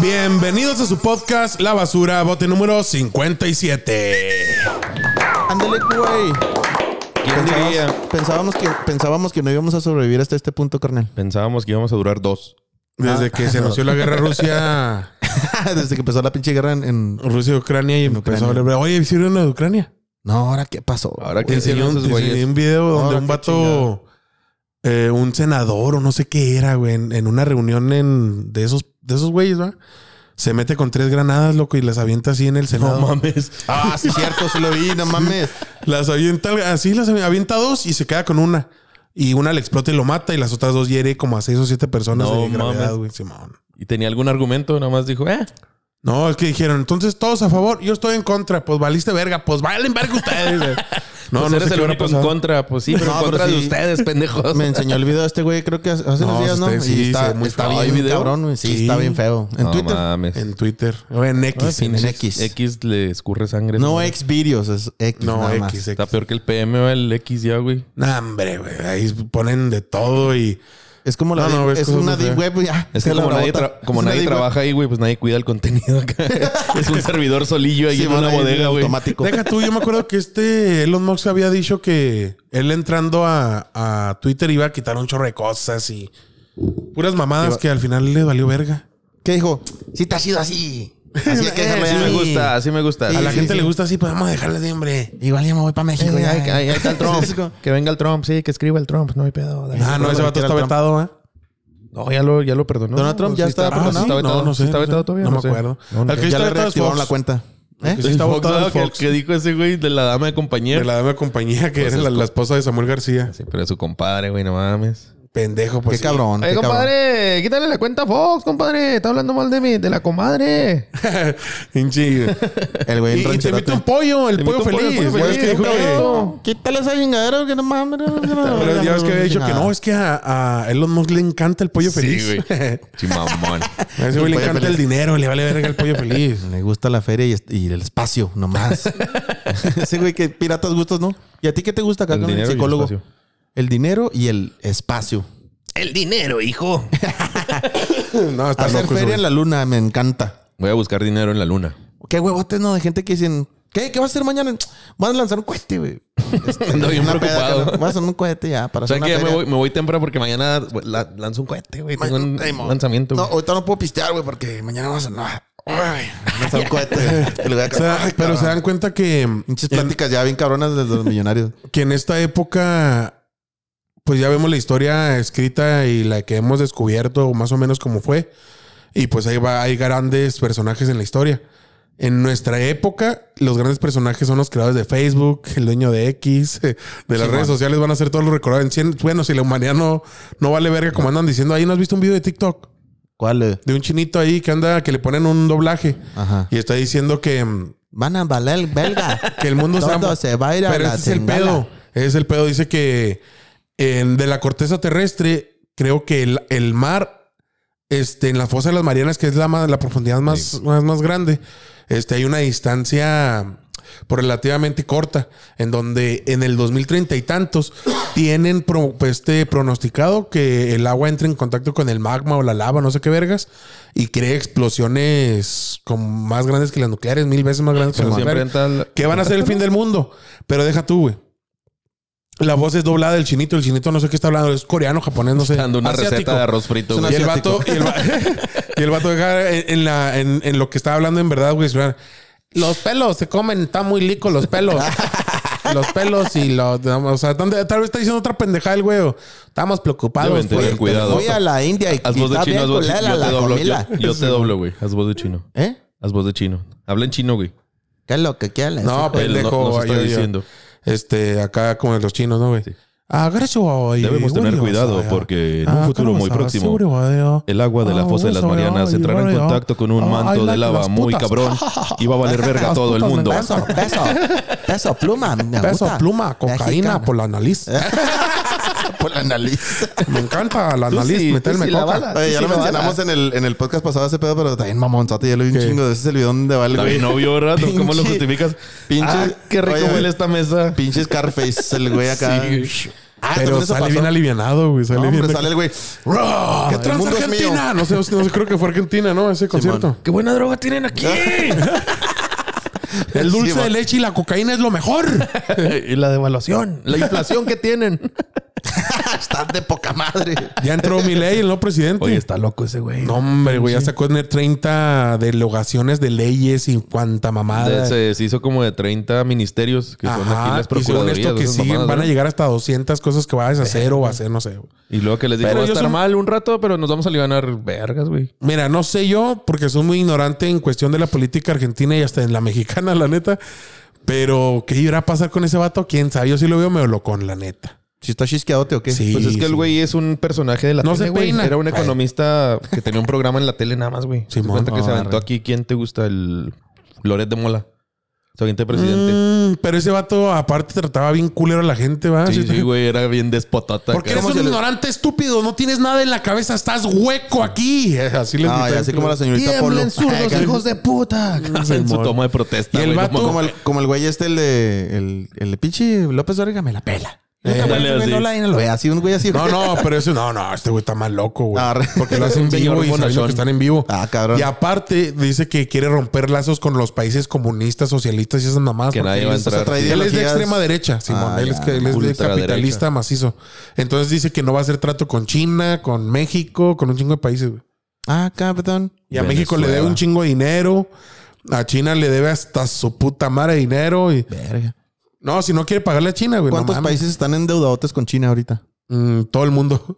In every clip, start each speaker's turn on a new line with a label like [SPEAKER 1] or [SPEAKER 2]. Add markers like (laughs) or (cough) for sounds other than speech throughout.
[SPEAKER 1] Bienvenidos a su podcast La Basura, bote número 57.
[SPEAKER 2] Ándale, güey.
[SPEAKER 3] ¿Quién diría?
[SPEAKER 2] Pensábamos, pensábamos que, pensábamos que no íbamos a sobrevivir hasta este punto, carnal.
[SPEAKER 3] Pensábamos que íbamos a durar dos. Ah.
[SPEAKER 1] Desde que se anunció la guerra Rusia,
[SPEAKER 2] (laughs) Desde que empezó la pinche guerra en. en-
[SPEAKER 1] Rusia y Ucrania y empezó a hablar, oye, hicieron la de Ucrania.
[SPEAKER 2] No, ahora qué pasó.
[SPEAKER 3] Ahora
[SPEAKER 1] Te
[SPEAKER 3] que
[SPEAKER 1] enseñé
[SPEAKER 3] hicieron
[SPEAKER 1] un,
[SPEAKER 3] esos
[SPEAKER 1] te enseñé
[SPEAKER 3] güeyes.
[SPEAKER 1] un video donde
[SPEAKER 2] Ahora
[SPEAKER 1] un
[SPEAKER 2] qué
[SPEAKER 1] vato, eh, un senador o no sé qué era, güey, en, en una reunión en, de esos de esos güeyes, ¿va? Se mete con tres granadas, loco, y las avienta así en el Senado.
[SPEAKER 3] mames.
[SPEAKER 2] Ah, sí, cierto, se lo vi, no mames.
[SPEAKER 1] Las avienta así, las avienta dos y se queda con una. Y una le explota y lo mata, y las otras dos hiere como a seis o siete personas
[SPEAKER 3] No
[SPEAKER 1] de gravedad,
[SPEAKER 3] mames.
[SPEAKER 1] güey, Simón.
[SPEAKER 3] ¿Y tenía algún argumento? Nada más dijo, eh.
[SPEAKER 1] No, es que dijeron, entonces todos a favor, yo estoy en contra, pues valiste verga, pues valen verga ustedes.
[SPEAKER 3] (laughs)
[SPEAKER 1] güey.
[SPEAKER 3] No, pues eres
[SPEAKER 1] sé qué
[SPEAKER 3] el
[SPEAKER 1] hubiera
[SPEAKER 3] único en
[SPEAKER 1] pasado.
[SPEAKER 3] contra. Pues sí, pero
[SPEAKER 2] No,
[SPEAKER 3] en
[SPEAKER 2] pero
[SPEAKER 3] contra de
[SPEAKER 2] sí.
[SPEAKER 3] ustedes, pendejos.
[SPEAKER 2] Me enseñó el video este güey, creo que hace hace
[SPEAKER 1] No,
[SPEAKER 2] unos días, ¿no?
[SPEAKER 1] usted sí,
[SPEAKER 2] y está,
[SPEAKER 1] sí, muy
[SPEAKER 2] está
[SPEAKER 1] feo.
[SPEAKER 2] bien
[SPEAKER 1] ¿Hay video?
[SPEAKER 2] cabrón, güey. Sí,
[SPEAKER 1] Sí.
[SPEAKER 2] está bien feo. En
[SPEAKER 3] No
[SPEAKER 2] Twitter.
[SPEAKER 3] mames.
[SPEAKER 1] En Twitter, o en X.
[SPEAKER 2] en
[SPEAKER 3] Pinches
[SPEAKER 2] X.
[SPEAKER 3] Ah, X le escurre sangre.
[SPEAKER 2] No
[SPEAKER 3] X.
[SPEAKER 2] X videos, es X.
[SPEAKER 1] no,
[SPEAKER 2] nada más.
[SPEAKER 1] X, X.
[SPEAKER 3] Está peor que el PM o el X ya, güey.
[SPEAKER 1] No, hombre, güey. Ahí ponen de todo y.
[SPEAKER 2] Es como la.
[SPEAKER 1] No,
[SPEAKER 2] deep-
[SPEAKER 1] no, es
[SPEAKER 2] es
[SPEAKER 1] cosa
[SPEAKER 2] una
[SPEAKER 1] muy
[SPEAKER 2] deep
[SPEAKER 1] fea.
[SPEAKER 2] web, güey, ah,
[SPEAKER 3] Es que
[SPEAKER 2] se la
[SPEAKER 3] como nadie,
[SPEAKER 2] rebota. (laughs)
[SPEAKER 3] tra- como
[SPEAKER 2] Es una
[SPEAKER 3] nadie
[SPEAKER 2] deep web.
[SPEAKER 3] trabaja ahí, güey, pues nadie cuida el contenido acá. es un servidor solillo ahí
[SPEAKER 2] Sí,
[SPEAKER 3] en
[SPEAKER 2] van
[SPEAKER 3] una
[SPEAKER 2] ahí
[SPEAKER 3] bodega, güey.
[SPEAKER 2] automático.
[SPEAKER 1] Deja tú, yo me acuerdo que este Elon Musk había dicho que él entrando a, a Twitter iba a quitar un chorro de cosas y puras mamadas que al final le valió verga.
[SPEAKER 2] ¿Qué dijo? Sí, te ha sido (laughs) así. Así es que
[SPEAKER 3] Eh,
[SPEAKER 2] déjame
[SPEAKER 3] sí me
[SPEAKER 2] ahí.
[SPEAKER 3] gusta, así me gusta.
[SPEAKER 1] A la
[SPEAKER 2] sí,
[SPEAKER 1] gente
[SPEAKER 2] sí.
[SPEAKER 1] le gusta así, pues vamos a dejarle de hombre.
[SPEAKER 2] Igual ya me voy para México. ya, ya. (laughs)
[SPEAKER 3] Eh, ahí (laughs) está el
[SPEAKER 2] Sí.
[SPEAKER 3] Trump. que venga el Trump, sí, que escriba el Trump, no hay pedo. dale.
[SPEAKER 1] Ah, no, ese vato está vetado, ¿eh?
[SPEAKER 3] No, ya lo, ya lo perdonó.
[SPEAKER 2] Donald Trump
[SPEAKER 3] ¿O
[SPEAKER 2] ya
[SPEAKER 3] sí
[SPEAKER 2] está
[SPEAKER 3] ah,
[SPEAKER 2] perdonado?
[SPEAKER 3] sí está vetado.
[SPEAKER 1] No, no sé,
[SPEAKER 3] ¿Sí está
[SPEAKER 1] no sé.
[SPEAKER 3] vetado todavía?
[SPEAKER 1] No me acuerdo.
[SPEAKER 3] No,
[SPEAKER 1] Al que
[SPEAKER 2] Ya
[SPEAKER 1] está
[SPEAKER 2] le
[SPEAKER 1] vetado es
[SPEAKER 2] reactivaron
[SPEAKER 1] Fox.
[SPEAKER 2] la cuenta. ¿Eh?
[SPEAKER 1] que sí está
[SPEAKER 3] Fox,
[SPEAKER 1] votado
[SPEAKER 3] ¿no?
[SPEAKER 1] el
[SPEAKER 3] que, el
[SPEAKER 1] Fox.
[SPEAKER 3] que dijo ese güey de la dama de compañía.
[SPEAKER 1] De la dama de compañía que
[SPEAKER 3] Pues
[SPEAKER 1] era
[SPEAKER 3] es
[SPEAKER 1] la, la
[SPEAKER 3] co-
[SPEAKER 1] esposa de Samuel García.
[SPEAKER 3] Sí, pero es su compadre, güey, no mames. Este
[SPEAKER 1] Pendejo, pues.
[SPEAKER 2] Qué
[SPEAKER 1] sí. (laughs)
[SPEAKER 2] cabrón.
[SPEAKER 3] Oye,
[SPEAKER 2] qué cabrón.
[SPEAKER 3] compadre, quítale la cuenta a Fox, compadre. Está hablando mal de mí, de la comadre.
[SPEAKER 1] Hinche.
[SPEAKER 2] El güey
[SPEAKER 1] Y, y te
[SPEAKER 2] rancherote.
[SPEAKER 1] invito un pollo, el
[SPEAKER 3] Te
[SPEAKER 1] pollo
[SPEAKER 3] invito un pollo, el
[SPEAKER 1] feliz.
[SPEAKER 3] pollo
[SPEAKER 1] güey,
[SPEAKER 3] feliz,
[SPEAKER 1] es que dijo
[SPEAKER 3] un
[SPEAKER 1] que-
[SPEAKER 3] pollo.
[SPEAKER 2] Quítale esa chingadera que no mames.
[SPEAKER 1] Pero ya ves que había dicho que no, es que a, a Elon Musk le encanta el pollo feliz.
[SPEAKER 3] (laughs) Sí,
[SPEAKER 1] (laughs)
[SPEAKER 3] güey. Chimamón.
[SPEAKER 1] A ese güey
[SPEAKER 2] El
[SPEAKER 1] le
[SPEAKER 2] pollo
[SPEAKER 1] encanta
[SPEAKER 2] feliz.
[SPEAKER 1] el dinero, le vale verga el pollo feliz.
[SPEAKER 2] Le gusta la feria y, est- y el espacio, nomás. Ese güey que piratas gustos, ¿no? ¿Y a ti qué te gusta acá
[SPEAKER 3] El
[SPEAKER 2] con el
[SPEAKER 3] dinero y el
[SPEAKER 2] psicólogo?
[SPEAKER 3] espacio.
[SPEAKER 2] El dinero y el espacio.
[SPEAKER 3] El dinero, hijo.
[SPEAKER 1] (laughs) No, está
[SPEAKER 2] Hacer
[SPEAKER 1] loco. ese
[SPEAKER 2] feria en
[SPEAKER 1] güey.
[SPEAKER 2] la luna me encanta.
[SPEAKER 3] Voy a buscar dinero en la luna.
[SPEAKER 2] Qué huevotes, ¿no? De gente que dicen, ¿qué? ¿Qué vas a hacer mañana? Van a lanzar un cohete, güey. Este,
[SPEAKER 3] Ando bien
[SPEAKER 2] una peda,
[SPEAKER 3] preocupado.
[SPEAKER 2] carnal. Vas a hacer un cohete ya para
[SPEAKER 3] O
[SPEAKER 2] hacer una
[SPEAKER 3] sea que ya me
[SPEAKER 2] feria.
[SPEAKER 3] voy, me voy temprano porque mañana la- lanzo un cohete, güey. Tengo un
[SPEAKER 2] Temo.
[SPEAKER 3] lanzamiento.
[SPEAKER 2] No,
[SPEAKER 3] güey.
[SPEAKER 2] ahorita no puedo pistear, güey, porque mañana vamos a... No, ay,
[SPEAKER 1] (laughs)
[SPEAKER 2] vamos a un cohete. Y lo voy a
[SPEAKER 1] O sea,
[SPEAKER 2] Ay,
[SPEAKER 1] pero
[SPEAKER 2] cabrón.
[SPEAKER 1] se dan cuenta que en,
[SPEAKER 2] Pinches pláticas ya bien cabronas de los millonarios.
[SPEAKER 1] que en esta época, pues ya vemos la historia escrita y la que hemos descubierto más o menos como fue. Y pues ahí va, hay grandes personajes en la historia. En nuestra época, los grandes personajes son los creadores de Facebook, el dueño de X, (laughs) de las redes sociales van a ser todos los recordados. En cien- Bueno, si la humanidad no, no vale verga, como andan diciendo, ahí no has visto un video de TikTok
[SPEAKER 2] ¿Cuál? eh?
[SPEAKER 1] de un chinito ahí que anda, que le ponen un doblaje
[SPEAKER 2] Ajá.
[SPEAKER 1] y está diciendo que, mm,
[SPEAKER 2] Van a valer
[SPEAKER 1] (laughs)
[SPEAKER 2] el belga.
[SPEAKER 1] que el mundo
[SPEAKER 2] Todo
[SPEAKER 1] será-
[SPEAKER 2] se va a ir a
[SPEAKER 1] Pero
[SPEAKER 2] la
[SPEAKER 1] ese es el
[SPEAKER 2] cengala.
[SPEAKER 1] pedo. Ese Es el pedo. Dice que en- de la corteza terrestre, creo que el, el mar, este, en la fosa de las Marianas, que es la, ma- la profundidad más, más, más grande, este, hay una distancia por relativamente corta, en donde en el 2030 y tantos (coughs) tienen pro- este pronosticado que el agua entre en contacto con el magma o la lava, no sé qué vergas, y cree explosiones como más grandes que las nucleares, mil veces más grandes que
[SPEAKER 3] Pero
[SPEAKER 1] las
[SPEAKER 3] siempre
[SPEAKER 1] nucleares.
[SPEAKER 3] entra la-
[SPEAKER 1] Que van a ser el fin del mundo. Pero deja tú, güey. La voz es doblada del chinito. El chinito no sé qué está hablando. Es coreano, japonés, no sé.
[SPEAKER 3] dando una
[SPEAKER 1] asiático.
[SPEAKER 3] receta de arroz frito,
[SPEAKER 2] Es una-
[SPEAKER 1] Y
[SPEAKER 3] güey.
[SPEAKER 1] el vato... Y el, va- (laughs) y el vato deja en, en la, en, en lo que está hablando en verdad, güey. suena, Los pelos se comen. Está muy lico los
[SPEAKER 3] (laughs)
[SPEAKER 1] pelos. Los pelos y los... O sea, tan- tal vez está diciendo otra pendejada el güey. o, Estamos preocupados.
[SPEAKER 3] Deben tener
[SPEAKER 1] güey".
[SPEAKER 3] cuidado.
[SPEAKER 2] Fui a la India y
[SPEAKER 3] Haz voz de
[SPEAKER 2] está
[SPEAKER 3] chino,
[SPEAKER 2] bien
[SPEAKER 3] haz voz de
[SPEAKER 2] culera
[SPEAKER 3] chino. Yo
[SPEAKER 2] la
[SPEAKER 3] te doblo,
[SPEAKER 2] comida.
[SPEAKER 3] yo- yo te doblo, güey. Haz voz de chino.
[SPEAKER 2] ¿Eh?
[SPEAKER 3] Haz voz de chino. Habla en chino, güey.
[SPEAKER 2] ¿Qué es lo que quieres?
[SPEAKER 1] No,
[SPEAKER 2] hijo?
[SPEAKER 3] Él
[SPEAKER 1] pendejo.
[SPEAKER 3] no- nos está
[SPEAKER 1] yo- yo-
[SPEAKER 3] diciendo.
[SPEAKER 1] Este, acá como los chinos, ¿no, güey?
[SPEAKER 3] Sí.
[SPEAKER 1] Ah, gracias, güey.
[SPEAKER 3] Debemos tener cuidado porque en un
[SPEAKER 1] Ah,
[SPEAKER 3] futuro muy próximo el agua de la fosa de las Marianas
[SPEAKER 1] ah,
[SPEAKER 3] entrará en contacto con un manto de lava muy cabrón y va a valer verga a
[SPEAKER 1] Las
[SPEAKER 3] todo el
[SPEAKER 1] putas me
[SPEAKER 3] mundo.
[SPEAKER 1] encantan.
[SPEAKER 2] Peso, peso, peso, pluma. me
[SPEAKER 1] Peso,
[SPEAKER 2] gusta.
[SPEAKER 1] pluma, cocaína
[SPEAKER 2] Mexicana.
[SPEAKER 1] por la nariz.
[SPEAKER 2] (laughs) por la nariz.
[SPEAKER 1] Me encanta la
[SPEAKER 3] Tú
[SPEAKER 1] nariz,
[SPEAKER 3] sí, tú
[SPEAKER 1] meterme
[SPEAKER 3] sí la
[SPEAKER 1] coca.
[SPEAKER 3] balas.
[SPEAKER 2] Oye, ya
[SPEAKER 3] Sí,
[SPEAKER 2] lo
[SPEAKER 3] sí, la
[SPEAKER 2] mencionamos en el, en el podcast pasado ese pedo, pero también mamonzote. Ya lo vi un
[SPEAKER 1] ¿Qué?
[SPEAKER 2] chingo. de Ese es el video donde va el
[SPEAKER 3] (laughs) David
[SPEAKER 2] güey. (laughs)
[SPEAKER 3] no vio rato. ¿Cómo lo
[SPEAKER 1] (laughs)
[SPEAKER 2] Pinche-
[SPEAKER 3] justificas?
[SPEAKER 2] pinche-
[SPEAKER 3] Ah, qué rico
[SPEAKER 2] Oye,
[SPEAKER 3] huele
[SPEAKER 2] güey.
[SPEAKER 3] esta mesa.
[SPEAKER 2] Pinche Scarface, el güey acá.
[SPEAKER 3] Sí, güey.
[SPEAKER 2] Ah,
[SPEAKER 1] Pero sale bien alivianado, güey. Sale
[SPEAKER 2] No,
[SPEAKER 1] bien.
[SPEAKER 2] hombre, sale el güey.
[SPEAKER 1] ¡Rah! ¿Qué
[SPEAKER 2] El
[SPEAKER 1] trans
[SPEAKER 2] mundo es mío.
[SPEAKER 1] Argentina? No sé, no sé, creo que fue Argentina, ¿no? Ese concierto.
[SPEAKER 3] ¡Qué buena droga tienen aquí!
[SPEAKER 2] (laughs)
[SPEAKER 1] El dulce
[SPEAKER 2] Sí,
[SPEAKER 1] de
[SPEAKER 2] man.
[SPEAKER 1] leche y la cocaína es lo
[SPEAKER 2] (laughs)
[SPEAKER 1] mejor.
[SPEAKER 3] y la devaluación, la inflación que tienen.
[SPEAKER 2] Están de poca madre.
[SPEAKER 1] Ya entró mi ley, el nuevo presidente.
[SPEAKER 3] Oye, está loco ese güey.
[SPEAKER 1] no, hombre, güey, ya sacó tener 30 derogaciones de leyes y cuanta mamada.
[SPEAKER 3] (laughs) De- se, se hizo como de 30 ministerios que son aquí
[SPEAKER 1] Ajá,
[SPEAKER 3] las
[SPEAKER 1] y según
[SPEAKER 3] procuradurías.
[SPEAKER 1] esto que
[SPEAKER 3] esas
[SPEAKER 1] siguen,
[SPEAKER 3] mamadas,
[SPEAKER 1] van a
[SPEAKER 3] ¿no?
[SPEAKER 1] llegar hasta 200 cosas que va a deshacer o va a hacer, no sé. güey.
[SPEAKER 3] Y luego que les digo,
[SPEAKER 1] Pero
[SPEAKER 3] va a
[SPEAKER 1] yo
[SPEAKER 3] estar
[SPEAKER 1] soy-
[SPEAKER 3] mal un rato, pero nos vamos a aliviar vergas, güey.
[SPEAKER 1] Mira, no sé yo, porque soy muy ignorante en cuestión de la política argentina y hasta en la (laughs) mexicana, la neta. Pero, ¿qué irá a pasar con ese vato? ¿Quién sabe? Yo sí lo veo medio locón, la neta.
[SPEAKER 2] Si está chisqueadote o qué?
[SPEAKER 1] Sí.
[SPEAKER 3] Pues es que el güey es un personaje de la
[SPEAKER 1] No
[SPEAKER 3] tele,
[SPEAKER 1] se
[SPEAKER 3] güey.
[SPEAKER 1] peina.
[SPEAKER 3] Era un economista que tenía un programa en la tele nada más, güey. Se
[SPEAKER 1] Simón.
[SPEAKER 3] cuenta que se
[SPEAKER 2] Ah,
[SPEAKER 3] aventó
[SPEAKER 2] arre.
[SPEAKER 3] aquí. ¿Quién te gusta? El Loret de Mola. Se avienta presidente.
[SPEAKER 1] Mm, pero ese vato, aparte, trataba bien culero a la gente, ¿va?
[SPEAKER 3] Sí, sí, güey. Era bien despotota.
[SPEAKER 1] Porque
[SPEAKER 3] acá.
[SPEAKER 1] eres un
[SPEAKER 2] se le-
[SPEAKER 1] ignorante estúpido, no tienes nada en la cabeza, estás hueco aquí. (laughs) Así le
[SPEAKER 2] Ah, y
[SPEAKER 1] gritaban.
[SPEAKER 2] así como la señorita Polo.
[SPEAKER 4] Tiemblen zurdos,
[SPEAKER 2] Ay,
[SPEAKER 4] hijos de
[SPEAKER 2] (laughs)
[SPEAKER 4] puta.
[SPEAKER 3] en su toma de protesta.
[SPEAKER 1] Y el
[SPEAKER 3] güey, no
[SPEAKER 1] vato-
[SPEAKER 3] mames.
[SPEAKER 2] Como el, como el güey este, el de, el, el de pinche López Dóriga, me la pela.
[SPEAKER 3] Eh, dale así.
[SPEAKER 2] No la- no lo ve así, un güey Ah, así.
[SPEAKER 1] No, no, pero eso no, no, este güey está más loco, güey.
[SPEAKER 2] Arre.
[SPEAKER 1] Porque lo
[SPEAKER 2] (laughs)
[SPEAKER 1] hacen
[SPEAKER 3] Señor
[SPEAKER 1] vivo y sabiendo
[SPEAKER 3] bonachón.
[SPEAKER 1] que están en vivo.
[SPEAKER 2] Ah, cabrón.
[SPEAKER 1] Y aparte dice que quiere romper lazos con los países comunistas, socialistas y esas mamás.
[SPEAKER 3] Que nadie va a entrar.
[SPEAKER 2] trae
[SPEAKER 1] Él es de
[SPEAKER 2] ideologías.
[SPEAKER 1] extrema derecha, Simón.
[SPEAKER 2] Ah,
[SPEAKER 1] él es,
[SPEAKER 2] ya.
[SPEAKER 1] que, él es de
[SPEAKER 3] Ultraderecha.
[SPEAKER 1] capitalista macizo. Entonces dice que no va a hacer trato con China, con México, con un chingo de países. güey.
[SPEAKER 2] Ah, cabrón.
[SPEAKER 1] Y a México le debe
[SPEAKER 3] Venezuela.
[SPEAKER 1] un chingo de dinero. A China le debe hasta su puta madre de dinero. Y...
[SPEAKER 2] Verga.
[SPEAKER 1] No, si no quiere pagarle a China, güey. no
[SPEAKER 2] ¿Cuántos
[SPEAKER 1] mames.
[SPEAKER 2] países están endeudadotes con China ahorita?
[SPEAKER 1] Mm, todo el mundo.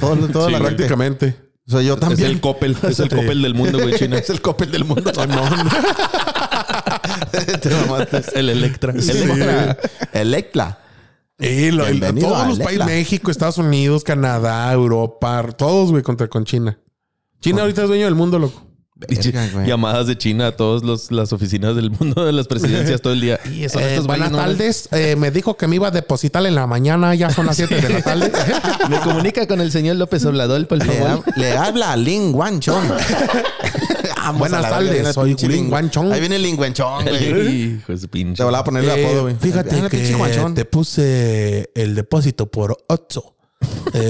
[SPEAKER 2] Todo, toda
[SPEAKER 3] Sí,
[SPEAKER 2] la gente.
[SPEAKER 1] Prácticamente.
[SPEAKER 2] O sea, yo
[SPEAKER 3] Es
[SPEAKER 2] también. (laughs)
[SPEAKER 3] el Coppel. Es el Coppel del mundo, güey, China.
[SPEAKER 2] Es el copel del
[SPEAKER 3] (laughs)
[SPEAKER 2] mundo. Te mamaste.
[SPEAKER 3] El Electra.
[SPEAKER 2] Electra. Electra.
[SPEAKER 1] Y lo- y
[SPEAKER 2] Bienvenido
[SPEAKER 1] todos
[SPEAKER 2] a
[SPEAKER 1] los
[SPEAKER 2] Lecla.
[SPEAKER 1] países, México, Estados Unidos, Canadá, Europa, todos, güey, contra con China. China ahorita es dueño del mundo, loco.
[SPEAKER 3] Pinche
[SPEAKER 2] Verga, güey.
[SPEAKER 3] Llamadas de China a todas las oficinas del mundo de las presidencias todo el día. Y eso,
[SPEAKER 1] Eh,
[SPEAKER 3] estos
[SPEAKER 1] buenas
[SPEAKER 3] güeyes no-
[SPEAKER 1] tardes. Eh, me dijo que me iba a depositar en la mañana. Ya son las 7 de la tarde.
[SPEAKER 3] (laughs) Me comunica con el señor López Obrador, por
[SPEAKER 2] Le, ha- le habla Lin
[SPEAKER 3] (laughs)
[SPEAKER 2] Guanchón.
[SPEAKER 1] Buenas tardes, soy Lin Guanchón.
[SPEAKER 2] Ahí viene Lin Guanchón,
[SPEAKER 3] (laughs)
[SPEAKER 2] güey.
[SPEAKER 3] Hijo de su pinche.
[SPEAKER 2] Te volaba a poner el
[SPEAKER 1] Eh,
[SPEAKER 2] apodo, güey. Ahí
[SPEAKER 1] fíjate
[SPEAKER 2] viene pinche
[SPEAKER 1] que
[SPEAKER 2] Guanchón.
[SPEAKER 1] te puse el depósito por
[SPEAKER 3] (laughs)
[SPEAKER 1] 8.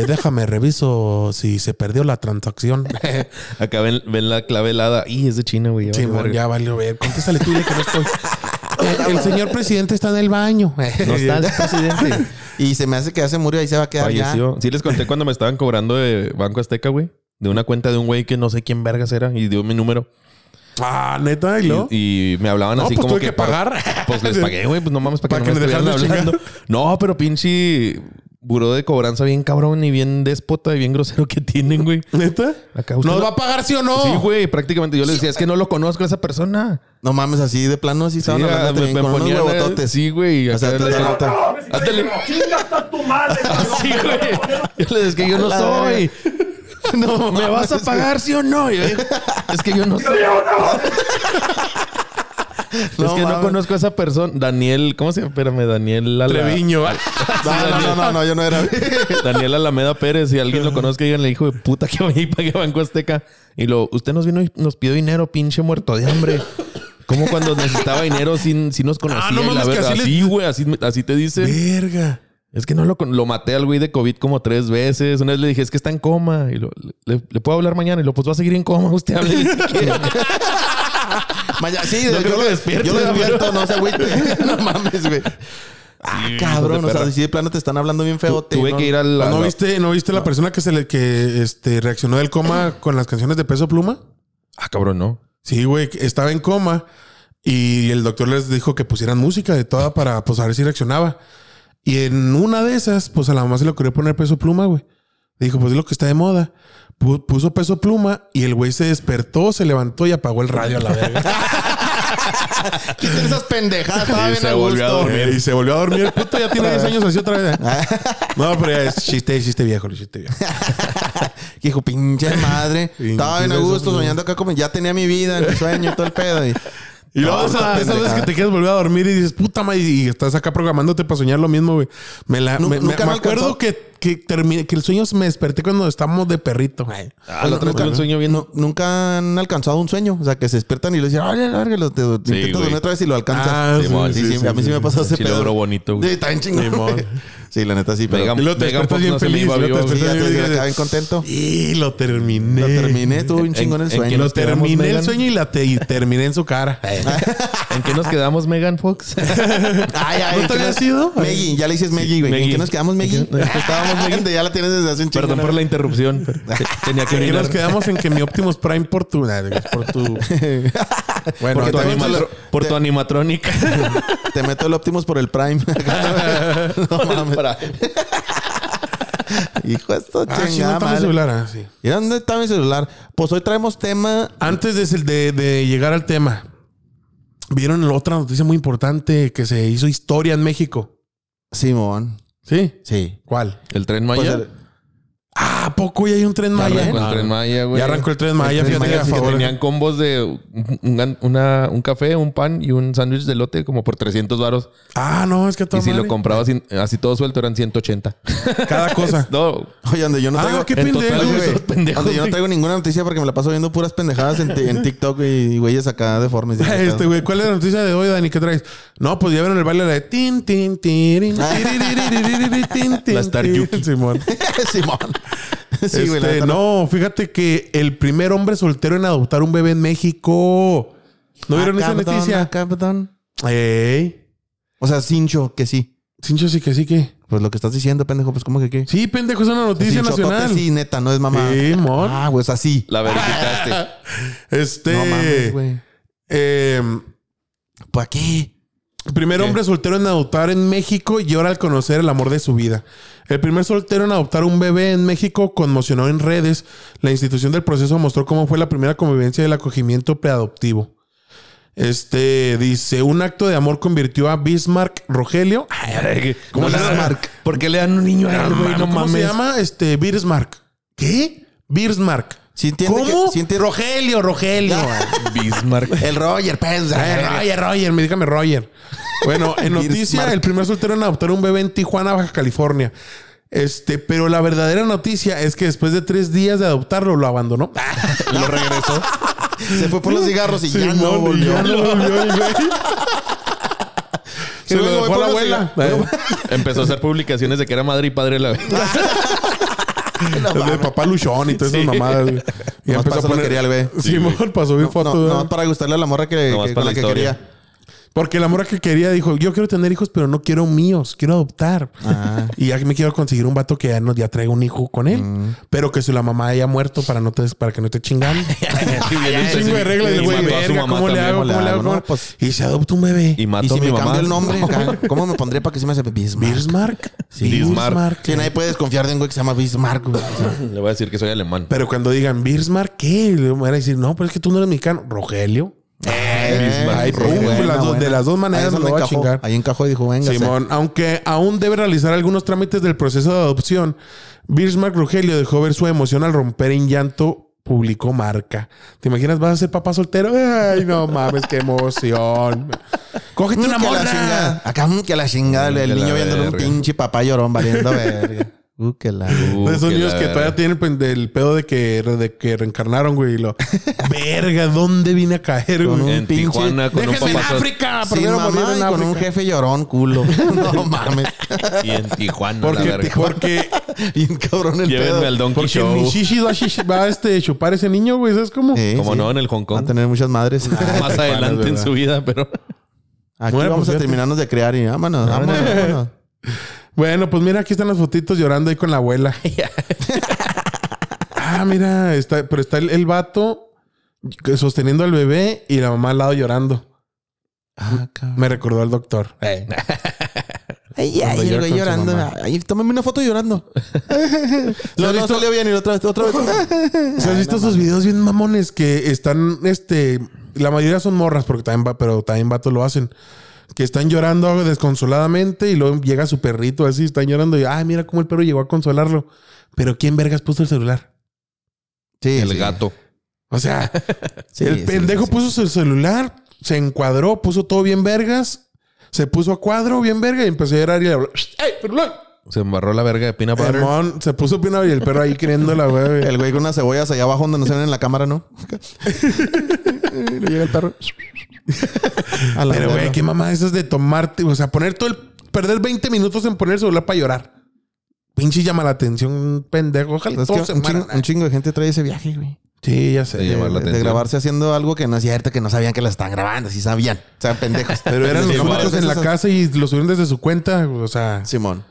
[SPEAKER 1] déjame reviso si se perdió la
[SPEAKER 3] (laughs)
[SPEAKER 1] transacción.
[SPEAKER 3] Acá ven, ven la clave helada. Y es de China, güey. ya
[SPEAKER 1] Sí,
[SPEAKER 3] valió
[SPEAKER 1] mon,
[SPEAKER 3] verga.
[SPEAKER 1] ya valió ver. Contéstale tú dile que no
[SPEAKER 3] (laughs)
[SPEAKER 1] estoy. Eh, El, el señor presidente está en el baño. (laughs)
[SPEAKER 3] No está el presidente.
[SPEAKER 2] Y se me hace que ya se murió y se va a quedar ya.
[SPEAKER 3] Falleció. Sí les conté cuando me estaban cobrando de Banco Azteca, güey. De una cuenta de un güey que no sé quién vergas era y dio mi número.
[SPEAKER 1] Ah, neta, y luego.
[SPEAKER 3] Y, y me hablaban
[SPEAKER 1] No,
[SPEAKER 3] así
[SPEAKER 1] pues
[SPEAKER 3] como
[SPEAKER 1] tuve que
[SPEAKER 3] por-
[SPEAKER 1] pagar.
[SPEAKER 3] Pues les pagué, güey. Pues no mames, para
[SPEAKER 1] Para
[SPEAKER 3] que,
[SPEAKER 1] que
[SPEAKER 3] no me
[SPEAKER 1] me dejaran
[SPEAKER 3] estuvieran
[SPEAKER 1] de
[SPEAKER 3] hablando. No, pero pinche buró de cobranza bien cabrón y bien déspota y bien grosero que tienen, güey.
[SPEAKER 1] ¿Neta?
[SPEAKER 3] Acá usted
[SPEAKER 1] ¿Nos
[SPEAKER 3] lo-
[SPEAKER 1] va a pagar sí o no?
[SPEAKER 3] Sí, güey. Prácticamente yo le decía, es que no lo conozco a esa persona.
[SPEAKER 2] No mames, así de plano, así estaban
[SPEAKER 3] Sí, ah,
[SPEAKER 2] hablando
[SPEAKER 3] me,
[SPEAKER 2] también
[SPEAKER 3] me
[SPEAKER 2] con unos
[SPEAKER 3] ponían,
[SPEAKER 2] huevototes.
[SPEAKER 3] Sí, güey.
[SPEAKER 2] O sea,
[SPEAKER 3] acá
[SPEAKER 2] te-
[SPEAKER 3] le-
[SPEAKER 2] te- te-
[SPEAKER 3] Ándale. Así, güey. Yo le es que yo no
[SPEAKER 2] A la
[SPEAKER 3] (laughs) soy. No, ¿me vas a pagar sí o no? Y yo digo, es que yo no soy. es
[SPEAKER 2] No
[SPEAKER 3] que no
[SPEAKER 2] mames.
[SPEAKER 3] conozco a esa persona. Daniel, ¿cómo se llama? Espérame, Daniel Ala-
[SPEAKER 1] Treviño.
[SPEAKER 3] ah.
[SPEAKER 2] No, no, no, no, no, yo no
[SPEAKER 3] (laughs)
[SPEAKER 2] era.
[SPEAKER 3] Daniel Alameda Pérez. Si alguien lo conozca, díganle, hijo de puta, que vaya y pague Banco Azteca. Y lo, usted nos vino y nos pidió dinero, pinche muerto de hambre. Como cuando necesitaba dinero, sin si nos conocía.
[SPEAKER 1] Ah, no
[SPEAKER 3] y la
[SPEAKER 1] mames, que
[SPEAKER 3] verga.
[SPEAKER 1] así le-
[SPEAKER 3] así, güey, así, así te dice.
[SPEAKER 1] Verga.
[SPEAKER 3] Es que no lo, con- lo maté al güey de COVID como tres veces. Una vez le dije, es que está en coma. Y lo, le, le puedo hablar mañana. Y lo, pues va a seguir en coma. Usted hable si quiere.
[SPEAKER 1] (laughs)
[SPEAKER 2] Maya- sí,
[SPEAKER 3] creo
[SPEAKER 2] yo,
[SPEAKER 3] que
[SPEAKER 2] lo
[SPEAKER 3] despierte,
[SPEAKER 2] despierto. Yo lo
[SPEAKER 3] güey.
[SPEAKER 2] despierto, no sé, güey. (laughs)
[SPEAKER 3] (laughs)
[SPEAKER 2] No mames, güey. Ah,
[SPEAKER 3] Sí,
[SPEAKER 2] cabrón.
[SPEAKER 3] hijo
[SPEAKER 2] O
[SPEAKER 3] de perra.
[SPEAKER 2] sea, si de plano te están hablando bien feo.
[SPEAKER 3] Tuve que ir al...
[SPEAKER 1] ¿No,
[SPEAKER 3] al-
[SPEAKER 1] viste, ¿No viste
[SPEAKER 3] Ah.
[SPEAKER 1] la persona que se le que este, reaccionó del
[SPEAKER 3] (clears throat)
[SPEAKER 1] coma con las canciones de peso pluma?
[SPEAKER 3] Ah, cabrón, ¿no?
[SPEAKER 1] Sí, güey, que estaba en coma y el doctor les dijo que pusieran música de toda para pues, a ver si reaccionaba. Y en una de esas, pues a la mamá se le ocurrió poner peso pluma, güey. Dijo, pues es lo que está de moda. Pu- Puso peso pluma y el güey se despertó, se levantó y apagó el radio a la
[SPEAKER 3] (laughs)
[SPEAKER 1] verga.
[SPEAKER 2] Quiten esas pendejadas. Estaba
[SPEAKER 3] Sí,
[SPEAKER 2] bien
[SPEAKER 3] se
[SPEAKER 2] a
[SPEAKER 3] volvió a
[SPEAKER 2] gusto.
[SPEAKER 3] dormir. Ah.
[SPEAKER 1] y se volvió a dormir. El puto ya
[SPEAKER 3] (laughs)
[SPEAKER 1] tiene 10 años así otra vez. No, pero ya es chiste, chiste viejo, chiste viejo.
[SPEAKER 2] (laughs) Hijo, pinche madre. Estaba bien a gusto soñando acá como ya tenía mi vida, mi sueño y todo el pedo. Y,
[SPEAKER 1] Y luego
[SPEAKER 2] No,
[SPEAKER 1] esa, esa vez
[SPEAKER 2] esta pendejada.
[SPEAKER 1] que te quieres volver a dormir y dices, puta madre, y estás acá programándote para soñar lo mismo, güey. Me, la,
[SPEAKER 2] Nu-
[SPEAKER 1] me, me-
[SPEAKER 2] nunca
[SPEAKER 1] me
[SPEAKER 2] me
[SPEAKER 1] acuerdo
[SPEAKER 2] alcanzó.
[SPEAKER 1] que, que, terminé, que el sueño se me desperté cuando estábamos de perrito. güey.
[SPEAKER 3] Ah, la otra vez tuve un sueño bien...
[SPEAKER 2] No, nunca han alcanzado un sueño. O sea, que se despiertan y le dicen, ay, la verga, lo te, intentas
[SPEAKER 3] güey.
[SPEAKER 2] dormir otra vez y lo alcanzas.
[SPEAKER 1] Ah,
[SPEAKER 2] Sí,
[SPEAKER 3] sí,
[SPEAKER 2] sí,
[SPEAKER 3] sí,
[SPEAKER 2] sí, a mí sí, me ha pasado ese
[SPEAKER 3] Sí, logro
[SPEAKER 2] pedo.
[SPEAKER 3] bonito, güey.
[SPEAKER 2] Sí, está bien chingón.
[SPEAKER 1] Simón.
[SPEAKER 2] güey. Sí, la neta sí, pero...
[SPEAKER 3] Mega-
[SPEAKER 1] Y lo te
[SPEAKER 3] Megan
[SPEAKER 1] despertas
[SPEAKER 3] Fox
[SPEAKER 1] bien
[SPEAKER 3] no se le
[SPEAKER 1] feliz.
[SPEAKER 3] iba
[SPEAKER 1] lo
[SPEAKER 3] vivo,
[SPEAKER 1] te
[SPEAKER 2] Sí,
[SPEAKER 1] despertas
[SPEAKER 2] ya
[SPEAKER 1] bien
[SPEAKER 2] te
[SPEAKER 1] feliz.
[SPEAKER 2] acabé contento.
[SPEAKER 1] Y lo terminé.
[SPEAKER 2] Lo terminé, tuve un
[SPEAKER 3] ¿En-
[SPEAKER 2] chingo en el
[SPEAKER 3] en
[SPEAKER 1] Y
[SPEAKER 3] qué
[SPEAKER 2] sueño.
[SPEAKER 1] lo
[SPEAKER 3] nos quedamos,
[SPEAKER 1] terminé el
[SPEAKER 3] Megan?
[SPEAKER 1] sueño y, la te- y terminé en su
[SPEAKER 2] (laughs)
[SPEAKER 1] cara.
[SPEAKER 2] Eh,
[SPEAKER 3] ¿En qué nos quedamos, Megan
[SPEAKER 1] (laughs)
[SPEAKER 3] Fox?
[SPEAKER 2] Ay, ay,
[SPEAKER 1] ¿No
[SPEAKER 2] ¿en
[SPEAKER 1] te
[SPEAKER 2] qué
[SPEAKER 1] habías
[SPEAKER 2] nos-
[SPEAKER 1] ido?
[SPEAKER 2] Meggy, ya le dices Meggy, güey. ¿En
[SPEAKER 3] Meggy.
[SPEAKER 2] qué nos quedamos, Meggy? (laughs) Estábamos Meggy. Ya la tienes desde hace un chingo.
[SPEAKER 3] Perdón
[SPEAKER 2] ¿no?
[SPEAKER 3] por la interrupción. pero te- Tenía que
[SPEAKER 1] Que
[SPEAKER 3] venir.
[SPEAKER 1] nos quedamos (laughs) en que mi Optimus Prime por tu. nah, es Por
[SPEAKER 2] (laughs)
[SPEAKER 1] tu. Bueno,
[SPEAKER 3] Por tu,
[SPEAKER 1] ahorita-
[SPEAKER 2] animal-
[SPEAKER 3] animatro- por tu animatrónica.
[SPEAKER 2] (laughs) Te meto el Optimus por el Prime. (laughs) no mames.
[SPEAKER 3] Para-
[SPEAKER 2] (laughs) Hijo de esto,
[SPEAKER 1] Ah, sí, no
[SPEAKER 2] chingada
[SPEAKER 1] está mi
[SPEAKER 2] madre.
[SPEAKER 1] celular, ah, sí.
[SPEAKER 2] ¿Y dónde está mi celular? Pues hoy traemos tema.
[SPEAKER 1] Antes de, de- de llegar al tema, vieron otra noticia muy importante que se hizo historia en México.
[SPEAKER 2] Simón.
[SPEAKER 1] ¿Sí?
[SPEAKER 2] Sí.
[SPEAKER 1] ¿Cuál?
[SPEAKER 3] ¿El tren Maya?
[SPEAKER 2] Pues el-
[SPEAKER 1] Ah, ¿a poco ya hay un tren
[SPEAKER 3] Ya
[SPEAKER 1] Maya.
[SPEAKER 3] arrancó el
[SPEAKER 1] No.
[SPEAKER 3] tren Maya, güey.
[SPEAKER 1] Ya arrancó el tren Maya,
[SPEAKER 2] El Tren
[SPEAKER 1] fíjate,
[SPEAKER 2] Maya,
[SPEAKER 1] a
[SPEAKER 2] sí que
[SPEAKER 1] favor.
[SPEAKER 3] Tenían combos de un, un- una- un café, un pan y un sándwich de lote como por 300 varos.
[SPEAKER 1] Ah, no, es que
[SPEAKER 3] Y
[SPEAKER 1] toda
[SPEAKER 3] si lo
[SPEAKER 1] madre.
[SPEAKER 3] comprabas sin- así todo suelto eran 180.
[SPEAKER 1] Cada (laughs)
[SPEAKER 3] (laughs)
[SPEAKER 1] cosa.
[SPEAKER 3] No,
[SPEAKER 2] Oye, donde yo no
[SPEAKER 1] Ah,
[SPEAKER 2] traigo.
[SPEAKER 1] qué
[SPEAKER 3] en
[SPEAKER 1] pendejo.
[SPEAKER 3] total,
[SPEAKER 2] Oye,
[SPEAKER 3] güey,
[SPEAKER 2] güey,
[SPEAKER 3] esos pendejos.
[SPEAKER 2] donde yo no traigo ninguna noticia porque me la paso viendo puras pendejadas en, ti- en TikTok y güeyes acá deformes.
[SPEAKER 1] (laughs)
[SPEAKER 2] y acá.
[SPEAKER 1] Este, güey, ¿cuál es la noticia de hoy, Dani? ¿Qué traes? No, pues ya vieron el baile de tin, tin, tirin, tiriririririri, tin, tin,
[SPEAKER 3] La Star
[SPEAKER 1] tin, (laughs)
[SPEAKER 3] Yuki.
[SPEAKER 1] Simón.
[SPEAKER 2] (laughs) Simón. (laughs) Sí, güey. la
[SPEAKER 1] Este,
[SPEAKER 2] neta,
[SPEAKER 1] no, fíjate que el primer hombre soltero en adoptar un bebé en México. ¿No vieron esa
[SPEAKER 2] Acapdón,
[SPEAKER 1] noticia?
[SPEAKER 2] Acapdón.
[SPEAKER 1] Ey.
[SPEAKER 2] O sea, cincho, que sí.
[SPEAKER 1] Sincho, sí que sí que.
[SPEAKER 2] Pues lo que estás diciendo, pendejo, pues ¿cómo que qué?
[SPEAKER 1] Sí, pendejo, es una noticia
[SPEAKER 2] Cinchotote,
[SPEAKER 1] nacional.
[SPEAKER 2] Sí, neta, no es mamá.
[SPEAKER 1] Sí, mon.
[SPEAKER 2] Ah, güey, o sea, sí.
[SPEAKER 3] La
[SPEAKER 1] (laughs)
[SPEAKER 3] verificaste.
[SPEAKER 1] Este.
[SPEAKER 2] No mames, güey.
[SPEAKER 1] eh,
[SPEAKER 2] ¿Para qué?
[SPEAKER 1] Primer hombre soltero en adoptar en México llora al conocer el amor de su vida. El primer soltero en adoptar un bebé en México conmocionó en redes. La institución del proceso mostró cómo fue la primera convivencia del acogimiento preadoptivo. Este dice: Un acto de amor convirtió a Bismarck Rogelio. (laughs)
[SPEAKER 3] ¿Cómo
[SPEAKER 1] No,
[SPEAKER 3] le dan-
[SPEAKER 1] Bismarck.
[SPEAKER 3] ¿Por qué le dan un niño a él, güey? No
[SPEAKER 1] ¿Cómo
[SPEAKER 3] mames.
[SPEAKER 1] se llama? Este Bismarck. ¿Qué? Bismarck.
[SPEAKER 2] Sí entiende
[SPEAKER 1] ¿Cómo?
[SPEAKER 2] que- sí entiende-
[SPEAKER 1] Rogelio, (laughs) Rogelio.
[SPEAKER 3] Bismarck.
[SPEAKER 2] El Roger, pues.
[SPEAKER 1] Ay, Roger, Roger, me dígame Roger. Bueno,
[SPEAKER 2] (laughs)
[SPEAKER 1] en noticia,
[SPEAKER 2] Bismarck.
[SPEAKER 1] el primer soltero en adoptar un bebé en Tijuana, Baja California. Este, pero la verdadera noticia es que después de tres días de adoptarlo, lo abandonó.
[SPEAKER 3] Lo regresó.
[SPEAKER 2] Se fue Ah, por los cigarros y ya
[SPEAKER 1] Simón,
[SPEAKER 2] (laughs) no
[SPEAKER 1] y
[SPEAKER 2] volvió.
[SPEAKER 1] ya no volvió el güey. Se lo
[SPEAKER 2] luego voy
[SPEAKER 1] dejó a la
[SPEAKER 2] por los
[SPEAKER 1] abuela. Eh,
[SPEAKER 3] Empezó a hacer publicaciones de que era madre y padre a la vez.
[SPEAKER 1] El de papá Luchón y todas esas mamadas. güey. Y
[SPEAKER 2] Nomás pasó lo que quería el güey.
[SPEAKER 1] Simón pasó bien
[SPEAKER 2] No,
[SPEAKER 1] fotos.
[SPEAKER 2] no,
[SPEAKER 1] ¿verdad?
[SPEAKER 2] no, para gustarle a la morra que,
[SPEAKER 3] Nomás
[SPEAKER 2] que-
[SPEAKER 3] para
[SPEAKER 2] con
[SPEAKER 3] la
[SPEAKER 2] la que
[SPEAKER 3] historia.
[SPEAKER 2] quería.
[SPEAKER 1] Porque la morra que quería dijo, yo quiero tener hijos, pero no quiero míos, quiero adoptar. (laughs) Y ya me quiero conseguir un vato que ya, no, ya traiga un hijo con él. Pero que si la mamá haya muerto para, no te, para que no te chingan.
[SPEAKER 3] (laughs)
[SPEAKER 1] Un chingo de reglas,
[SPEAKER 3] Y
[SPEAKER 1] güey.
[SPEAKER 3] mató a su
[SPEAKER 1] verga,
[SPEAKER 3] mamá
[SPEAKER 1] ¿Cómo le
[SPEAKER 3] también.
[SPEAKER 1] hago?
[SPEAKER 2] ¿cómo
[SPEAKER 1] ¿Cómo le
[SPEAKER 2] le hago?
[SPEAKER 1] hago?
[SPEAKER 2] No,
[SPEAKER 1] ¿Cómo le-
[SPEAKER 2] pues-
[SPEAKER 1] y se adopta un bebé.
[SPEAKER 3] Y mató
[SPEAKER 2] Y si
[SPEAKER 3] a mi
[SPEAKER 2] me
[SPEAKER 3] mamá.
[SPEAKER 2] cambio el
[SPEAKER 1] (laughs)
[SPEAKER 2] nombre, acá, ¿cómo me pondría para que se me hace Bismarck?
[SPEAKER 1] Bismarck.
[SPEAKER 2] Sí.
[SPEAKER 3] Bismarck.
[SPEAKER 2] Sí, nadie puede desconfiar de un güey que se llama Bismarck, güey.
[SPEAKER 3] Le voy a decir que soy alemán.
[SPEAKER 1] Pero cuando digan Bismarck, ¿qué? Le van a decir, no, pero es que tú no eres mexicano. Rogelio.
[SPEAKER 2] Bismarck,
[SPEAKER 1] ay,
[SPEAKER 2] Rogelio.
[SPEAKER 1] pum, las dos- Uh, de las dos maneras
[SPEAKER 2] Eh, Ahí es
[SPEAKER 1] me lo
[SPEAKER 2] donde
[SPEAKER 1] va a
[SPEAKER 2] encajó.
[SPEAKER 1] chingar.
[SPEAKER 2] Ahí encajó y dijo, venga.
[SPEAKER 1] Simón, aunque aún debe realizar algunos trámites del proceso de adopción, Bismarck Rogelio dejó ver su emoción al romper en llanto, publicó marca. ¿Te imaginas? ¿Vas a ser papá soltero? Ay, no mames, qué emoción. Cógete una
[SPEAKER 2] que la
[SPEAKER 1] morra.
[SPEAKER 2] chingada. Acá, mm, que la chingada.
[SPEAKER 3] Mm,
[SPEAKER 2] el
[SPEAKER 3] que la
[SPEAKER 2] niño viéndole un
[SPEAKER 3] verga.
[SPEAKER 2] pinche papá llorón valiendo verga. Uh, que la...
[SPEAKER 3] (laughs) Uh,
[SPEAKER 1] De esos
[SPEAKER 3] que
[SPEAKER 1] niños
[SPEAKER 3] la
[SPEAKER 1] que
[SPEAKER 3] verga.
[SPEAKER 1] todavía tienen pen- el pedo de que, de que reencarnaron, güey. y lo, verga, ¿dónde vine a caer,
[SPEAKER 2] Con
[SPEAKER 1] güey?
[SPEAKER 2] un
[SPEAKER 3] En
[SPEAKER 2] pinche-
[SPEAKER 3] Tijuana con un
[SPEAKER 1] Déjenme en
[SPEAKER 3] papá
[SPEAKER 1] África.
[SPEAKER 2] Sin
[SPEAKER 1] Primero morir
[SPEAKER 2] mamá
[SPEAKER 1] en
[SPEAKER 2] y con
[SPEAKER 1] África.
[SPEAKER 2] un jefe llorón
[SPEAKER 3] (laughs)
[SPEAKER 2] culo. No mames.
[SPEAKER 3] y en Tijuana, la
[SPEAKER 1] Porque,
[SPEAKER 3] verga.
[SPEAKER 1] porque,
[SPEAKER 2] (laughs) Bien cabrón el
[SPEAKER 3] Llévenme
[SPEAKER 2] pedo.
[SPEAKER 3] al Donkey
[SPEAKER 1] porque
[SPEAKER 3] Show.
[SPEAKER 1] mi shishi va a shishi- va a este, chupar ese niño, güey. ¿Sabes cómo?
[SPEAKER 2] Sí,
[SPEAKER 3] Como
[SPEAKER 2] sí.
[SPEAKER 3] no, en el Hong
[SPEAKER 2] Van
[SPEAKER 3] Kong.
[SPEAKER 2] a tener muchas madres.
[SPEAKER 3] Más adelante en su vida, pero...
[SPEAKER 2] (laughs) Aquí
[SPEAKER 1] Bueno, pues,
[SPEAKER 2] vamos a
[SPEAKER 1] fíjate.
[SPEAKER 2] terminarnos de crear y vámonos, vámonos, vámonos.
[SPEAKER 1] Bueno, pues mira, aquí están las fotitos llorando ahí con la
[SPEAKER 2] (laughs)
[SPEAKER 1] abuela. ah, mira, está, pero está el, el vato que- sosteniendo al bebé y la mamá al lado llorando.
[SPEAKER 2] Ah, cabrón.
[SPEAKER 1] Me recordó al
[SPEAKER 2] (laughs)
[SPEAKER 1] doctor.
[SPEAKER 2] Ay, ay,
[SPEAKER 1] Cuando
[SPEAKER 2] el
[SPEAKER 1] llora
[SPEAKER 2] güey
[SPEAKER 1] con su
[SPEAKER 2] llorando.
[SPEAKER 1] mamá.
[SPEAKER 2] Ay, tómame una foto (laughs) llorando.
[SPEAKER 1] ¿Lo
[SPEAKER 2] no,
[SPEAKER 1] has
[SPEAKER 2] no
[SPEAKER 1] visto?
[SPEAKER 2] salió bien y otra vez, otra (laughs) vez.
[SPEAKER 1] O sea, ¿Has visto esos videos bien mamones que están, este, la mayoría son morras porque también va, pero también vatos lo hacen. Que están llorando desconsoladamente y luego llega su perrito así, están llorando y, ay, mira cómo el perro llegó a consolarlo. Pero ¿quién vergas puso el celular?
[SPEAKER 2] Sí,
[SPEAKER 3] El
[SPEAKER 2] sí.
[SPEAKER 3] gato.
[SPEAKER 1] O sea,
[SPEAKER 2] Sí,
[SPEAKER 1] el
[SPEAKER 2] sí,
[SPEAKER 1] pendejo
[SPEAKER 2] sí, sí.
[SPEAKER 1] puso su celular, se encuadró, puso todo bien vergas, se puso a cuadro bien verga y empezó a llorar y le habló. ¡Ey, perdón!
[SPEAKER 3] Se embarró la verga de Pina Butter.
[SPEAKER 1] Simón, se puso pina y el perro ahí queriendo la
[SPEAKER 2] (laughs)
[SPEAKER 1] güey.
[SPEAKER 2] El güey con unas cebollas allá abajo donde no se ven en la cámara, ¿no? Le llega el perro. A la
[SPEAKER 1] Pero,
[SPEAKER 2] verga.
[SPEAKER 1] güey, qué mamá esas de tomarte, o sea, poner todo el perder 20 minutos en poner el celular para llorar. Pinche llama la atención, pendejo. Ojalá
[SPEAKER 2] Es que
[SPEAKER 1] todos se ¿eh?
[SPEAKER 2] un, chingo,
[SPEAKER 1] mueran.
[SPEAKER 2] un chingo de gente trae ese viaje, güey.
[SPEAKER 1] Sí, ya sé.
[SPEAKER 3] De llamar la
[SPEAKER 2] de
[SPEAKER 3] atención.
[SPEAKER 2] grabarse haciendo algo que no es cierto, que no sabían que la estaban grabando, sí sabían. O sea, pendejos.
[SPEAKER 1] (laughs) Pero eran
[SPEAKER 2] Sí,
[SPEAKER 1] los
[SPEAKER 2] madres
[SPEAKER 1] números en la
[SPEAKER 2] esas-
[SPEAKER 1] casa y lo subieron desde su cuenta. O sea,
[SPEAKER 2] Simón.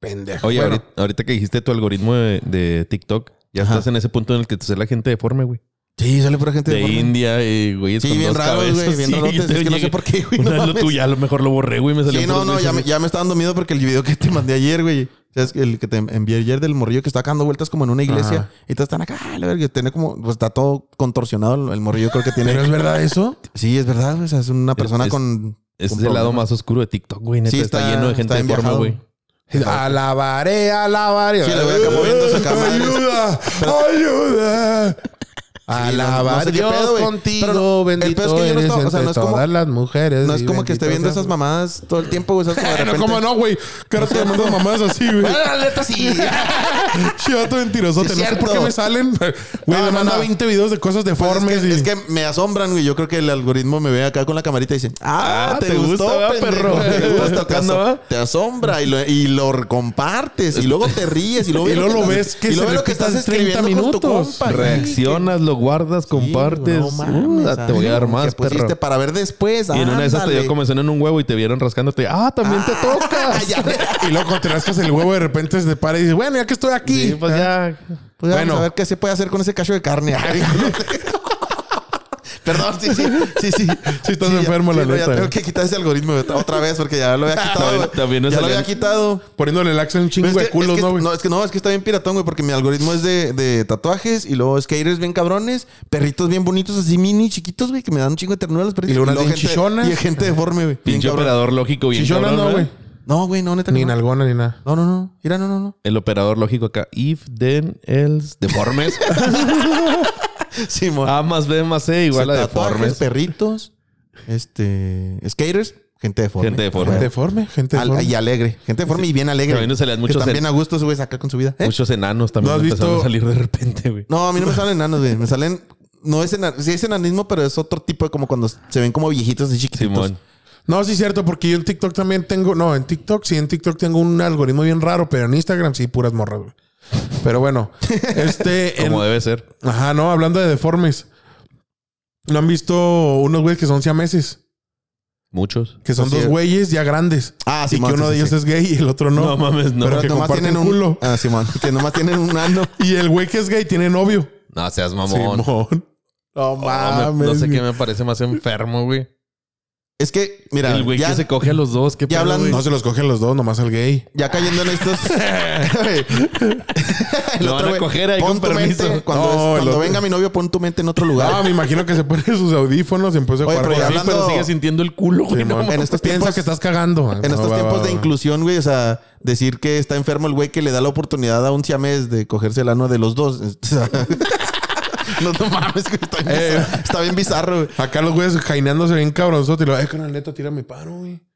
[SPEAKER 1] pendejo.
[SPEAKER 3] Oye,
[SPEAKER 1] Bueno,
[SPEAKER 3] ahorita, ahorita que dijiste tu algoritmo de, de TikTok, ya
[SPEAKER 2] Ajá.
[SPEAKER 3] estás en ese punto en el que te sale la gente deforme, güey.
[SPEAKER 2] Sí, sale pura gente
[SPEAKER 3] De
[SPEAKER 2] deforme.
[SPEAKER 3] India y güey,
[SPEAKER 2] Sí,
[SPEAKER 3] con
[SPEAKER 2] bien
[SPEAKER 3] dos
[SPEAKER 2] raros, güey,
[SPEAKER 3] cabezas. (laughs)
[SPEAKER 2] bien rarotes.
[SPEAKER 3] te
[SPEAKER 2] Es que no
[SPEAKER 3] llegué-
[SPEAKER 2] sé por qué, güey,
[SPEAKER 3] Una
[SPEAKER 2] no
[SPEAKER 3] lo
[SPEAKER 2] mames.
[SPEAKER 3] tuya, a lo mejor lo borré, güey. Me salió
[SPEAKER 2] Sí, no, no, ya me, ya me está dando miedo porque el video que te mandé ayer, güey. ¿Sabes? El que te envié ayer del morrillo que está dando vueltas como en una iglesia.
[SPEAKER 1] Ajá.
[SPEAKER 2] Y todos están acá, la verga. Tiene como, pues está todo contorsionado el, el morrillo, creo que
[SPEAKER 1] ¿Pero
[SPEAKER 2] tiene.
[SPEAKER 1] es verdad eso?
[SPEAKER 2] sí, es verdad, güey. O sea, es una persona
[SPEAKER 3] es-
[SPEAKER 2] con.
[SPEAKER 3] Ese
[SPEAKER 2] con
[SPEAKER 3] es el lado
[SPEAKER 2] problemas.
[SPEAKER 3] más oscuro de TikTok, güey. Neta,
[SPEAKER 2] Sí,
[SPEAKER 3] está,
[SPEAKER 2] está-
[SPEAKER 3] lleno de
[SPEAKER 2] está
[SPEAKER 3] gente
[SPEAKER 2] bien
[SPEAKER 3] deforme,
[SPEAKER 2] viajado.
[SPEAKER 3] güey.
[SPEAKER 2] Ah,
[SPEAKER 1] Alabaré, alabaré.
[SPEAKER 2] Sí, la voy acá moviéndose acá, madre.
[SPEAKER 1] Ayuda, ayuda.
[SPEAKER 2] no- no
[SPEAKER 1] Alabar
[SPEAKER 2] sé qué
[SPEAKER 1] Dios
[SPEAKER 2] pedo, güey.
[SPEAKER 1] contigo,
[SPEAKER 2] Pero no, el
[SPEAKER 1] bendito
[SPEAKER 2] pedo es que yo no
[SPEAKER 1] eres
[SPEAKER 2] estaba- o sea,
[SPEAKER 1] entre
[SPEAKER 2] no es como-
[SPEAKER 1] todas las mujeres.
[SPEAKER 2] No es
[SPEAKER 1] y
[SPEAKER 2] como que esté
[SPEAKER 1] bendito
[SPEAKER 2] viendo
[SPEAKER 1] seas-
[SPEAKER 2] esas mamadas todo el tiempo, güey. ¿sabes?
[SPEAKER 3] (laughs)
[SPEAKER 2] Como de
[SPEAKER 1] Bueno,
[SPEAKER 2] repente-
[SPEAKER 1] ¿cómo no, güey? Claro, te mando mamás así,
[SPEAKER 2] (laughs)
[SPEAKER 1] güey.
[SPEAKER 2] Ah, la neta sí.
[SPEAKER 1] Chivato mentirosote.
[SPEAKER 2] Sí,
[SPEAKER 1] no sé por
[SPEAKER 2] cierto.
[SPEAKER 1] qué me salen. Güey,
[SPEAKER 2] No,
[SPEAKER 1] me
[SPEAKER 2] no,
[SPEAKER 1] manda
[SPEAKER 2] no. Pues
[SPEAKER 1] 20 videos de cosas deformes.
[SPEAKER 2] Es que,
[SPEAKER 1] y-
[SPEAKER 2] es que me asombran, güey. Yo creo que el algoritmo me ve acá con la camarita y dice, ah,
[SPEAKER 3] Ah,
[SPEAKER 2] te,
[SPEAKER 3] te
[SPEAKER 2] gustó,
[SPEAKER 3] gusta, ¿verdad,
[SPEAKER 2] pendejo?
[SPEAKER 3] (laughs) perro?
[SPEAKER 2] Te, gusta, te
[SPEAKER 3] Tocando,
[SPEAKER 2] aso-
[SPEAKER 3] ¿verdad?
[SPEAKER 2] te asombra y lo, y lo compartes y luego te
[SPEAKER 3] (laughs)
[SPEAKER 2] ríes y luego,
[SPEAKER 1] Y luego lo ves que
[SPEAKER 2] y luego
[SPEAKER 1] se
[SPEAKER 2] ves lo
[SPEAKER 1] repite
[SPEAKER 2] que estás
[SPEAKER 1] en 30
[SPEAKER 2] escribiendo minutos. con tu
[SPEAKER 1] minutos.
[SPEAKER 2] compa.
[SPEAKER 3] Reaccionas, lo guardas,
[SPEAKER 2] Sí, güey,
[SPEAKER 3] compartes.
[SPEAKER 2] no mames,
[SPEAKER 3] Uh, te voy a dar
[SPEAKER 2] algo
[SPEAKER 3] más,
[SPEAKER 2] que pusiste
[SPEAKER 3] perro.
[SPEAKER 2] para ver después.
[SPEAKER 3] Y en una de esas te dio
[SPEAKER 2] ándale.
[SPEAKER 3] comezón en un huevo y te vieron rascándote. ¡Ah, también te
[SPEAKER 2] Ah,
[SPEAKER 3] tocas!
[SPEAKER 2] ya,
[SPEAKER 1] (laughs) Y luego cuando te rascas el huevo de repente se te para y dices, bueno, ya que estoy aquí.
[SPEAKER 3] Sí, pues ya.
[SPEAKER 2] Pues
[SPEAKER 1] Bueno.
[SPEAKER 2] vamos a ver qué se puede hacer con ese cacho
[SPEAKER 1] (laughs)
[SPEAKER 2] de carne. Ay, Perdón, sí, sí, sí, sí.
[SPEAKER 1] Sí, estás enfermo, la
[SPEAKER 2] no, ya
[SPEAKER 1] neta.
[SPEAKER 2] tengo que quitar ese algoritmo otra vez porque ya lo había quitado.
[SPEAKER 3] También-
[SPEAKER 2] güey.
[SPEAKER 3] también nos
[SPEAKER 2] ya lo
[SPEAKER 3] salían-
[SPEAKER 2] había quitado.
[SPEAKER 1] Poniéndole el axel un
[SPEAKER 2] Pero
[SPEAKER 1] chingo
[SPEAKER 2] es
[SPEAKER 1] de
[SPEAKER 2] que- es
[SPEAKER 1] culos,
[SPEAKER 2] que-
[SPEAKER 1] ¿no, güey?
[SPEAKER 2] No, es que no, es que está bien piratón, güey, porque mi algoritmo es de, de tatuajes y luego skaters bien cabrones, perritos bien bonitos, así mini, chiquitos, güey, que me dan un chingo de ternura los perritos.
[SPEAKER 1] Y luego unas bien
[SPEAKER 2] gente-
[SPEAKER 1] chichonas.
[SPEAKER 2] Y gente deforme, güey. bien ¿eh?
[SPEAKER 3] Pinche
[SPEAKER 2] cabrón.
[SPEAKER 3] operador lógico. bien
[SPEAKER 1] Chichona
[SPEAKER 3] cabrón,
[SPEAKER 1] no,
[SPEAKER 3] ¿verdad?
[SPEAKER 1] güey.
[SPEAKER 2] No, güey, no, neta.
[SPEAKER 1] Ni
[SPEAKER 2] no.
[SPEAKER 1] nalgona ni nada.
[SPEAKER 2] No, no, no. Mira, no, no, no.
[SPEAKER 3] El operador lógico acá. If, then, else. Deformes.
[SPEAKER 2] Sí, mo-
[SPEAKER 3] A más B más C igual a
[SPEAKER 2] tatuajes,
[SPEAKER 3] deformes.
[SPEAKER 2] perritos, este, skaters, gente deforme.
[SPEAKER 3] Gente deforme.
[SPEAKER 1] Gente
[SPEAKER 2] Bueno,
[SPEAKER 1] deforme, gente
[SPEAKER 2] al-
[SPEAKER 1] deforme.
[SPEAKER 2] y alegre. Gente deforme y bien alegre.
[SPEAKER 3] También no se le dan muchos
[SPEAKER 2] Que están
[SPEAKER 3] en-
[SPEAKER 2] bien a gusto, güey, acá con su vida. ¿Eh?
[SPEAKER 3] Muchos enanos también
[SPEAKER 1] ¿No has
[SPEAKER 3] empezaron
[SPEAKER 1] visto-
[SPEAKER 3] a salir de repente, güey.
[SPEAKER 2] No, a mí no me salen enanos, güey. Me salen... No es enanismo, sí es enanismo, pero es otro tipo de como cuando se ven como viejitos y chiquititos.
[SPEAKER 3] Simón.
[SPEAKER 1] No, sí, cierto, porque yo en TikTok también tengo. No, en TikTok sí, en TikTok tengo un algoritmo bien raro, pero en Instagram sí, puras morras, güey. Pero
[SPEAKER 2] (laughs)
[SPEAKER 1] bueno, este. en-
[SPEAKER 3] Como debe ser.
[SPEAKER 1] Ajá, no, hablando de deformes. ¿No han visto unos güeyes que son siameses?
[SPEAKER 3] Muchos.
[SPEAKER 1] Que son
[SPEAKER 2] Así
[SPEAKER 1] dos
[SPEAKER 2] es.
[SPEAKER 1] güeyes ya grandes.
[SPEAKER 2] Ah,
[SPEAKER 1] y
[SPEAKER 2] Simón,
[SPEAKER 1] que uno
[SPEAKER 2] sí,
[SPEAKER 1] de
[SPEAKER 2] sí,
[SPEAKER 1] ellos
[SPEAKER 2] sí.
[SPEAKER 1] es gay y el otro no.
[SPEAKER 3] No mames, no.
[SPEAKER 1] Pero que
[SPEAKER 2] nomás
[SPEAKER 1] comparten
[SPEAKER 2] tienen un
[SPEAKER 1] culo.
[SPEAKER 2] Ah, Simón. Que nomás tienen un
[SPEAKER 3] (laughs)
[SPEAKER 2] ano.
[SPEAKER 1] Y el güey que es gay tiene novio.
[SPEAKER 3] No seas mamón.
[SPEAKER 1] Simón. No
[SPEAKER 3] No,
[SPEAKER 1] mames.
[SPEAKER 3] me- no sé
[SPEAKER 1] güey.
[SPEAKER 3] qué me parece más enfermo, güey.
[SPEAKER 2] Es que, mira,
[SPEAKER 3] El güey
[SPEAKER 2] ya,
[SPEAKER 3] que se coge a los dos. ¿qué
[SPEAKER 2] ya
[SPEAKER 3] pedo,
[SPEAKER 2] hablan-
[SPEAKER 3] güey?
[SPEAKER 1] No se los cogen los dos, nomás el gay.
[SPEAKER 2] ya cayendo en
[SPEAKER 3] (laughs)
[SPEAKER 2] estos. (laughs) el
[SPEAKER 3] Lo van a
[SPEAKER 2] güey,
[SPEAKER 3] coger ahí
[SPEAKER 2] pon
[SPEAKER 3] con
[SPEAKER 2] tu
[SPEAKER 3] permiso.
[SPEAKER 2] mente- cuando
[SPEAKER 1] No,
[SPEAKER 2] es-
[SPEAKER 1] el
[SPEAKER 2] cuando
[SPEAKER 1] otro.
[SPEAKER 2] venga mi novio, pon tu mente en otro lugar.
[SPEAKER 1] Ah, me imagino que se pone sus audífonos y empieza a
[SPEAKER 2] Oye,
[SPEAKER 1] jugar.
[SPEAKER 2] pero
[SPEAKER 1] con-
[SPEAKER 2] ya
[SPEAKER 3] Sí,
[SPEAKER 2] hablando-
[SPEAKER 3] pero sigue sintiendo el culo, güey. no
[SPEAKER 1] Simón.
[SPEAKER 3] mames.
[SPEAKER 2] en estos
[SPEAKER 1] Piensa
[SPEAKER 2] tiempos-
[SPEAKER 1] que estás cagando.
[SPEAKER 2] En estos
[SPEAKER 1] No, va,
[SPEAKER 2] tiempos
[SPEAKER 1] va,
[SPEAKER 2] de
[SPEAKER 1] va.
[SPEAKER 2] inclusión, güey, o sea, decir que está enfermo el güey que le da la oportunidad a un siamés de cogerse el ano de los dos. (laughs) O sea, no, no mames, güey, está bien,
[SPEAKER 1] Eh.
[SPEAKER 2] bizarro, está bien bizarro, güey.
[SPEAKER 1] Acá los güeyes jainándose bien cabronzote. Y lo, eh, carnal, neta, tira mi paro, güey.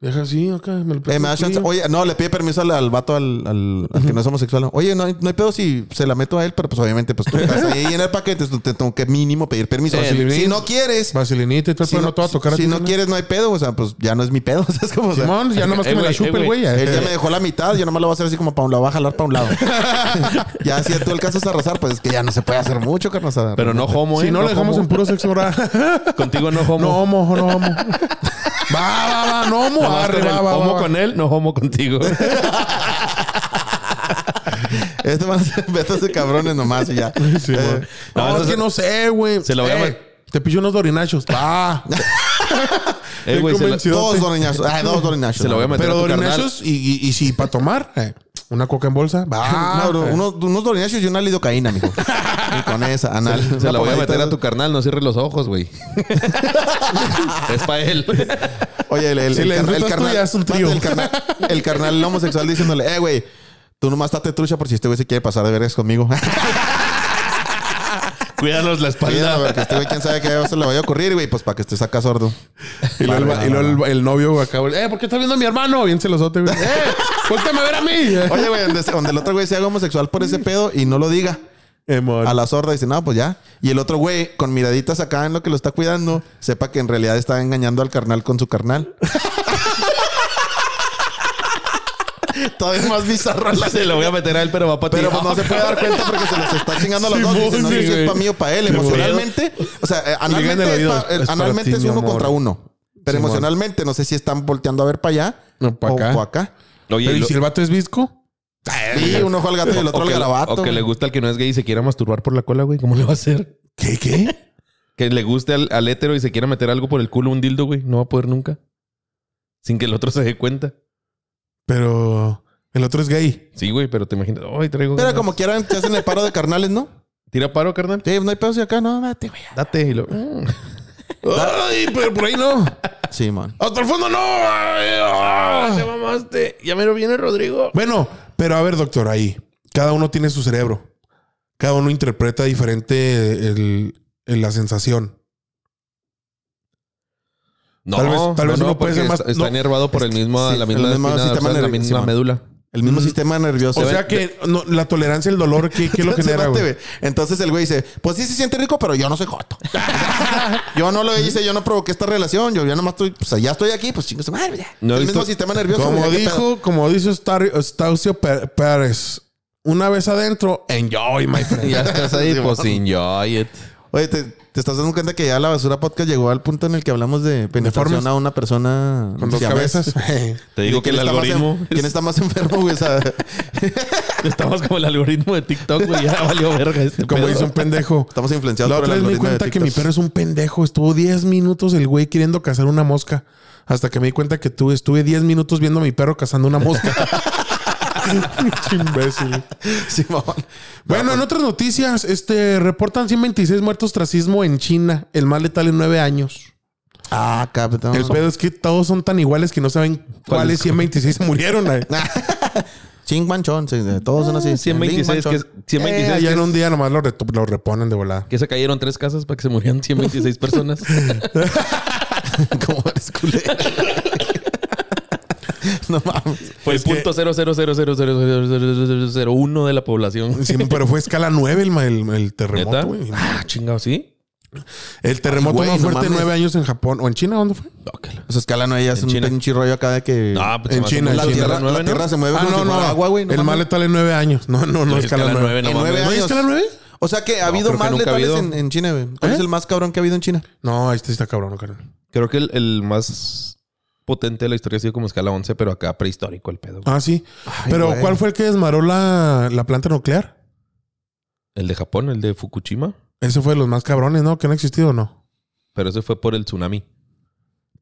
[SPEAKER 1] Deja así, acá. Me lo
[SPEAKER 2] Eh, me da chance-
[SPEAKER 1] prestas,
[SPEAKER 2] Oye, no, le pide permiso al, al vato, al, al- al que no es homosexual. Oye, no hay, no hay pedo si se la meto a él, pero pues obviamente, pues tú estás ahí en el paquete, tú te tengo que mínimo pedir permiso.
[SPEAKER 1] Eh,
[SPEAKER 2] si,
[SPEAKER 1] sí.
[SPEAKER 2] si no quieres,
[SPEAKER 1] Vaselinita y todo,
[SPEAKER 2] si
[SPEAKER 1] pero no te va a tocar a
[SPEAKER 2] si
[SPEAKER 1] ti,
[SPEAKER 2] no
[SPEAKER 1] carnal.
[SPEAKER 2] quieres, no hay pedo, o sea, pues ya no es mi pedo, (laughs) o sea, es como, o sea,
[SPEAKER 1] Simón, ya nomás
[SPEAKER 3] Eh,
[SPEAKER 1] que me la
[SPEAKER 3] güey,
[SPEAKER 1] chupe
[SPEAKER 3] eh,
[SPEAKER 1] el güey.
[SPEAKER 2] Él
[SPEAKER 1] eh.
[SPEAKER 2] ya me dejó la mitad, yo nomás lo voy a hacer así como para un lado, voy a jalar para un
[SPEAKER 3] (laughs)
[SPEAKER 2] lado. ya si tú alcanzas a rozar, pues es que ya no se puede hacer mucho, carnal.
[SPEAKER 3] Pero no homo, ¿eh?
[SPEAKER 1] Si no lo dejamos
[SPEAKER 3] homo.
[SPEAKER 1] en puro sexo oral.
[SPEAKER 3] Contigo (laughs) no
[SPEAKER 1] No
[SPEAKER 3] homo.
[SPEAKER 1] homo,
[SPEAKER 3] (laughs)
[SPEAKER 1] no homo. Va, va, va, (laughs) no homo.
[SPEAKER 3] Nomás
[SPEAKER 1] Arre,
[SPEAKER 3] con él.
[SPEAKER 1] va, va,
[SPEAKER 3] homo
[SPEAKER 1] va.
[SPEAKER 3] con él, no homo
[SPEAKER 1] (laughs)
[SPEAKER 3] contigo. Eh,
[SPEAKER 2] Este van a (laughs) ser betas de cabrones nomás y
[SPEAKER 3] (laughs)
[SPEAKER 2] ya.
[SPEAKER 1] Sí,
[SPEAKER 2] Eh,
[SPEAKER 1] güey.
[SPEAKER 3] no,
[SPEAKER 1] No,
[SPEAKER 3] eso
[SPEAKER 1] es que
[SPEAKER 3] se-
[SPEAKER 1] no sé, güey.
[SPEAKER 3] se la voy a
[SPEAKER 1] Eh,
[SPEAKER 3] man-
[SPEAKER 1] Te pillo unos dorinachos.
[SPEAKER 3] (laughs)
[SPEAKER 1] Va.
[SPEAKER 3] Eh,
[SPEAKER 1] Bien
[SPEAKER 3] güey, se la-
[SPEAKER 1] convencido.
[SPEAKER 2] dos dorinachos. Ah, dos dorinachos.
[SPEAKER 3] Se lo voy a meter
[SPEAKER 1] Pero
[SPEAKER 3] a tu carnal. (laughs)
[SPEAKER 1] dorinachos y, y, y si para tomar, eh, una coca en bolsa. Va.
[SPEAKER 3] (laughs)
[SPEAKER 2] No, ah, bro,
[SPEAKER 1] Eh.
[SPEAKER 2] unos, unos dorinachos y una lidocaína, mijo. Y con esa, anal.
[SPEAKER 3] Se
[SPEAKER 2] Una
[SPEAKER 3] la voy a
[SPEAKER 2] pomadita.
[SPEAKER 3] meter a tu carnal, no cierres los
[SPEAKER 1] (laughs)
[SPEAKER 3] ojos, güey. es para él.
[SPEAKER 2] Oye, el, el,
[SPEAKER 1] Si
[SPEAKER 2] el,
[SPEAKER 1] le
[SPEAKER 2] carna- el
[SPEAKER 1] disfrutas tú,
[SPEAKER 2] carnal.
[SPEAKER 1] ya es un trío.
[SPEAKER 2] El carnal, el carnal homosexual diciéndole, eh, güey, tú nomás date trucha por si este güey se quiere pasar de vergas conmigo. (laughs)
[SPEAKER 3] Cuídanos
[SPEAKER 2] Mira,
[SPEAKER 3] la espalda.
[SPEAKER 2] porque este güey, quién sabe qué se le vaya a ocurrir, güey, pues para que estés acá sordo.
[SPEAKER 1] Y luego, el, va- y luego el- el novio acá, güey, eh, ¿por qué estás viendo a mi hermano? Bien celosote, güey. (laughs) Eh, cuéntame a ver a mí.
[SPEAKER 2] Oye, güey, donde, donde el otro güey se haga homosexual por ese pedo y no lo diga.
[SPEAKER 1] Emón.
[SPEAKER 2] A la sorda dice, no, pues ya. Y el otro güey, con miraditas acá en lo que lo está (laughs) cuidando, sepa que en realidad está engañando al carnal con su carnal. Todavía más bizarro. la-
[SPEAKER 3] (laughs) Se lo voy a meter a él, pero va para ti.
[SPEAKER 2] Pero pues, no se puede dar cuenta porque se los está chingando a los dos. Dice, no sé
[SPEAKER 3] sí,
[SPEAKER 2] si
[SPEAKER 3] güey.
[SPEAKER 2] es para mí o para él.
[SPEAKER 3] Simón.
[SPEAKER 2] Emocionalmente, o sea, eh,
[SPEAKER 3] en el
[SPEAKER 2] analmente, es,
[SPEAKER 3] oído,
[SPEAKER 2] pa-
[SPEAKER 3] es
[SPEAKER 2] eh,
[SPEAKER 3] para
[SPEAKER 2] analmente
[SPEAKER 3] ti,
[SPEAKER 2] es
[SPEAKER 3] mi
[SPEAKER 2] uno
[SPEAKER 3] amor.
[SPEAKER 2] contra uno. Pero
[SPEAKER 3] Simón.
[SPEAKER 2] emocionalmente, no sé si están volteando a ver para allá
[SPEAKER 3] No, pa'
[SPEAKER 2] o
[SPEAKER 3] acá.
[SPEAKER 2] pa' acá.
[SPEAKER 3] Ah, Oye,
[SPEAKER 1] Oh, Pero,
[SPEAKER 3] y
[SPEAKER 1] ¿y
[SPEAKER 3] lo-
[SPEAKER 1] si el vato es visco?
[SPEAKER 2] Sí, un ojo al gato y el otro
[SPEAKER 3] Eh, o
[SPEAKER 2] al
[SPEAKER 3] que,
[SPEAKER 2] garabato.
[SPEAKER 3] o que
[SPEAKER 2] güey.
[SPEAKER 3] le gusta al que no es gay y se quiera masturbar por la cola, güey. ¿Cómo le va a hacer?
[SPEAKER 1] ¿Qué, qué?
[SPEAKER 3] Que le guste al, al hétero y se quiera meter algo por el culo, un dildo, güey. No va a poder nunca. Sin que el otro se dé cuenta.
[SPEAKER 1] Pero el otro es gay.
[SPEAKER 3] Sí, güey, pero te imaginas. Ay, traigo.
[SPEAKER 1] Pues
[SPEAKER 2] Pero
[SPEAKER 3] ganas".
[SPEAKER 2] como quieran, te hacen el paro de carnales, ¿no?
[SPEAKER 3] Tira paro, carnal.
[SPEAKER 2] Sí, no hay pedos y acá, no, date, güey.
[SPEAKER 3] Date y lo. Mm.
[SPEAKER 1] Ay, pero por ahí no.
[SPEAKER 2] Sí, man.
[SPEAKER 1] Hasta el fondo no. Ay, ah.
[SPEAKER 3] Te mamaste. Ya me lo viene Rodrigo.
[SPEAKER 1] Bueno, pero a ver, doctor, ahí. Cada uno tiene su cerebro. Cada uno interpreta diferente el- el- la sensación.
[SPEAKER 3] No,
[SPEAKER 1] Tal vez- tal vez uno puede
[SPEAKER 3] porque
[SPEAKER 1] ser más-
[SPEAKER 3] está, está
[SPEAKER 1] no.
[SPEAKER 3] enervado por el mismo,
[SPEAKER 2] Sí,
[SPEAKER 3] la misma,
[SPEAKER 2] el mismo
[SPEAKER 3] espina
[SPEAKER 2] sistema
[SPEAKER 3] dorsal, la
[SPEAKER 2] nervioso,
[SPEAKER 3] misma
[SPEAKER 2] Simón.
[SPEAKER 3] médula.
[SPEAKER 2] El mismo sistema nervioso.
[SPEAKER 1] Mm.
[SPEAKER 2] ¿eh?
[SPEAKER 1] O sea que no, la tolerancia al dolor, ¿qué, qué es (laughs) lo
[SPEAKER 2] (laughs) Se
[SPEAKER 1] genera,
[SPEAKER 2] mate,
[SPEAKER 1] güey?
[SPEAKER 2] güey. Entonces el güey dice, pues sí se siente rico, pero yo no
[SPEAKER 1] (laughs)
[SPEAKER 2] soy joto. yo no lo hice, yo no provoqué esta relación, yo ya nomás estoy, pues ya estoy aquí, pues chingos, madre, ya.
[SPEAKER 3] No he
[SPEAKER 2] el
[SPEAKER 3] visto-
[SPEAKER 2] mismo sistema nervioso.
[SPEAKER 1] Como
[SPEAKER 2] güey, ¿qué pedo?
[SPEAKER 1] dijo, como dice Star- Eustacio Pé- Pérez, una vez adentro, enjoy, my friend.
[SPEAKER 3] (laughs) Ya estás ahí, pues enjoy it.
[SPEAKER 2] Oye, te, te estás dando cuenta que ya la basura podcast llegó al punto en el que hablamos de penetración
[SPEAKER 1] Deformes.
[SPEAKER 2] a una persona
[SPEAKER 1] Con dos
[SPEAKER 2] siamés.
[SPEAKER 1] cabezas. (laughs)
[SPEAKER 3] Te digo que
[SPEAKER 2] ¿quién
[SPEAKER 3] el
[SPEAKER 2] está más en-
[SPEAKER 3] algoritmo.
[SPEAKER 2] ¿Quién está más enfermo, güey? O sea,
[SPEAKER 3] Estamos como el algoritmo de TikTok, güey. Ya valió verga este
[SPEAKER 1] Como
[SPEAKER 3] pedo.
[SPEAKER 1] dice un (laughs) pendejo.
[SPEAKER 2] estamos influenciados
[SPEAKER 1] La
[SPEAKER 2] por
[SPEAKER 1] otra
[SPEAKER 2] el
[SPEAKER 1] vez me di
[SPEAKER 2] algoritmo de
[SPEAKER 1] cuenta que mi
[SPEAKER 2] TikTok.
[SPEAKER 1] perro es un pendejo. Estuvo 10 minutos el güey queriendo cazar una mosca. Hasta que me di cuenta que tú estuve 10 minutos viendo a mi perro cazando una (laughs) mosca. Pinche imbécil.
[SPEAKER 2] (laughs) Simón.
[SPEAKER 1] Bueno, en otras noticias, este reportan 126 muertos tras sismo en China, el más letal en 9 años.
[SPEAKER 2] Ah, capitán.
[SPEAKER 1] El pedo es que todos son tan iguales que no saben cuáles 126 se (laughs) murieron. eh.
[SPEAKER 2] Ching manchón, sí, de- todos son
[SPEAKER 1] Ah,
[SPEAKER 2] así.
[SPEAKER 3] 126 que,
[SPEAKER 2] Ling
[SPEAKER 3] es-
[SPEAKER 2] manchón.
[SPEAKER 3] 126
[SPEAKER 1] Eh,
[SPEAKER 3] que
[SPEAKER 1] allá
[SPEAKER 3] es-
[SPEAKER 1] en un día nomás lo, reto- lo reponen de volada.
[SPEAKER 3] que se cayeron tres casas para que se murieran 126 personas.
[SPEAKER 2] ¿Cómo eres culero? (laughs) no mames.
[SPEAKER 3] Fue el punto 0.00000001 de la población.
[SPEAKER 1] Sí, (laughs) pero fue escala 9 el, ma- el- el
[SPEAKER 3] ¿Neta?
[SPEAKER 1] terremoto. güey.
[SPEAKER 3] Ah, chingado, ¿sí?
[SPEAKER 1] El terremoto
[SPEAKER 2] Ay, güey,
[SPEAKER 1] más
[SPEAKER 2] no
[SPEAKER 1] fuerte en
[SPEAKER 2] mames.
[SPEAKER 1] 9 años en Japón. ¿O en China? ¿Dónde fue?
[SPEAKER 3] No, que la-
[SPEAKER 2] O sea, escala no ella es
[SPEAKER 3] En
[SPEAKER 2] un
[SPEAKER 3] China.
[SPEAKER 2] pinche rollo acá de que.
[SPEAKER 3] No, pues
[SPEAKER 1] Ah, En
[SPEAKER 3] se me hace
[SPEAKER 1] China,
[SPEAKER 3] muy
[SPEAKER 1] en
[SPEAKER 2] la
[SPEAKER 1] China.
[SPEAKER 2] tierra,
[SPEAKER 3] nueve,
[SPEAKER 2] la
[SPEAKER 3] ¿no?
[SPEAKER 2] tierra se mueve
[SPEAKER 1] Ah,
[SPEAKER 2] como
[SPEAKER 1] no,
[SPEAKER 2] si
[SPEAKER 1] no.
[SPEAKER 2] fuera agua, güey. no
[SPEAKER 1] el
[SPEAKER 2] mames.
[SPEAKER 1] más letal en 9 años. No, no, no,
[SPEAKER 3] No,
[SPEAKER 1] escala 9.
[SPEAKER 2] En nueve
[SPEAKER 1] ¿No hay
[SPEAKER 2] años.
[SPEAKER 1] escala 9?
[SPEAKER 2] O sea que ha habido
[SPEAKER 3] creo que
[SPEAKER 2] más
[SPEAKER 3] nunca ha
[SPEAKER 2] letales
[SPEAKER 3] habido.
[SPEAKER 2] En, en China, güey. ¿Cuál
[SPEAKER 1] ¿Eh?
[SPEAKER 2] es el más cabrón que ha habido en China?
[SPEAKER 1] No, este está cabrón, cabrón.
[SPEAKER 3] Creo que el, el más potente de la historia ha sido como escala 11, pero acá prehistórico el pedo. güey.
[SPEAKER 1] Ah, sí. pero
[SPEAKER 2] güey.
[SPEAKER 1] ¿cuál fue el que desmaró la, la planta nuclear?
[SPEAKER 3] El de Japón, el de Fukushima,
[SPEAKER 1] Ese fue de los más cabrones, ¿no? Que no ha existido, ¿o ¿no?
[SPEAKER 3] pero ese fue por el tsunami.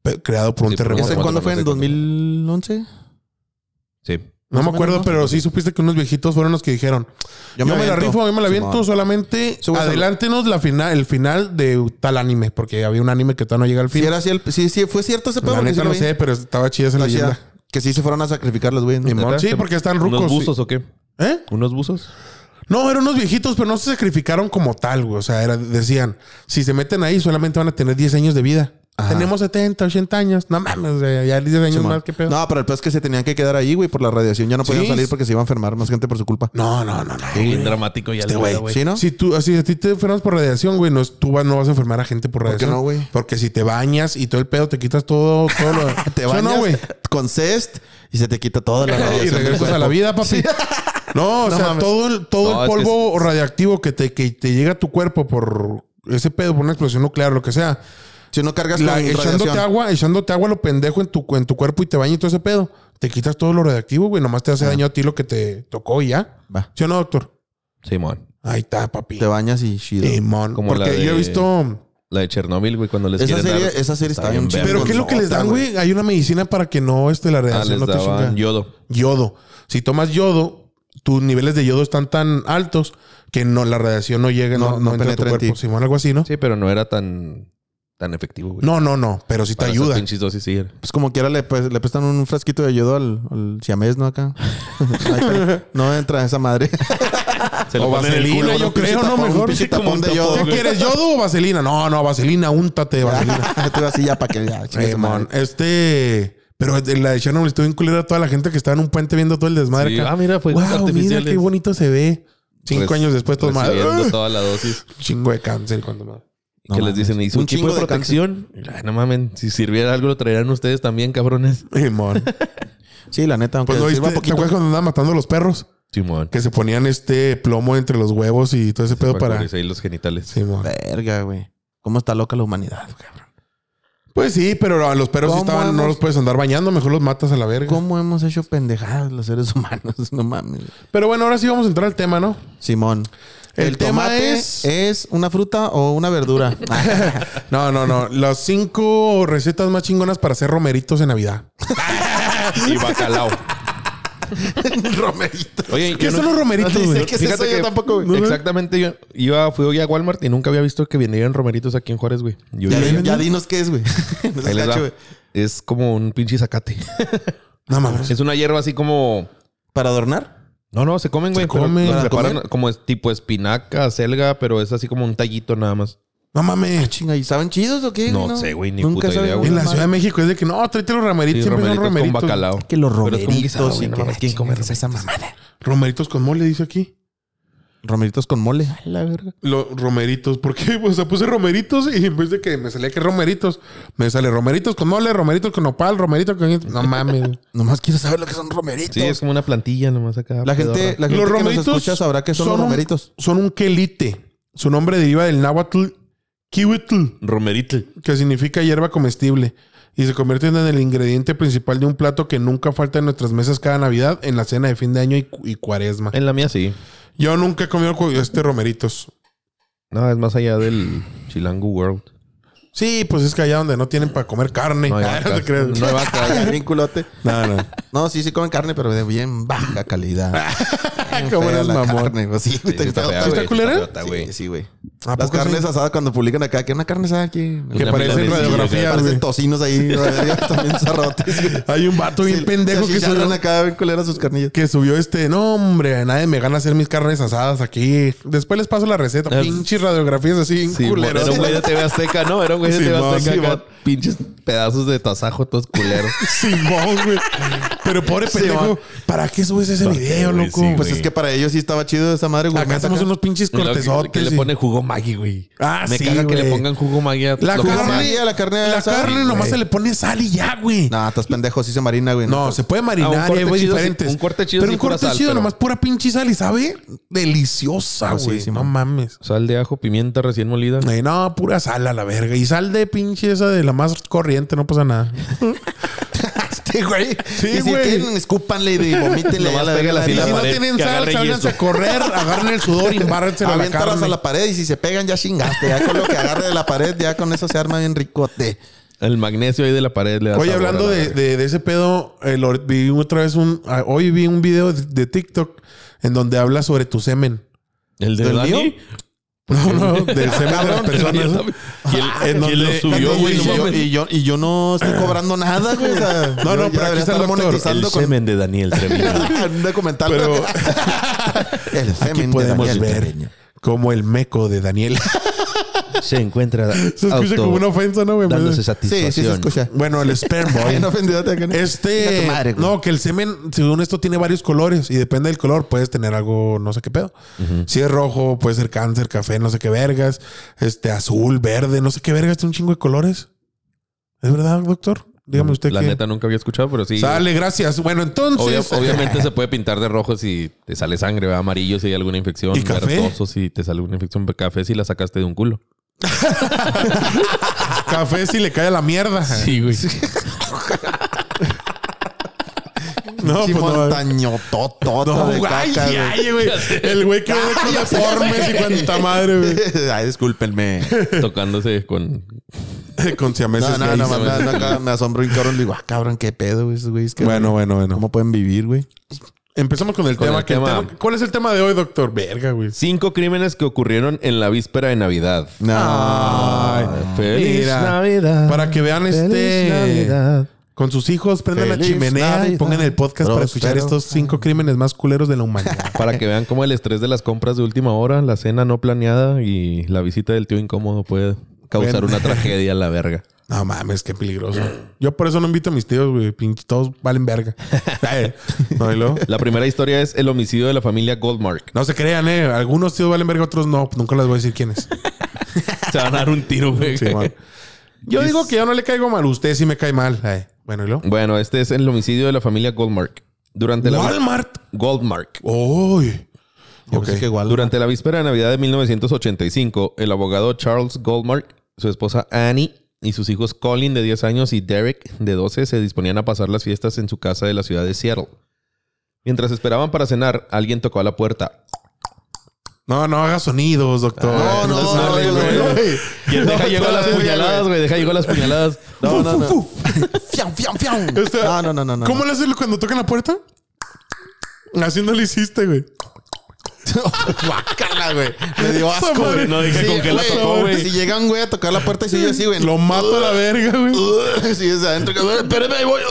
[SPEAKER 1] Pe- creado por un
[SPEAKER 3] Sí, pero
[SPEAKER 1] terremoto.
[SPEAKER 2] ¿Ese cuándo
[SPEAKER 3] Remoto, remoto,
[SPEAKER 2] fue? ¿En
[SPEAKER 3] remoto.
[SPEAKER 2] 2011?
[SPEAKER 3] Sí.
[SPEAKER 1] No
[SPEAKER 2] Más
[SPEAKER 1] me
[SPEAKER 2] o menos,
[SPEAKER 1] acuerdo,
[SPEAKER 2] ¿no?
[SPEAKER 1] pero sí supiste que unos viejitos fueron los que dijeron: Yo, me, la
[SPEAKER 2] aviento.
[SPEAKER 1] rifo, yo me la aviento,
[SPEAKER 2] Simón.
[SPEAKER 1] solamente
[SPEAKER 2] Súbaselo.
[SPEAKER 1] adelántenos la final, el final de tal anime, porque había un anime que todavía no llega al
[SPEAKER 2] Si
[SPEAKER 1] fin.
[SPEAKER 2] era así el- Sí, sí, fue cierto ese pedo.
[SPEAKER 1] la
[SPEAKER 2] porque sí
[SPEAKER 1] neta
[SPEAKER 2] lo
[SPEAKER 1] no
[SPEAKER 2] vi.
[SPEAKER 1] sé, pero estaba chida esa
[SPEAKER 2] Está
[SPEAKER 1] leyenda.
[SPEAKER 2] chida. Que sí se fueron a sacrificar los güeyes. ¿no?
[SPEAKER 1] Ni modo. Sí,
[SPEAKER 3] ¿Neta?
[SPEAKER 1] porque están
[SPEAKER 3] ¿Unos
[SPEAKER 1] rucos.
[SPEAKER 3] buzos
[SPEAKER 1] sí.
[SPEAKER 3] o qué?
[SPEAKER 1] ¿Eh?
[SPEAKER 3] ¿Unos buzos?
[SPEAKER 1] No, eran unos viejitos, pero no se sacrificaron como tal, güey. O sea, era- decían, si se meten ahí, solamente van a tener 10 años de vida. Tenemos 70, 80 años. No mames, o sea, ya 10 años
[SPEAKER 2] Simón.
[SPEAKER 1] más, qué pedo.
[SPEAKER 2] No, pero el pedo es que se tenían que quedar ahí, güey, por la radiación. Ya no podían
[SPEAKER 1] Sí.
[SPEAKER 2] salir porque se iba a enfermar más gente por su culpa.
[SPEAKER 1] No, no, no, no.
[SPEAKER 3] Bien dramático
[SPEAKER 1] Este
[SPEAKER 3] ya el
[SPEAKER 2] güey,
[SPEAKER 3] pedo, güey.
[SPEAKER 2] ¿sí, no?
[SPEAKER 1] Si tú, si a ti te enfermas por radiación, güey, no es, tú vas- no vas a enfermar a gente por
[SPEAKER 2] ¿Por qué
[SPEAKER 1] radiación.
[SPEAKER 2] no, güey?
[SPEAKER 1] Porque si te bañas y todo el pedo, te quitas todo, todo
[SPEAKER 2] (laughs)
[SPEAKER 1] lo.
[SPEAKER 2] Te
[SPEAKER 1] ¿Sí o
[SPEAKER 2] bañas
[SPEAKER 1] no, güey.
[SPEAKER 2] con cest y se te quita toda la
[SPEAKER 1] (laughs) Y
[SPEAKER 2] radiación. del
[SPEAKER 1] regresas
[SPEAKER 2] cuerpo.
[SPEAKER 1] a la vida, papi. No, o sea,
[SPEAKER 2] mames.
[SPEAKER 1] todo el, todo
[SPEAKER 3] No,
[SPEAKER 1] el
[SPEAKER 3] es que
[SPEAKER 1] polvo radiactivo que te, que te llega a tu cuerpo por ese pedo, por una explosión nuclear, lo que sea.
[SPEAKER 2] Si no cargas
[SPEAKER 1] la-
[SPEAKER 2] con
[SPEAKER 1] echándote
[SPEAKER 2] radiación.
[SPEAKER 1] agua, echándote agua lo pendejo en tu, en tu cuerpo y te bañas y todo ese pedo. Te quitas todo lo radiactivo, güey. Nomás te hace daño a ti lo que te tocó y ya.
[SPEAKER 2] Va.
[SPEAKER 1] ¿Sí o no, doctor?
[SPEAKER 3] Simón.
[SPEAKER 1] Ahí está, papi.
[SPEAKER 2] Te bañas y chido.
[SPEAKER 1] Simón.
[SPEAKER 3] Como
[SPEAKER 1] Porque
[SPEAKER 3] la de-
[SPEAKER 1] yo he visto.
[SPEAKER 3] La de Chernobyl, güey, cuando les
[SPEAKER 2] Esa
[SPEAKER 3] quieren
[SPEAKER 2] serie-
[SPEAKER 3] dar-
[SPEAKER 2] esa serie está bien chida.
[SPEAKER 1] Pero ¿qué es lo que les dan, güey? Hay una medicina para que no esté la
[SPEAKER 3] Ah,
[SPEAKER 1] radiación.
[SPEAKER 3] les
[SPEAKER 1] no te
[SPEAKER 3] daban
[SPEAKER 1] chinga.
[SPEAKER 3] yodo.
[SPEAKER 1] Yodo. Si tomas yodo, tus niveles de yodo están tan altos que no, la radiación no llega, no,
[SPEAKER 2] No-
[SPEAKER 1] no,
[SPEAKER 2] no
[SPEAKER 1] entra a tu
[SPEAKER 2] penetra en ti.
[SPEAKER 1] cuerpo. Simón, algo así, ¿no?
[SPEAKER 3] Sí, pero no era tan, tan efectivo, güey.
[SPEAKER 1] No, no, no. Pero sí te
[SPEAKER 3] Para
[SPEAKER 1] ayuda.
[SPEAKER 3] esas pinches dosis, sí. era.
[SPEAKER 2] Pues como quiera le, pues, le prestan un frasquito de yodo al, al siamés,
[SPEAKER 1] (laughs)
[SPEAKER 2] ¿no? Acá. Ahí está. no entra esa madre.
[SPEAKER 3] Se
[SPEAKER 1] Ah, O
[SPEAKER 3] ponen en el
[SPEAKER 1] vaselina,
[SPEAKER 3] culo,
[SPEAKER 1] yo
[SPEAKER 2] Un pinche
[SPEAKER 1] creo, ¿no?
[SPEAKER 2] tapón,
[SPEAKER 1] Mejor.
[SPEAKER 2] Un pinche
[SPEAKER 3] Sí, como
[SPEAKER 2] tapón
[SPEAKER 3] un
[SPEAKER 2] de
[SPEAKER 3] tapón,
[SPEAKER 2] yodo.
[SPEAKER 1] ¿Qué
[SPEAKER 3] güey.
[SPEAKER 1] quieres, yodo o vaselina? No, no, vaselina, úntate
[SPEAKER 2] (laughs)
[SPEAKER 1] de vaselina.
[SPEAKER 2] Tú así ya para que ya. chingue su
[SPEAKER 1] Simón,
[SPEAKER 2] madre.
[SPEAKER 1] este. Pero de la de Chernobyl estuvo bien culera a toda la gente que estaba en un puente viendo todo el desmadre.
[SPEAKER 3] Sí.
[SPEAKER 1] acá.
[SPEAKER 3] Ah, mira, fue
[SPEAKER 1] Guau, mira
[SPEAKER 3] artificiales.
[SPEAKER 1] qué bonito se ve. Cinco
[SPEAKER 3] Res-
[SPEAKER 1] años después, todo mal. (gasps)
[SPEAKER 3] recibiendo toda la dosis.
[SPEAKER 1] Chingo de cáncer cuando más.
[SPEAKER 2] No
[SPEAKER 3] que les
[SPEAKER 2] mames.
[SPEAKER 3] dicen, ¿y su
[SPEAKER 2] Un
[SPEAKER 3] equipo
[SPEAKER 2] chingo
[SPEAKER 3] de
[SPEAKER 2] de
[SPEAKER 3] protección? Ay, no mamen, si sirviera algo lo traerían ustedes también, cabrones.
[SPEAKER 1] Simón.
[SPEAKER 2] Sí, la neta, aunque
[SPEAKER 1] Pues no viste,
[SPEAKER 2] sirva
[SPEAKER 1] ¿te
[SPEAKER 2] poquito.
[SPEAKER 1] acuerdas cuando andaban matando a los perros?
[SPEAKER 3] Simón.
[SPEAKER 1] Que se ponían este plomo entre los huevos y todo ese pedo para.
[SPEAKER 3] Ahí los genitales.
[SPEAKER 1] Sí, mon.
[SPEAKER 2] Verga, güey. ¿Cómo está loca la humanidad, cabrón?
[SPEAKER 1] Pues sí, pero a los perros sí
[SPEAKER 2] ¿Cómo
[SPEAKER 1] estaban, no
[SPEAKER 2] hemos-
[SPEAKER 1] los puedes andar bañando, mejor los matas a la verga.
[SPEAKER 2] ¿Cómo hemos hecho pendejadas los seres humanos? (laughs) No mames.
[SPEAKER 1] Pero bueno, ahora sí vamos a entrar al tema, ¿no?
[SPEAKER 2] Simón.
[SPEAKER 1] El
[SPEAKER 2] El,
[SPEAKER 1] tema
[SPEAKER 2] tomate
[SPEAKER 1] es-
[SPEAKER 2] es... una fruta o una
[SPEAKER 1] (laughs)
[SPEAKER 2] verdura.
[SPEAKER 1] No, no, no. Las cinco recetas más chingonas para hacer romeritos en Navidad.
[SPEAKER 3] Y bacalao.
[SPEAKER 2] Romerito.
[SPEAKER 3] Oye,
[SPEAKER 1] ¿Qué
[SPEAKER 3] yo no-
[SPEAKER 1] son los
[SPEAKER 3] (laughs)
[SPEAKER 1] romeritos,
[SPEAKER 2] no sé
[SPEAKER 1] güey?
[SPEAKER 2] qué es eso, yo tampoco, güey.
[SPEAKER 3] No, no. Exactamente, yo iba, fui hoy a Walmart y nunca había visto que vendieran romeritos aquí en Juárez, güey. Yo
[SPEAKER 2] Ya,
[SPEAKER 3] dije,
[SPEAKER 2] di- ya dinos qué es, güey. (laughs) No
[SPEAKER 3] ahí
[SPEAKER 2] seas
[SPEAKER 3] les va.
[SPEAKER 2] gacho, güey.
[SPEAKER 3] Es como un
[SPEAKER 1] (laughs)
[SPEAKER 3] pinche zacate.
[SPEAKER 1] No mames.
[SPEAKER 3] es una hierba así como.
[SPEAKER 2] ¿Para adornar?
[SPEAKER 3] No, no, se comen, güey. pero
[SPEAKER 1] comen.
[SPEAKER 3] los
[SPEAKER 1] ¿Para
[SPEAKER 3] preparan
[SPEAKER 2] comer?
[SPEAKER 3] como es tipo espinaca, selga, pero es así como un tallito nada más.
[SPEAKER 1] No mames.
[SPEAKER 2] Chinga, ¿y saben chidos o qué?
[SPEAKER 3] No
[SPEAKER 2] güey?
[SPEAKER 3] sé, güey, ni
[SPEAKER 2] Nunca
[SPEAKER 3] puta
[SPEAKER 2] saben
[SPEAKER 3] idea, güey.
[SPEAKER 1] En la
[SPEAKER 2] una
[SPEAKER 1] Ciudad de
[SPEAKER 2] Ah, madre.
[SPEAKER 1] México es de que no, tráete los
[SPEAKER 3] Y
[SPEAKER 1] romeritos, siempre son
[SPEAKER 3] romeritos con
[SPEAKER 1] romeritos.
[SPEAKER 3] bacalao.
[SPEAKER 2] Que los
[SPEAKER 3] Pero es con
[SPEAKER 2] romeritos
[SPEAKER 3] guisado,
[SPEAKER 2] y
[SPEAKER 3] güey, no
[SPEAKER 2] que
[SPEAKER 3] mames,
[SPEAKER 2] la
[SPEAKER 3] ¿quién come
[SPEAKER 2] chinga, esa mamada?
[SPEAKER 1] Romeritos con mole, dice aquí.
[SPEAKER 2] Romeritos con mole. A la verga.
[SPEAKER 1] Los romeritos, porque (laughs) o sea, puse romeritos y en vez de que me salía que romeritos, me sale romeritos con mole, romeritos con nopal, romeritos con. No mames.
[SPEAKER 2] Nomás quiero saber lo que son romeritos.
[SPEAKER 3] Sí, es como una plantilla nomás acá.
[SPEAKER 2] La gente,
[SPEAKER 3] pedorra.
[SPEAKER 2] la gente que nos escucha sabrá que son, los
[SPEAKER 1] un-
[SPEAKER 2] romeritos.
[SPEAKER 1] son un quelite. Su nombre deriva del náhuatl kiwitl,
[SPEAKER 3] Romerito.
[SPEAKER 1] que significa hierba comestible, y se convierten en el ingrediente principal de un plato que nunca falta en nuestras mesas cada Navidad, en la cena de fin de año y, cu- y cuaresma.
[SPEAKER 3] En la mía sí.
[SPEAKER 1] Yo nunca he comido cu- este romeritos.
[SPEAKER 3] No, es más allá del Chilango World.
[SPEAKER 1] Sí, pues es que allá donde no tienen para comer carne. (laughs)
[SPEAKER 3] No hay
[SPEAKER 1] Ah, no te
[SPEAKER 3] vacas.
[SPEAKER 1] creas.
[SPEAKER 3] No hay vacas.
[SPEAKER 2] Bien culote.
[SPEAKER 1] No, no.
[SPEAKER 2] No, sí, sí comen carne, pero de bien baja calidad.
[SPEAKER 1] (laughs)
[SPEAKER 2] Bien
[SPEAKER 1] Cómo Ah,
[SPEAKER 2] fea
[SPEAKER 1] eres
[SPEAKER 2] la
[SPEAKER 1] mamón.
[SPEAKER 2] carne, güey. Sí,
[SPEAKER 3] Sí, sí
[SPEAKER 2] está- está-
[SPEAKER 3] fea, güey,
[SPEAKER 1] ¿Está culera?
[SPEAKER 3] feota, güey.
[SPEAKER 2] Sí, sí, güey.
[SPEAKER 1] ¿A
[SPEAKER 2] Las
[SPEAKER 1] poco
[SPEAKER 2] carnes
[SPEAKER 1] sí?
[SPEAKER 2] asadas cuando publican acá, que una carne asada aquí.
[SPEAKER 1] Que
[SPEAKER 3] Una
[SPEAKER 1] parecen
[SPEAKER 3] milanesa,
[SPEAKER 1] radiografías,
[SPEAKER 2] Parecen
[SPEAKER 1] güey.
[SPEAKER 2] tocinos ahí, güey, (laughs) también zarrotes, güey.
[SPEAKER 1] (laughs) Hay un vato bien
[SPEAKER 2] Sí,
[SPEAKER 1] pendejo
[SPEAKER 2] se
[SPEAKER 1] que
[SPEAKER 2] achicharran
[SPEAKER 1] subió,
[SPEAKER 2] acá bien culeras sus carnillas.
[SPEAKER 1] que subió este. No, hombre, nadie me gana hacer mis carnes asadas aquí. Después les paso la receta.
[SPEAKER 3] Es-
[SPEAKER 1] Pinches radiografías así,
[SPEAKER 3] Sí,
[SPEAKER 1] culero.
[SPEAKER 3] era un güey de TV Azteca, ¿no? Era un güey de TV
[SPEAKER 1] Simón,
[SPEAKER 3] Azteca. acá,
[SPEAKER 1] Simón.
[SPEAKER 3] pinches pedazos de tasajo, todos culeros.
[SPEAKER 1] Simón, güey. Pero pobre pendejo, ¿para qué subes ese video,
[SPEAKER 3] güey,
[SPEAKER 1] loco?
[SPEAKER 3] sí,
[SPEAKER 1] pues
[SPEAKER 2] Pues es
[SPEAKER 3] güey.
[SPEAKER 2] que para ellos sí estaba chido esa madre, güey.
[SPEAKER 1] acá hacemos unos pinches
[SPEAKER 3] Y luego
[SPEAKER 1] cortesotes.
[SPEAKER 3] Que, que
[SPEAKER 1] y-
[SPEAKER 3] le ponen jugo Maggi, güey.
[SPEAKER 1] Ah,
[SPEAKER 3] Me
[SPEAKER 1] sí,
[SPEAKER 3] caga que
[SPEAKER 1] güey.
[SPEAKER 3] le pongan jugo Maggi a
[SPEAKER 1] La
[SPEAKER 3] lo que sea.
[SPEAKER 1] carne,
[SPEAKER 2] sea.
[SPEAKER 1] la carne,
[SPEAKER 2] La carne,
[SPEAKER 1] nomás
[SPEAKER 2] güey.
[SPEAKER 1] se le pone sal y ya, güey.
[SPEAKER 2] No, estás pendejo, sí se marina, güey.
[SPEAKER 1] No, se puede
[SPEAKER 3] Ah, un
[SPEAKER 1] marinar,
[SPEAKER 3] corte
[SPEAKER 1] hay güey
[SPEAKER 3] chido, sí,
[SPEAKER 1] diferentes.
[SPEAKER 3] un corte chido,
[SPEAKER 1] Pero
[SPEAKER 3] sí,
[SPEAKER 1] un corte
[SPEAKER 3] pura sal,
[SPEAKER 1] chido,
[SPEAKER 3] pero-
[SPEAKER 1] nomás pura pinche sal y sabe deliciosa,
[SPEAKER 2] Ah, sí,
[SPEAKER 1] güey.
[SPEAKER 2] sí,
[SPEAKER 1] no
[SPEAKER 2] man.
[SPEAKER 1] mames.
[SPEAKER 3] Sal de ajo, pimienta recién molida.
[SPEAKER 1] Eh, no, pura sal a la verga. Y sal de pinche esa de la más corriente, no pasa nada.
[SPEAKER 2] Este, (laughs) güey.
[SPEAKER 1] (laughs) Sí,
[SPEAKER 2] Y si
[SPEAKER 1] güey.
[SPEAKER 2] tienen,
[SPEAKER 1] (laughs)
[SPEAKER 2] escúpanle y vomítenle.
[SPEAKER 3] Nomás
[SPEAKER 2] a la
[SPEAKER 3] pégale
[SPEAKER 2] verga
[SPEAKER 3] así
[SPEAKER 1] Y
[SPEAKER 3] la
[SPEAKER 1] si no
[SPEAKER 3] pared,
[SPEAKER 1] tienen
[SPEAKER 3] que
[SPEAKER 1] sal,
[SPEAKER 3] agarre
[SPEAKER 1] sálganse
[SPEAKER 3] yeso.
[SPEAKER 1] a correr, agarren el
[SPEAKER 3] (laughs)
[SPEAKER 1] sudor y embárrenselo a la
[SPEAKER 2] Aviéntalas
[SPEAKER 1] carne.
[SPEAKER 2] a la pared y si se pegan ya chingaste. Ya con lo que agarre de la pared, ya con eso se arma bien ricote.
[SPEAKER 3] El magnesio ahí de la pared le da
[SPEAKER 1] Oye,
[SPEAKER 3] sabor
[SPEAKER 1] hablando
[SPEAKER 3] a la
[SPEAKER 1] de,
[SPEAKER 3] verga.
[SPEAKER 1] de- de ese pedo, eh, lo- vi otra vez un... ah, Hoy vi un video de, de TikTok en donde habla sobre tu
[SPEAKER 3] (laughs)
[SPEAKER 1] semen.
[SPEAKER 3] ¿El de
[SPEAKER 2] ¿Del
[SPEAKER 3] Dani?
[SPEAKER 2] mío?
[SPEAKER 1] No, no, (laughs) del semen
[SPEAKER 3] (laughs)
[SPEAKER 1] de las
[SPEAKER 3] Cabrón, el mío
[SPEAKER 1] personas.
[SPEAKER 3] también. ¿Y él-
[SPEAKER 1] En
[SPEAKER 3] ¿Quién
[SPEAKER 1] donde-
[SPEAKER 3] lo subió,
[SPEAKER 1] Yo,
[SPEAKER 2] Y
[SPEAKER 3] güey? No
[SPEAKER 2] yo-
[SPEAKER 3] mames.
[SPEAKER 2] y, yo, y yo no (clears throat) estoy cobrando nada, güey. o sea,
[SPEAKER 1] No, no,
[SPEAKER 2] yo ya
[SPEAKER 1] pero aquí
[SPEAKER 2] debería
[SPEAKER 1] está el
[SPEAKER 2] estar
[SPEAKER 1] doctor.
[SPEAKER 2] monetizando
[SPEAKER 3] El
[SPEAKER 2] con
[SPEAKER 3] semen de
[SPEAKER 1] (laughs)
[SPEAKER 3] Daniel Treviño.
[SPEAKER 2] un documental.
[SPEAKER 1] Pero
[SPEAKER 2] (laughs) el
[SPEAKER 1] aquí
[SPEAKER 2] semen de
[SPEAKER 1] podemos
[SPEAKER 2] Daniel
[SPEAKER 1] ver
[SPEAKER 2] Treviño.
[SPEAKER 1] como el meco de Daniel. (laughs)
[SPEAKER 3] Se encuentra
[SPEAKER 1] Se escucha como una ofensa, ¿no? güey?
[SPEAKER 2] Sí, sí se escucha.
[SPEAKER 1] Bueno, el sperm
[SPEAKER 3] (laughs)
[SPEAKER 1] boy.
[SPEAKER 2] Bien ofendido te acá, ¿no? Chinga
[SPEAKER 1] Este.
[SPEAKER 2] tu madre, güey.
[SPEAKER 1] no, que el semen, según esto, tiene varios colores y depende del color, puedes tener algo, no sé qué pedo. Si es rojo, puede ser cáncer, café, no sé qué vergas. Este, azul, verde, no sé qué vergas, tiene un chingo de colores. ¿Es verdad, doctor?
[SPEAKER 2] Mm,
[SPEAKER 1] Dígame usted
[SPEAKER 3] La
[SPEAKER 1] que.
[SPEAKER 3] neta nunca había escuchado, pero sí.
[SPEAKER 1] Sale, gracias. Bueno,
[SPEAKER 3] Obvia-
[SPEAKER 1] entonces.
[SPEAKER 3] obviamente se puede pintar de rojo si te sale sangre, ¿verdad? amarillo si hay alguna infección,
[SPEAKER 1] ¿Y café?
[SPEAKER 3] verdoso si te sale una infección, café si la sacaste de
[SPEAKER 1] (laughs)
[SPEAKER 3] un culo.
[SPEAKER 1] Café si le cae a la mierda.
[SPEAKER 3] güey.
[SPEAKER 2] (laughs)
[SPEAKER 1] No, pues no.
[SPEAKER 2] montaño
[SPEAKER 1] No,
[SPEAKER 2] de
[SPEAKER 1] güey,
[SPEAKER 2] caca, Ah,
[SPEAKER 1] ay, ay, güey. El güey que ve con deformes y cuanta madre, güey.
[SPEAKER 2] güey. (laughs) Ay, discúlpenme.
[SPEAKER 3] Tocándose con.
[SPEAKER 1] (laughs) Con siameses.
[SPEAKER 2] No,
[SPEAKER 1] gays.
[SPEAKER 2] no, no, no, no, acá me asombro un cabrón. Digo, ah, cabrón, qué pedo, güey, esos güeyes. que-
[SPEAKER 1] Bueno, bueno, bueno.
[SPEAKER 2] ¿Cómo pueden vivir, güey?
[SPEAKER 1] Empezamos Pues, con el
[SPEAKER 3] Con
[SPEAKER 1] tema.
[SPEAKER 3] el
[SPEAKER 1] que el
[SPEAKER 3] tema.
[SPEAKER 1] tema- ¿Cuál es el tema de hoy, doctor? Verga, güey.
[SPEAKER 3] Cinco crímenes que ocurrieron en la víspera de Navidad. Ah,
[SPEAKER 2] No.
[SPEAKER 1] Ay,
[SPEAKER 3] Feliz
[SPEAKER 1] mira,
[SPEAKER 3] Navidad.
[SPEAKER 1] Para que vean este. Con sus hijos, prendan la
[SPEAKER 2] Feliz
[SPEAKER 1] chimenea y
[SPEAKER 2] Navidad.
[SPEAKER 1] pongan el podcast para escuchar
[SPEAKER 2] Próspero
[SPEAKER 1] estos cinco crímenes más culeros de la humanidad.
[SPEAKER 3] Para que vean cómo el estrés de las compras de última hora, la cena no planeada y la visita del tío incómodo puede causar
[SPEAKER 1] Bueno.
[SPEAKER 3] una tragedia a la verga.
[SPEAKER 1] (laughs) No mames, qué peligroso. Yo por eso no invito a mis tíos, güey. Pinche, todos valen (laughs) verga. Eh, no, y luego,
[SPEAKER 3] La primera historia es el homicidio de la familia Goldmark.
[SPEAKER 1] no se crean, eh. Algunos tíos valen verga, otros no. Nunca les voy a decir (laughs) quiénes.
[SPEAKER 3] Se van a dar un tiro, güey.
[SPEAKER 1] Sí, man. Yo digo que yo no le caigo mal. Usted sí me cae mal. eh. Bueno, y luego.
[SPEAKER 3] Bueno, este es el homicidio de la familia Goldmark. Durante la...
[SPEAKER 1] Walmart.
[SPEAKER 3] Goldmark.
[SPEAKER 1] Uy.
[SPEAKER 2] Yo pensé
[SPEAKER 1] Ok.
[SPEAKER 2] que igual.
[SPEAKER 3] Durante la víspera de Navidad de 1985, el abogado Charles Goldmark, su esposa Annie y sus hijos Colin de 10 años y Derek de 12 se disponían a pasar las fiestas en su casa de la ciudad de Seattle. Mientras esperaban para cenar, alguien tocó a la puerta.
[SPEAKER 1] No, no haga sonidos, doctor.
[SPEAKER 2] Oh, No, no, no,
[SPEAKER 1] sale,
[SPEAKER 2] no,
[SPEAKER 1] güey.
[SPEAKER 2] no, no, güey.
[SPEAKER 3] ¿Quién deja
[SPEAKER 2] No,
[SPEAKER 3] llegó las
[SPEAKER 2] todavía,
[SPEAKER 3] puñaladas, güey? Deja llegó las puñaladas.
[SPEAKER 2] No, no, no. Fiam, fiam, fiam.
[SPEAKER 1] sea,
[SPEAKER 2] No, no, no, no. no.
[SPEAKER 1] Este- ¿Cómo le haces cuando tocan la puerta? Así no lo hiciste, güey.
[SPEAKER 2] Guácala, güey. Me dio asco,
[SPEAKER 1] madre.
[SPEAKER 2] güey.
[SPEAKER 3] No dije con qué la
[SPEAKER 2] güey,
[SPEAKER 3] tocó, güey.
[SPEAKER 2] Si llegan, güey, a tocar la puerta y sigue así, güey.
[SPEAKER 1] Lo mato a la verga, güey.
[SPEAKER 2] Sí, desde adentro. que, "Güey, Espérame, ahí voy.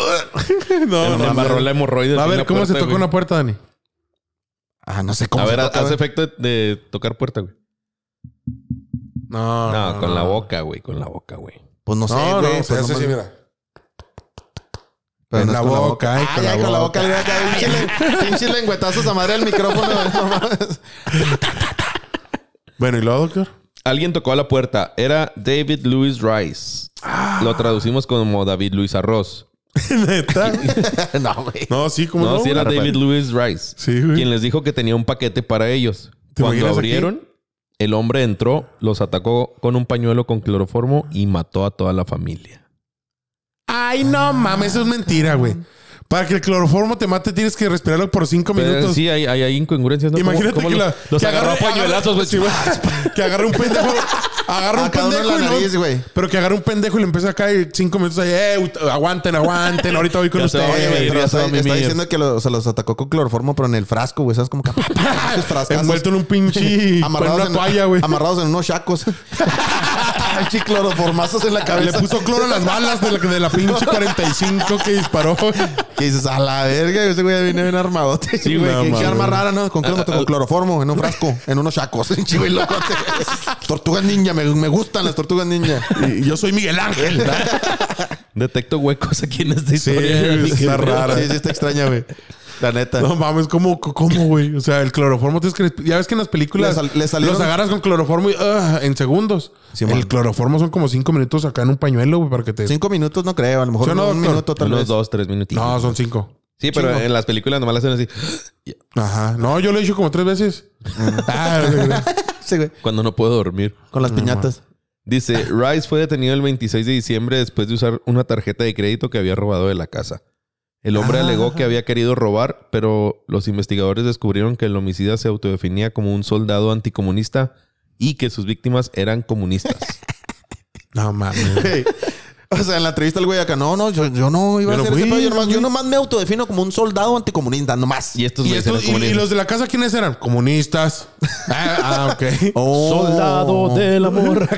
[SPEAKER 1] No,
[SPEAKER 3] Me
[SPEAKER 1] no.
[SPEAKER 3] embarró la hemorroide.
[SPEAKER 1] A
[SPEAKER 3] en
[SPEAKER 1] ver,
[SPEAKER 3] la
[SPEAKER 1] ¿cómo se
[SPEAKER 3] puerta,
[SPEAKER 1] tocó
[SPEAKER 3] güey.
[SPEAKER 1] una puerta, Dani?
[SPEAKER 2] Ah, no sé cómo.
[SPEAKER 3] A ver,
[SPEAKER 2] se
[SPEAKER 3] haz
[SPEAKER 2] toca,
[SPEAKER 3] haz
[SPEAKER 2] güey.
[SPEAKER 3] efecto de- de tocar puerta, güey.
[SPEAKER 1] No.
[SPEAKER 3] No, con la boca, güey. Con la boca, güey.
[SPEAKER 2] Pues no sé, güey.
[SPEAKER 1] No, no,
[SPEAKER 2] pues
[SPEAKER 1] se hace
[SPEAKER 2] nomás-
[SPEAKER 1] así, mira.
[SPEAKER 2] Pero
[SPEAKER 1] en
[SPEAKER 2] no
[SPEAKER 1] la
[SPEAKER 2] es con
[SPEAKER 1] boca, ay,
[SPEAKER 2] Ay, ay, con la boca. le voy a caer pinche le- Pinches lengüetazos a madre al micrófono. güey, no mames.
[SPEAKER 1] Bueno, ¿y luego, doctor?
[SPEAKER 3] Alguien tocó a la puerta. Era David Louis Rice.
[SPEAKER 1] Ah.
[SPEAKER 3] Lo traducimos como David Luis Arroz.
[SPEAKER 1] ¿Neta?
[SPEAKER 2] (laughs) No, güey.
[SPEAKER 1] No, sí, como
[SPEAKER 3] No,
[SPEAKER 1] no.
[SPEAKER 3] si era
[SPEAKER 1] güey?
[SPEAKER 3] David Louis Rice.
[SPEAKER 1] Sí, güey.
[SPEAKER 3] Quien les dijo que tenía un paquete para ellos.
[SPEAKER 1] ¿Te
[SPEAKER 3] Cuando
[SPEAKER 1] imaginas aquí?
[SPEAKER 3] abrieron, el hombre entró, los atacó con un pañuelo con cloroformo y mató a toda la familia.
[SPEAKER 1] Ay, no mames, eso es mentira, güey. Para que el cloroformo te mate, tienes que respirarlo por cinco
[SPEAKER 3] Pero
[SPEAKER 1] minutos.
[SPEAKER 3] sí, hay, hay, hay incongruencias. ¿no? ¿Cómo-
[SPEAKER 1] Imagínate
[SPEAKER 3] cómo
[SPEAKER 1] que
[SPEAKER 3] los,
[SPEAKER 1] la-
[SPEAKER 3] los
[SPEAKER 1] que
[SPEAKER 3] agarró a
[SPEAKER 1] agarre-
[SPEAKER 3] pañuelazos, güey.
[SPEAKER 1] Sí,
[SPEAKER 3] (laughs)
[SPEAKER 1] güey. que agarre un pendejo. Agarra un
[SPEAKER 2] A cada uno en
[SPEAKER 1] pendejo
[SPEAKER 2] Ah, la
[SPEAKER 1] y luego-
[SPEAKER 2] nariz, güey.
[SPEAKER 1] Pero que agarre un pendejo y le empieza a caer cinco minutos ahí. Eh, ut- aguanten, aguanten. Ahorita voy con
[SPEAKER 3] Ya se
[SPEAKER 1] ustedes.
[SPEAKER 3] va,
[SPEAKER 2] Oye, güey,
[SPEAKER 3] Diría
[SPEAKER 2] pero está,
[SPEAKER 3] Tommy
[SPEAKER 2] está
[SPEAKER 3] Miller.
[SPEAKER 2] diciendo que lo- se los atacó con cloroformo, pero en el frasco, güey. ¿Sabes? Como que... (laughs) Esos frascazos.
[SPEAKER 1] Envuelto en un
[SPEAKER 2] (laughs)
[SPEAKER 1] pinche.
[SPEAKER 2] Amarrados
[SPEAKER 1] en
[SPEAKER 2] en,
[SPEAKER 1] una toalla, güey.
[SPEAKER 2] amarrados en unos chacos. (laughs) Pinche cloroformazos en la
[SPEAKER 1] Le
[SPEAKER 2] cabeza.
[SPEAKER 1] puso cloro a las balas de la, de la pinche 45 que disparó.
[SPEAKER 2] Que dices, a la verga, ese güey viene bien (laughs) armadote. Sí,
[SPEAKER 1] güey,
[SPEAKER 2] güey.
[SPEAKER 1] no
[SPEAKER 2] qué- qué
[SPEAKER 1] mames.
[SPEAKER 2] arma rara, ¿no? Con, cloro- con
[SPEAKER 1] (laughs)
[SPEAKER 2] cloroformo, en un frasco, en unos chacos. (laughs) Pinche güey locote. Tortugas ninja, me, me gustan las tortugas ninja.
[SPEAKER 1] Y yo soy Miguel
[SPEAKER 2] (laughs)
[SPEAKER 1] Ángel.
[SPEAKER 3] Detecto huecos aquí en
[SPEAKER 1] (laughs)
[SPEAKER 3] esta
[SPEAKER 1] Sí,
[SPEAKER 3] historia. (laughs)
[SPEAKER 1] está rara.
[SPEAKER 2] Sí, sí, está extraña, güey. La neta.
[SPEAKER 1] No mames, ¿cómo, cómo, güey? O sea, el cloroformo tienes que. resp- Ya ves que en las películas
[SPEAKER 2] Le sal- le salieron-
[SPEAKER 1] los agarras con cloroformo y ah, en segundos.
[SPEAKER 2] Sí, man.
[SPEAKER 1] el cloroformo son como cinco minutos acá en un pañuelo, güey, para que te.
[SPEAKER 2] Cinco minutos, no creo. A lo mejor
[SPEAKER 1] Yo no,
[SPEAKER 2] un
[SPEAKER 1] doctor.
[SPEAKER 2] minuto, tal
[SPEAKER 3] Unos
[SPEAKER 2] vez.
[SPEAKER 3] dos, tres minutitos.
[SPEAKER 1] No, son cinco.
[SPEAKER 3] sí, pero en las películas nomás las hacen así.
[SPEAKER 1] Ajá. No, yo lo he hecho como tres veces.
[SPEAKER 3] (laughs)
[SPEAKER 1] Ah,
[SPEAKER 2] Sí, güey.
[SPEAKER 3] Cuando no puedo dormir.
[SPEAKER 2] Con las piñatas.
[SPEAKER 3] Dice, Rice fue detenido el 26 de diciembre después de usar una tarjeta de crédito que había robado de la casa. El hombre alegó que había querido robar, pero los investigadores descubrieron que el homicida se autodefinía como un soldado anticomunista y que sus víctimas eran comunistas.
[SPEAKER 1] no mames.
[SPEAKER 2] Güey. O sea, en la entrevista el güey acá, no, no, yo, yo no
[SPEAKER 1] Yo
[SPEAKER 2] iba a
[SPEAKER 1] no
[SPEAKER 2] hacer
[SPEAKER 1] fui,
[SPEAKER 2] ese pedo. Yo
[SPEAKER 1] yo no
[SPEAKER 2] nomás, yo
[SPEAKER 1] fui.
[SPEAKER 2] nomás me autodefino como un soldado anticomunista, nomás.
[SPEAKER 3] y estos
[SPEAKER 1] ¿Y,
[SPEAKER 3] güeyes eran
[SPEAKER 1] estos, y, y
[SPEAKER 3] comunistas.
[SPEAKER 1] los de la casa quiénes eran? Comunistas. Ah, ah,
[SPEAKER 3] (laughs)
[SPEAKER 1] ok.
[SPEAKER 2] Oh.
[SPEAKER 3] (laughs) Soldado del amor.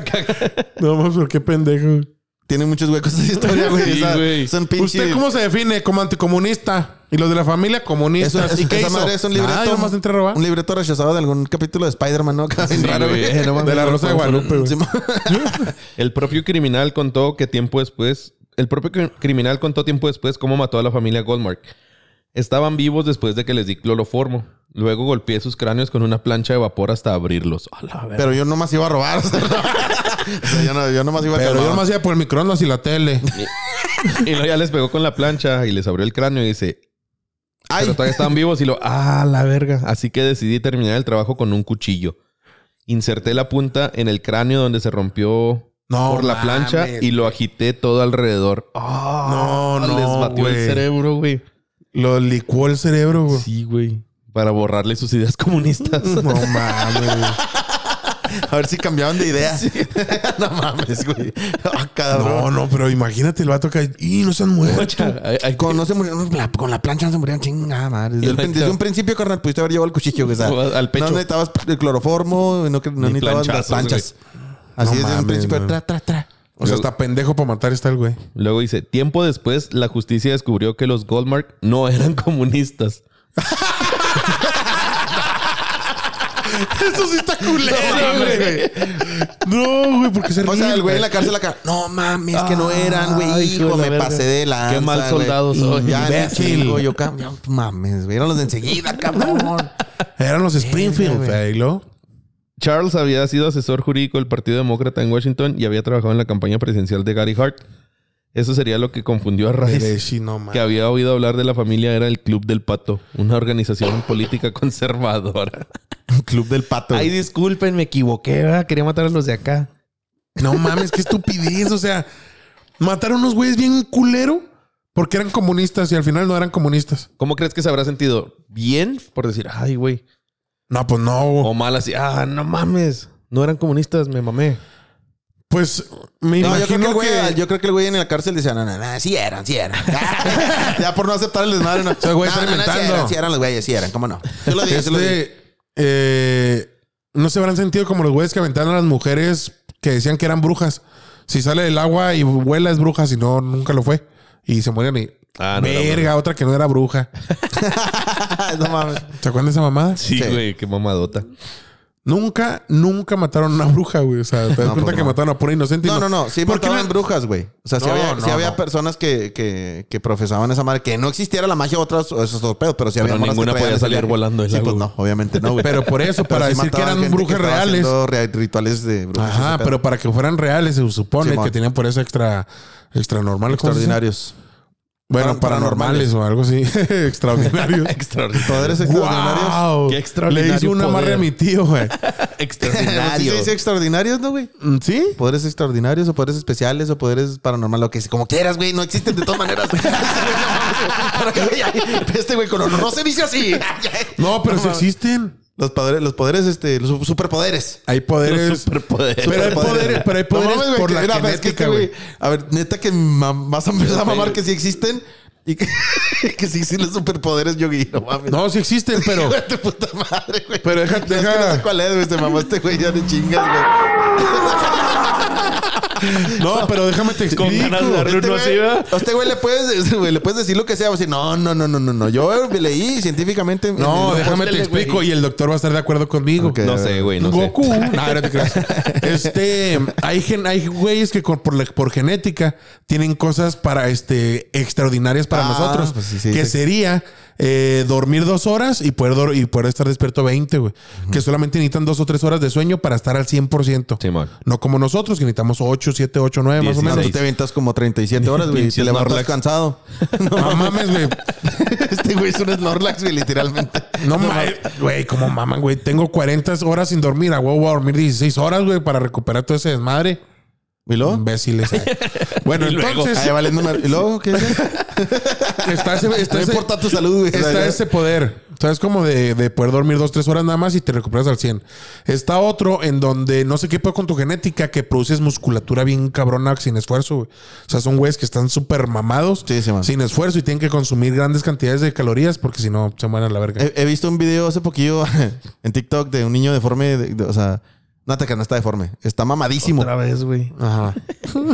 [SPEAKER 1] No mames, pero qué pendejo.
[SPEAKER 2] Tiene muchos huecos esa historia, güey.
[SPEAKER 3] Sí,
[SPEAKER 2] Esa-
[SPEAKER 3] güey.
[SPEAKER 2] Son pinches.
[SPEAKER 1] ¿Usted cómo se define? Como anticomunista. Y los de la familia
[SPEAKER 2] Eso,
[SPEAKER 1] comunistas.
[SPEAKER 2] es
[SPEAKER 1] ¿Y qué
[SPEAKER 2] esa
[SPEAKER 1] hizo?
[SPEAKER 2] madre es un libreto.
[SPEAKER 1] Nada, yo nomás entré a robar.
[SPEAKER 2] Un libreto rechazado de algún capítulo de Spider-Man, ¿no? (laughs) Acá, bien raro, güey.
[SPEAKER 3] güey. Eh, No mames.
[SPEAKER 1] De la Rosa de Guadalupe, güey.
[SPEAKER 2] Sí, ma-
[SPEAKER 3] (laughs) El propio criminal contó que tiempo después, el propio cri- criminal contó tiempo después cómo mató a la familia Goldmark. Estaban vivos después de que les di cloroformo. Luego golpeé sus cráneos con una plancha de vapor hasta abrirlos. A la verga.
[SPEAKER 2] Pero yo nomás iba a robar. O sea, no. O sea, yo, no, yo nomás iba a
[SPEAKER 1] Pero
[SPEAKER 2] calmar.
[SPEAKER 1] yo nomás iba por el microondas y la
[SPEAKER 3] (laughs)
[SPEAKER 1] tele.
[SPEAKER 3] Y luego ya les pegó con la plancha y les abrió el cráneo y dice,
[SPEAKER 2] Ay,
[SPEAKER 3] pero todavía estaban vivos y lo, ah, la verga. Así que decidí terminar el trabajo con un cuchillo. Inserté la punta en el cráneo donde se rompió
[SPEAKER 1] No
[SPEAKER 3] por la plancha
[SPEAKER 1] mames,
[SPEAKER 3] y lo agité todo alrededor. Ah,
[SPEAKER 1] No, no.
[SPEAKER 3] les batió el
[SPEAKER 1] güey.
[SPEAKER 3] cerebro, güey.
[SPEAKER 1] Lo licuó el cerebro, güey.
[SPEAKER 3] Sí, güey. Para borrarle sus ideas (laughs) comunistas.
[SPEAKER 1] No mames, güey.
[SPEAKER 2] a ver si cambiaban de idea. (laughs) no mames, güey. Ah,
[SPEAKER 1] No,
[SPEAKER 2] cabrón.
[SPEAKER 1] no, pero imagínate el vato que. ¡Y no se han muerto!
[SPEAKER 3] Ay, ay,
[SPEAKER 2] Con, no se murieron, la- con la plancha no se murieron, chingada madre. Desde, el prin- desde un principio, carnal, pudiste haber llevado el cuchillo, güey. o sea,
[SPEAKER 3] O al pecho.
[SPEAKER 2] No necesitabas el cloroformo, no, que- no
[SPEAKER 3] Ni
[SPEAKER 2] necesitabas las
[SPEAKER 3] planchazos,
[SPEAKER 2] planchas. Así
[SPEAKER 1] No
[SPEAKER 2] es, desde un
[SPEAKER 1] mames,
[SPEAKER 2] principio,
[SPEAKER 1] no.
[SPEAKER 2] tra, tra, tra.
[SPEAKER 1] O sea, está pendejo para matar está el güey.
[SPEAKER 3] Luego dice, tiempo después, la justicia descubrió que los Goldmark no eran (laughs) comunistas.
[SPEAKER 1] Eso sí
[SPEAKER 2] (laughs)
[SPEAKER 1] está culero,
[SPEAKER 3] güey.
[SPEAKER 1] No, güey, porque se
[SPEAKER 2] O sea,
[SPEAKER 1] ríen,
[SPEAKER 2] el güey en la cárcel acá. No mames, que no eran,
[SPEAKER 3] Ay,
[SPEAKER 2] güey.
[SPEAKER 3] hijo de
[SPEAKER 2] Hijo,
[SPEAKER 3] la
[SPEAKER 2] me
[SPEAKER 3] verga.
[SPEAKER 2] pasé de la.
[SPEAKER 3] Qué mal soldado soy.
[SPEAKER 2] Ya, no
[SPEAKER 1] Imbécil.
[SPEAKER 2] chingo, yo, cab- ya, pues, mames, güey. Eran los de enseguida, cabrón.
[SPEAKER 1] Eran los Springfield,
[SPEAKER 2] güey.
[SPEAKER 1] güey. ¿y luego?
[SPEAKER 3] Charles había sido asesor jurídico del Partido Demócrata en Washington y había trabajado en la campaña presidencial de Gary Hart. Eso sería lo que confundió a Rice,
[SPEAKER 1] Bereshi, no mames.
[SPEAKER 3] que había oído hablar de la familia era el Club del Pato, una organización política (laughs) conservadora.
[SPEAKER 2] Club del Pato.
[SPEAKER 3] Ay, disculpen, me equivoqué, ¿verdad? quería matar a los de acá.
[SPEAKER 1] No mames, qué estupidez. O sea, mataron unos güeyes bien culero porque eran comunistas y al final no eran comunistas.
[SPEAKER 3] ¿Cómo crees que se habrá sentido? ¿Bien? Por decir, ay, güey.
[SPEAKER 1] No, pues no.
[SPEAKER 2] Oh.
[SPEAKER 3] O mal así, ah, no mames. No eran comunistas, me mamé.
[SPEAKER 1] Pues me
[SPEAKER 2] No, yo creo, que
[SPEAKER 1] imagino
[SPEAKER 2] el
[SPEAKER 1] que.
[SPEAKER 2] güey, yo creo que el güey en la cárcel decía, no, no, no, sí eran, sí eran. (laughs) ya por no aceptar el desmadre, no.
[SPEAKER 1] güey está
[SPEAKER 2] no, no, no, sí
[SPEAKER 1] inventando.
[SPEAKER 2] eran, sí eran los güeyes, sí eran, cómo no. Yo lo dije, yo lo dije.
[SPEAKER 1] Este, eh, no se habrán sentido como los güeyes que aventaron a las mujeres que decían que eran brujas. Si sale del agua y vuela es bruja, si no, nunca lo fue. Y se mueren y.
[SPEAKER 3] Ah, no era
[SPEAKER 1] Verga, otra que no era bruja.
[SPEAKER 2] no mames.
[SPEAKER 1] ¿Se acuerdan de esa mamada?
[SPEAKER 3] Sí,
[SPEAKER 2] Sí.
[SPEAKER 3] güey, qué mamadota.
[SPEAKER 1] Nunca, nunca mataron a una bruja, güey. O sea, te das
[SPEAKER 2] No,
[SPEAKER 1] cuenta
[SPEAKER 2] pues
[SPEAKER 1] que
[SPEAKER 2] no.
[SPEAKER 1] mataron a pura inocente. y
[SPEAKER 2] (laughs) No, no, no. Sí
[SPEAKER 1] ¿Por qué
[SPEAKER 2] mataban
[SPEAKER 1] no-
[SPEAKER 2] brujas, güey. O sea, sí
[SPEAKER 1] No,
[SPEAKER 2] había,
[SPEAKER 1] no,
[SPEAKER 2] sí había
[SPEAKER 1] no.
[SPEAKER 2] personas que, que, que profesaban esa madre. Que no existiera la magia, otras, eso es otro pedo, pero sí había
[SPEAKER 3] Pero
[SPEAKER 2] morras que
[SPEAKER 3] ninguna
[SPEAKER 2] traían
[SPEAKER 3] podía
[SPEAKER 2] ese
[SPEAKER 3] salir
[SPEAKER 2] viaje.
[SPEAKER 3] volando del
[SPEAKER 2] Sí, pues
[SPEAKER 3] agua.
[SPEAKER 2] no, obviamente no, güey.
[SPEAKER 1] Pero por eso, para
[SPEAKER 2] sí
[SPEAKER 1] decir que
[SPEAKER 2] mataban
[SPEAKER 1] eran
[SPEAKER 2] gente que
[SPEAKER 1] brujas
[SPEAKER 2] estaba
[SPEAKER 1] reales.
[SPEAKER 2] haciendo rea- rituales de brujas. y ese
[SPEAKER 1] Ajá,
[SPEAKER 2] pedo.
[SPEAKER 1] pero para que fueran reales se supone
[SPEAKER 2] Simón.
[SPEAKER 1] que tenían por eso extra, extra normal. ¿cómo se dice?
[SPEAKER 2] Extraordinarios.
[SPEAKER 1] Bueno,
[SPEAKER 2] Paran-
[SPEAKER 1] paranormales
[SPEAKER 2] paranormales.
[SPEAKER 1] o algo así. (laughs) Extraordinarios.
[SPEAKER 3] (laughs) (laughs) Extraordinario.
[SPEAKER 2] Poderes extraordinarios.
[SPEAKER 1] ¡Guau!
[SPEAKER 3] Qué extraordinario
[SPEAKER 1] Le hice un amarre
[SPEAKER 3] poder.
[SPEAKER 1] a mi tío, güey.
[SPEAKER 2] (laughs) ¿Sí se
[SPEAKER 3] Extraordinario.
[SPEAKER 2] dice extraordinarios, no, güey?
[SPEAKER 1] Mm, ¿Sí?
[SPEAKER 2] Poderes extraordinarios o poderes especiales o poderes paranormal, lo que sea, como quieras, güey. No existen de todas (laughs) maneras. Para que- ya, este güey con honor no se dice así.
[SPEAKER 1] No, pero sí
[SPEAKER 2] mames.
[SPEAKER 1] existen.
[SPEAKER 2] (laughs) Los poderes, los poderes, este, los su- superpoderes.
[SPEAKER 1] Hay
[SPEAKER 3] Los
[SPEAKER 1] poderes.
[SPEAKER 3] superpoderes.
[SPEAKER 1] Pero hay poderes, pero hay poderes
[SPEAKER 2] No mames, güey,
[SPEAKER 1] por
[SPEAKER 2] que-
[SPEAKER 1] la
[SPEAKER 2] mira, es que este
[SPEAKER 1] genética, güey.
[SPEAKER 2] A ver, neta que mam- vas a empezar a mamar que sí existen y que, (laughs) que sí existen los superpoderes, Yogi. No mames.
[SPEAKER 1] No, sí existen,
[SPEAKER 2] (laughs)
[SPEAKER 1] pero.
[SPEAKER 2] Hijo de tu puta madre, güey.
[SPEAKER 1] Pero deja-
[SPEAKER 2] Es que
[SPEAKER 1] deja-
[SPEAKER 2] no sé cuál es, güey. Se mamó este güey ya de chingas, güey.
[SPEAKER 1] No, pero déjame te
[SPEAKER 3] Con ganas de
[SPEAKER 1] explico.
[SPEAKER 3] darle
[SPEAKER 2] Este
[SPEAKER 3] uno así,
[SPEAKER 2] güey,
[SPEAKER 3] ¿verdad?
[SPEAKER 2] a este güey le puedes, (laughs) güey, le puedes decir lo que sea. O sea, no, no, no, no, no, no. Yo leí científicamente. en
[SPEAKER 1] No,
[SPEAKER 2] el-
[SPEAKER 1] déjame te
[SPEAKER 3] póstele,
[SPEAKER 1] explico
[SPEAKER 3] güey.
[SPEAKER 1] y el doctor va a estar de acuerdo conmigo.
[SPEAKER 2] Ok.
[SPEAKER 3] No sé, güey, no sé.
[SPEAKER 1] Goku. (laughs) No, no te creas. Este, hay, gen- hay güeyes que con- por, la- por genética tienen cosas para este extraordinarias para
[SPEAKER 2] Ah,
[SPEAKER 1] nosotros.
[SPEAKER 2] pues sí, sí,
[SPEAKER 1] que
[SPEAKER 2] sí.
[SPEAKER 1] sería eh, dormir dos horas y poder, dor- y poder estar despierto 20, güey. Que solamente necesitan dos o tres horas de sueño para estar al 100%.
[SPEAKER 3] Simón.
[SPEAKER 1] No como nosotros, que necesitamos 8, 7, 8, 9 más o
[SPEAKER 2] No,
[SPEAKER 1] menos.
[SPEAKER 2] tú te aventas como 37 horas, güey. y Te
[SPEAKER 3] Pinches
[SPEAKER 2] levantas
[SPEAKER 3] Snorlax.
[SPEAKER 2] cansado.
[SPEAKER 1] No mames, güey.
[SPEAKER 2] (laughs) Este güey es un Snorlax, güey, literalmente.
[SPEAKER 1] No mames, güey, como maman, güey. Tengo 40 horas sin dormir. A huevo voy a dormir 16 horas, güey, para recuperar todo ese desmadre.
[SPEAKER 2] ¿Y luego?
[SPEAKER 1] Imbéciles. bueno,
[SPEAKER 2] (laughs)
[SPEAKER 3] Y luego,
[SPEAKER 1] entonces
[SPEAKER 2] Ahí valiendo una- ¿Y luego (laughs) qué es?
[SPEAKER 1] está ese, está
[SPEAKER 2] No
[SPEAKER 1] ese-
[SPEAKER 2] importa tu salud, güey. O
[SPEAKER 1] está
[SPEAKER 2] sea,
[SPEAKER 1] ese poder. ¿Sabes? Como de, de poder dormir dos, tres horas nada más y te recuperas al 100. Está otro en donde no sé qué pasa con tu genética que produces musculatura bien cabrona sin esfuerzo, güey. O sea, son güeyes que están súper mamados
[SPEAKER 2] Sí, sí, man.
[SPEAKER 1] sin esfuerzo y tienen que consumir grandes cantidades de calorías porque si no se mueren a la verga.
[SPEAKER 2] He, he visto un video hace poquillo (laughs) en TikTok de un niño deforme. de- de- o sea, no te creas, no está deforme. Está mamadísimo.
[SPEAKER 3] Otra vez, güey.
[SPEAKER 1] Ajá.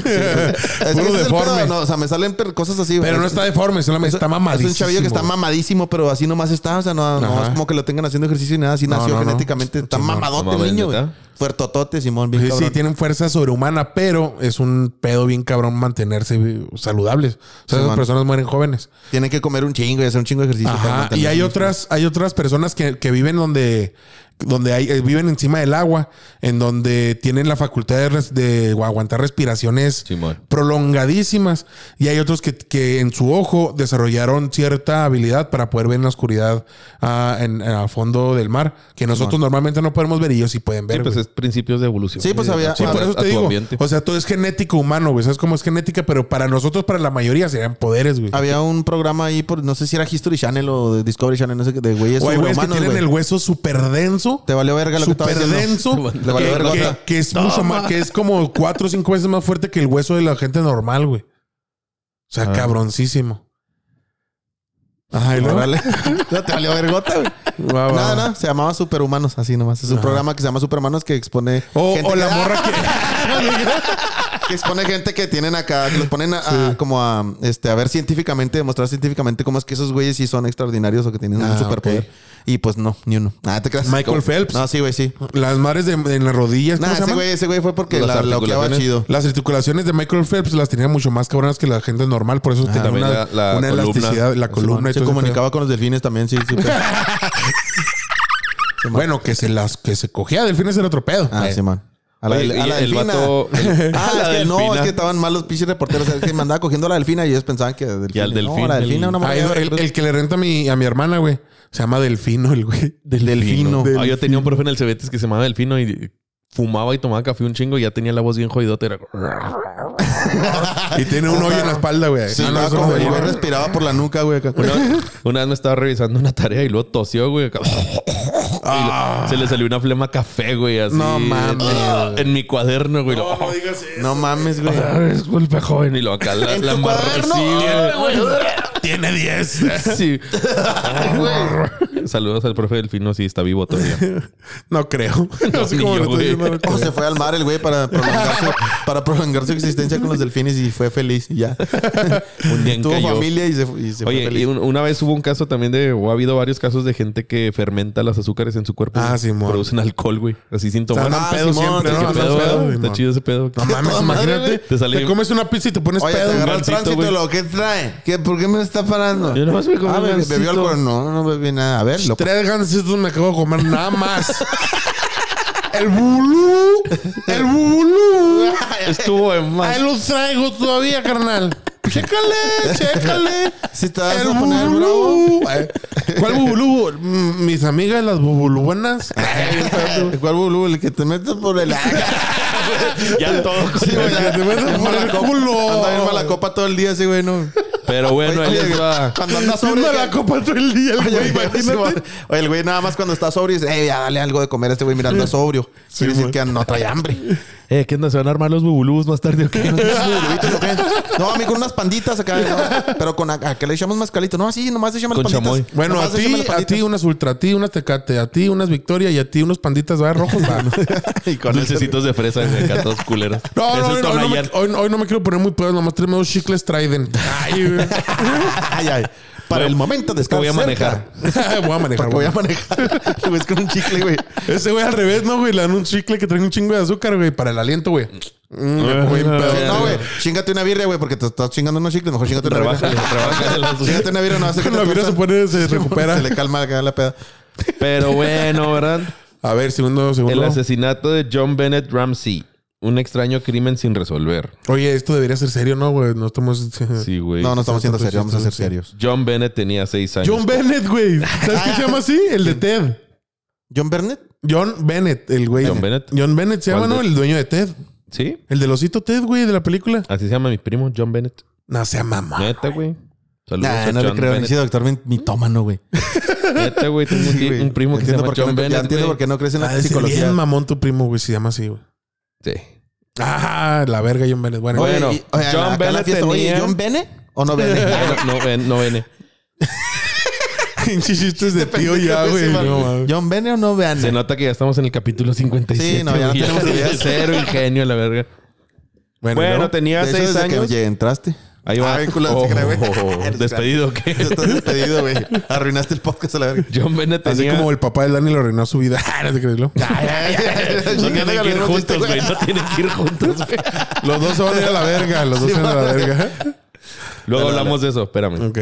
[SPEAKER 2] Es
[SPEAKER 1] Puro
[SPEAKER 2] que ese es el
[SPEAKER 1] deforme.
[SPEAKER 2] pedo, no, o sea, me salen per- cosas así.
[SPEAKER 1] Pero
[SPEAKER 2] güey.
[SPEAKER 1] no está deforme, solamente está
[SPEAKER 2] Es
[SPEAKER 1] mamadísimo.
[SPEAKER 2] un chavillo que está
[SPEAKER 1] güey.
[SPEAKER 2] mamadísimo, pero así nomás está. O sea, no, no
[SPEAKER 1] Ajá.
[SPEAKER 2] es como que lo tengan haciendo ejercicio y nada. Así
[SPEAKER 1] No,
[SPEAKER 2] nació
[SPEAKER 1] no, no.
[SPEAKER 2] genéticamente. Está
[SPEAKER 1] Sí, no,
[SPEAKER 2] mamadote
[SPEAKER 3] no mames,
[SPEAKER 2] el niño, güey.
[SPEAKER 3] ¿neta?
[SPEAKER 2] Fuertotote, Simón. Bien
[SPEAKER 1] Sí, sí,
[SPEAKER 2] cabrón.
[SPEAKER 1] tienen fuerza sobrehumana, pero es un pedo bien cabrón mantenerse eh, saludables. O sea, esas
[SPEAKER 2] man.
[SPEAKER 1] personas mueren jóvenes.
[SPEAKER 2] Tienen que comer un chingo y hacer un chingo de ejercicio. para
[SPEAKER 1] Ajá. Y
[SPEAKER 2] mantenerse
[SPEAKER 1] hay
[SPEAKER 2] en-
[SPEAKER 1] otras, hay otras personas que, que viven donde, donde hay, eh, viven encima del agua, en donde tienen la facultad de, res- de aguantar respiraciones
[SPEAKER 3] Simón.
[SPEAKER 1] prolongadísimas. Y hay otros que, que en su ojo desarrollaron cierta habilidad para poder ver en la oscuridad ah, en, a fondo del mar, que nosotros normalmente no podemos ver y ellos sí pueden ver.
[SPEAKER 3] Sí, pues
[SPEAKER 1] güey.
[SPEAKER 3] es principios de evolución.
[SPEAKER 2] Sí, pues había-
[SPEAKER 1] Sí, por
[SPEAKER 2] a-
[SPEAKER 1] eso
[SPEAKER 3] a
[SPEAKER 1] te
[SPEAKER 3] tu
[SPEAKER 1] digo.
[SPEAKER 3] ambiente.
[SPEAKER 1] O sea, todo es genético humano, güey. ¿Sabes cómo es genética? Pero para nosotros, para la mayoría, serían poderes,
[SPEAKER 3] Ah,
[SPEAKER 1] güey.
[SPEAKER 2] Había un programa ahí, por, no sé si era History Channel o de Discovery Channel, no sé qué, de güeyes
[SPEAKER 1] O hay güeyes que
[SPEAKER 2] superhumanos,
[SPEAKER 1] tienen
[SPEAKER 2] güey.
[SPEAKER 1] el hueso súper denso.
[SPEAKER 2] Te valió verga lo que estaba
[SPEAKER 1] Súper
[SPEAKER 2] diciendo.
[SPEAKER 1] denso.
[SPEAKER 2] (laughs) Le valió
[SPEAKER 1] que,
[SPEAKER 2] verga.
[SPEAKER 1] que-
[SPEAKER 2] otra.
[SPEAKER 1] que es mucho más, que es como cuatro o cinco veces más fuerte que el hueso de la gente normal, güey. O sea,
[SPEAKER 2] Ah.
[SPEAKER 1] cabroncísimo. Ajá, y luego.
[SPEAKER 2] (laughs) Órale. No, te valió vergota, güey.
[SPEAKER 1] Va, va,
[SPEAKER 2] Nada,
[SPEAKER 1] va.
[SPEAKER 2] nada. Se llamaba Superhumanos, así nomás. Es un programa que se llama Superhumanos que expone.
[SPEAKER 1] O,
[SPEAKER 2] gente
[SPEAKER 1] o la
[SPEAKER 2] que-
[SPEAKER 1] morra
[SPEAKER 2] (laughs)
[SPEAKER 1] que.
[SPEAKER 2] que expone gente que tienen acá, que los ponen a, a- como a, este, a ver científicamente, demostrar científicamente cómo es que esos güeyes sí son extraordinarios o que tienen
[SPEAKER 1] Ah,
[SPEAKER 2] un superpoder. Y pues no, ni uno. Ah, te creas.
[SPEAKER 1] Michael
[SPEAKER 2] Como-
[SPEAKER 1] Phelps.
[SPEAKER 2] No, sí, güey, sí.
[SPEAKER 1] Las madres de, en las rodillas. ¿cómo
[SPEAKER 2] Nah,
[SPEAKER 1] se
[SPEAKER 2] ese
[SPEAKER 1] llaman?
[SPEAKER 2] güey, ese güey fue porque
[SPEAKER 3] Las
[SPEAKER 2] la, la oqueaba
[SPEAKER 3] articulaciones.
[SPEAKER 2] chido.
[SPEAKER 1] Las articulaciones de Michael Phelps las tenía mucho más cabronas que la gente normal, por eso tenía
[SPEAKER 3] también
[SPEAKER 1] una,
[SPEAKER 3] la- la
[SPEAKER 1] una
[SPEAKER 3] columna.
[SPEAKER 1] elasticidad, la columna y
[SPEAKER 2] se
[SPEAKER 1] todo ese
[SPEAKER 2] comunicaba con los delfines (laughs) también, sí. sí pues.
[SPEAKER 1] pedo. Bueno, que se las que se cogía delfines era otro pedo.
[SPEAKER 2] Ah,
[SPEAKER 1] Eh.
[SPEAKER 2] sí, man. A la,
[SPEAKER 3] Oye,
[SPEAKER 2] del- a
[SPEAKER 3] y
[SPEAKER 2] la
[SPEAKER 3] el
[SPEAKER 2] delfina.
[SPEAKER 3] vato-
[SPEAKER 2] (laughs) ah,
[SPEAKER 3] la
[SPEAKER 2] es que no,
[SPEAKER 3] delfina.
[SPEAKER 2] es que estaban malos pinches reporteros. Es que me andaba cogiendo a la delfina y ellos pensaban que delfina.
[SPEAKER 3] Y al delfín,
[SPEAKER 2] No, la delfina
[SPEAKER 3] el-
[SPEAKER 2] una
[SPEAKER 1] Ah,
[SPEAKER 2] morra
[SPEAKER 1] el,
[SPEAKER 2] de
[SPEAKER 1] el- el que le renta a mi, a mi hermana, güey. Se llama Delfino, el güey.
[SPEAKER 2] Delfino.
[SPEAKER 3] Ah, yo tenía un profe en el Cebetis que se llamaba Delfino y fumaba y tomaba café un chingo y ya tenía la voz bien jodidota. Era...
[SPEAKER 1] Y tiene un hoyo en la espalda, güey.
[SPEAKER 2] Sí,
[SPEAKER 1] Ah, no,
[SPEAKER 2] estaba
[SPEAKER 1] eso no
[SPEAKER 2] como
[SPEAKER 1] es
[SPEAKER 2] el güey
[SPEAKER 1] bueno.
[SPEAKER 2] respiraba por la nuca, güey. acá.
[SPEAKER 3] Una, una vez me estaba revisando una tarea y luego tosió, güey. acá. (laughs) Y le- se le salió una flema café, güey, así.
[SPEAKER 2] Ah. No mames. Oh,
[SPEAKER 3] En, en mi cuaderno, güey. lo-
[SPEAKER 1] digas eso.
[SPEAKER 2] (laughs) No
[SPEAKER 1] (laughs)
[SPEAKER 2] mames, güey.
[SPEAKER 3] Ah, Disculpe, joven. Y lo acá la,
[SPEAKER 2] ¿En
[SPEAKER 3] la
[SPEAKER 2] tu
[SPEAKER 3] amarré,
[SPEAKER 2] cuaderno?
[SPEAKER 1] Tiene 10.
[SPEAKER 2] (laughs)
[SPEAKER 3] Sí, güey. Sí. Saludos al profe Delfino, sí, está vivo todavía.
[SPEAKER 1] No
[SPEAKER 2] (laughs)
[SPEAKER 1] creo. Así
[SPEAKER 3] ni
[SPEAKER 1] como lo
[SPEAKER 3] yo,
[SPEAKER 1] estoy
[SPEAKER 3] güey.
[SPEAKER 1] diciendo, no creo.
[SPEAKER 2] O se fue al mar el güey para prolongar, su, para prolongar su existencia con los delfines y fue feliz y ya.
[SPEAKER 3] Un día en
[SPEAKER 2] Tuvo
[SPEAKER 3] que yo-
[SPEAKER 2] familia y se, fu- y se fue
[SPEAKER 3] Oye,
[SPEAKER 2] feliz.
[SPEAKER 3] y un- una vez hubo un caso también de, o ha habido varios casos de gente que fermenta las azúcares en su cuerpo.
[SPEAKER 1] Ah,
[SPEAKER 3] güey.
[SPEAKER 1] Simón.
[SPEAKER 3] Producen alcohol, güey. Así sin tomar.
[SPEAKER 1] Andan
[SPEAKER 2] Ah,
[SPEAKER 1] pedos
[SPEAKER 2] Simón,
[SPEAKER 1] siempre,
[SPEAKER 2] sí,
[SPEAKER 1] ¿no?
[SPEAKER 3] ¿Qué
[SPEAKER 1] Andan
[SPEAKER 3] pedo,
[SPEAKER 1] pedos,
[SPEAKER 3] güey?
[SPEAKER 1] Simón.
[SPEAKER 3] Está chido ese pedo.
[SPEAKER 1] No mames,
[SPEAKER 2] Toda madre,
[SPEAKER 1] imagínate.
[SPEAKER 2] güey.
[SPEAKER 1] Te,
[SPEAKER 3] Te sale-
[SPEAKER 1] comes una pizza y te pones
[SPEAKER 2] Oye, te
[SPEAKER 1] pedo.
[SPEAKER 2] agarra el
[SPEAKER 1] güey.
[SPEAKER 3] gancito,
[SPEAKER 2] tránsito,
[SPEAKER 3] güey.
[SPEAKER 2] lo que trae. ¿Qué, ¿Por qué me está parando?
[SPEAKER 3] Yo nomás me comí
[SPEAKER 2] Ah,
[SPEAKER 3] un
[SPEAKER 2] be- bebió
[SPEAKER 3] gansito.
[SPEAKER 2] alcohol. No, no bebí nada. A ver, lo
[SPEAKER 1] Tres gansitos "Pues me acabo de comer nada
[SPEAKER 2] (laughs)
[SPEAKER 1] más. el bulú. El bulú.
[SPEAKER 3] (laughs) Estuvo en más.
[SPEAKER 1] Ahí los traigo todavía, carnal. Chécale, chécale.
[SPEAKER 2] Si te vas
[SPEAKER 1] El
[SPEAKER 2] a poner
[SPEAKER 1] bubulú. Eh, ¿Cuál bubulú? Mm, Mis amigas, las bubulubuenas.
[SPEAKER 2] bravo. (laughs) ¿Cuál bulú? El que te metes por el. (laughs)
[SPEAKER 3] Ya todo.
[SPEAKER 2] Sí, güey, que te metes por el culo. Anda bien mala copa todo el día, sí, güey, no.
[SPEAKER 3] Pero bueno, ahí
[SPEAKER 2] Oye,
[SPEAKER 3] les va.
[SPEAKER 2] Cuando anda sobre.
[SPEAKER 1] Haciendo la copa todo el día, el
[SPEAKER 2] Oye,
[SPEAKER 1] güey,
[SPEAKER 2] güey, sí, güey.
[SPEAKER 1] imagínate.
[SPEAKER 2] Oye, el güey nada más cuando está sobrio dice, eh, ya dale algo de comer a este güey mirando sobrio. Quiere decir
[SPEAKER 1] güey.
[SPEAKER 2] que no trae hambre.
[SPEAKER 3] Eh, ¿qué onda? ¿Se van a armar los bubulús más tarde
[SPEAKER 1] (laughs)
[SPEAKER 3] o qué?
[SPEAKER 2] No, a mí con unas panditas acá. no, pero con acá que le echamos mezcalito. No, así nomás echamos
[SPEAKER 3] Con
[SPEAKER 2] panditas.
[SPEAKER 3] chamoy.
[SPEAKER 1] Bueno,
[SPEAKER 2] Nomás
[SPEAKER 1] a ti,
[SPEAKER 2] échame las
[SPEAKER 1] a ti
[SPEAKER 2] panditas.
[SPEAKER 1] unas ultra, a ti unas tecate, a ti unas victoria y a ti unos panditas ¿verdad? rojos. (laughs) ¿verdad?
[SPEAKER 2] Y con
[SPEAKER 3] Dulcecitos de fresa, güey. Acá todos culeros.
[SPEAKER 1] No,
[SPEAKER 3] Es
[SPEAKER 1] no,
[SPEAKER 3] el
[SPEAKER 1] hoy no, hoy no me,
[SPEAKER 3] Tonayán.
[SPEAKER 1] hoy, hoy no me quiero poner muy pedo, nomás tráeme dos chicles Trident. Ay,
[SPEAKER 2] (laughs)
[SPEAKER 1] güey. (laughs)
[SPEAKER 2] Ay, ay. Para el momento de estar
[SPEAKER 3] Voy a
[SPEAKER 2] cerca.
[SPEAKER 3] manejar.
[SPEAKER 1] voy a manejar.
[SPEAKER 2] Porque voy a manejar. Lo ves con un chicle, güey.
[SPEAKER 1] Ese güey al revés, ¿no, güey? Le dan un chicle que trae un chingo de azúcar, güey, para el aliento, güey. Mm, me pongo bien (laughs) pedo.
[SPEAKER 2] Sí, no, güey. Chingate una birria, güey, porque te estás chingando unos chicles. Mejor chingate una
[SPEAKER 1] (laughs)
[SPEAKER 3] Rebaja,
[SPEAKER 2] birria.
[SPEAKER 3] rebaja el
[SPEAKER 2] (laughs)
[SPEAKER 3] azúcar.
[SPEAKER 2] Chingate una birria, no hace que
[SPEAKER 1] Con la
[SPEAKER 2] te
[SPEAKER 1] vida se
[SPEAKER 2] tuerza.
[SPEAKER 1] pone, se recupera.
[SPEAKER 2] Se le calma acá la peda.
[SPEAKER 3] Pero bueno, ¿verdad?
[SPEAKER 1] A ver, segundo,
[SPEAKER 3] El
[SPEAKER 1] segundo.
[SPEAKER 3] asesinato de John Bennett Ramsey. Un extraño crimen sin resolver.
[SPEAKER 1] Oye, esto debería ser serio, ¿no, güey? No estamos.
[SPEAKER 3] Sí, güey.
[SPEAKER 2] No, no estamos siendo serios. Vamos a ser
[SPEAKER 1] Sí.
[SPEAKER 2] serios.
[SPEAKER 3] John Bennett tenía seis años.
[SPEAKER 1] John Bennett, güey. ¿Sabes qué se llama así? El de Ted.
[SPEAKER 2] ¿John Burnett?
[SPEAKER 1] John Bennett, el güey.
[SPEAKER 3] John Bennett.
[SPEAKER 1] John Bennett se llama,
[SPEAKER 3] ¿Cuál
[SPEAKER 1] ¿no? El dueño de Ted.
[SPEAKER 3] ¿Sí?
[SPEAKER 1] El del osito Ted, güey, de la película.
[SPEAKER 3] Así se llama mi primo, John Bennett.
[SPEAKER 1] No sea mamá.
[SPEAKER 3] Neta, güey. Saludos
[SPEAKER 2] Nah,
[SPEAKER 3] a
[SPEAKER 2] no le
[SPEAKER 3] John
[SPEAKER 2] creo. Ni
[SPEAKER 3] Bennett.
[SPEAKER 2] ese doctor ni, ni tómano, güey.
[SPEAKER 3] Neta, güey. Tengo un tío- un primo que se
[SPEAKER 2] Entiendo
[SPEAKER 3] llama
[SPEAKER 2] por qué
[SPEAKER 3] John
[SPEAKER 2] no- Ya
[SPEAKER 3] Bennett.
[SPEAKER 2] entiendo
[SPEAKER 3] güey.
[SPEAKER 2] por qué no crees en
[SPEAKER 1] Ah,
[SPEAKER 2] la
[SPEAKER 1] es bien
[SPEAKER 2] psicología.
[SPEAKER 1] mamón tu primo, güey, se llama así, güey.
[SPEAKER 3] Sí.
[SPEAKER 1] Ah, la verga, John Bennett. Bueno,
[SPEAKER 3] Oye,
[SPEAKER 1] güey.
[SPEAKER 3] Bueno,
[SPEAKER 2] y- oye,
[SPEAKER 3] John
[SPEAKER 2] acá en la
[SPEAKER 3] Bennett
[SPEAKER 2] fiesta, Oye,
[SPEAKER 3] tenía-
[SPEAKER 2] ¿John Bennett o no
[SPEAKER 3] (laughs)
[SPEAKER 2] Bennett?
[SPEAKER 3] No, no, ven- no viene.
[SPEAKER 1] pinches chistes de tío
[SPEAKER 2] pendejo
[SPEAKER 1] ya,
[SPEAKER 2] ese,
[SPEAKER 1] güey.
[SPEAKER 2] man.
[SPEAKER 1] No, mames.
[SPEAKER 2] ¿John Bennett o no
[SPEAKER 3] Se
[SPEAKER 2] Bennett?
[SPEAKER 3] nota que ya estamos en el capítulo 57.
[SPEAKER 2] Sí, no,
[SPEAKER 3] (laughs)
[SPEAKER 2] ya no
[SPEAKER 3] güey.
[SPEAKER 2] tenemos ideas.
[SPEAKER 3] Cero ingenio, la verga.
[SPEAKER 1] Bueno,
[SPEAKER 3] Bueno,
[SPEAKER 1] ¿no?
[SPEAKER 3] tenía
[SPEAKER 2] De hecho,
[SPEAKER 3] seis
[SPEAKER 2] desde que
[SPEAKER 3] años.
[SPEAKER 2] oye, entraste.
[SPEAKER 3] Ahí va.
[SPEAKER 2] Ah, vinculado,
[SPEAKER 3] Oh,
[SPEAKER 2] se cree, güey. (laughs)
[SPEAKER 3] despedido, ¿qué?
[SPEAKER 2] Estás despedido, güey. Arruinaste el podcast a la verga.
[SPEAKER 3] John Bennett
[SPEAKER 1] Así
[SPEAKER 2] (laughs)
[SPEAKER 3] tenía...
[SPEAKER 1] como el papá de Dani lo arruinó su vida. (laughs) Ah, no te crees, ¿no?
[SPEAKER 2] (laughs)
[SPEAKER 3] No tienen que ir juntos, güey. No tienen que ir juntos, güey.
[SPEAKER 1] Los dos se van a ir a la verga. Los dos se van a ir a la verga.
[SPEAKER 3] Luego hablamos de eso, espérame.
[SPEAKER 1] Ok.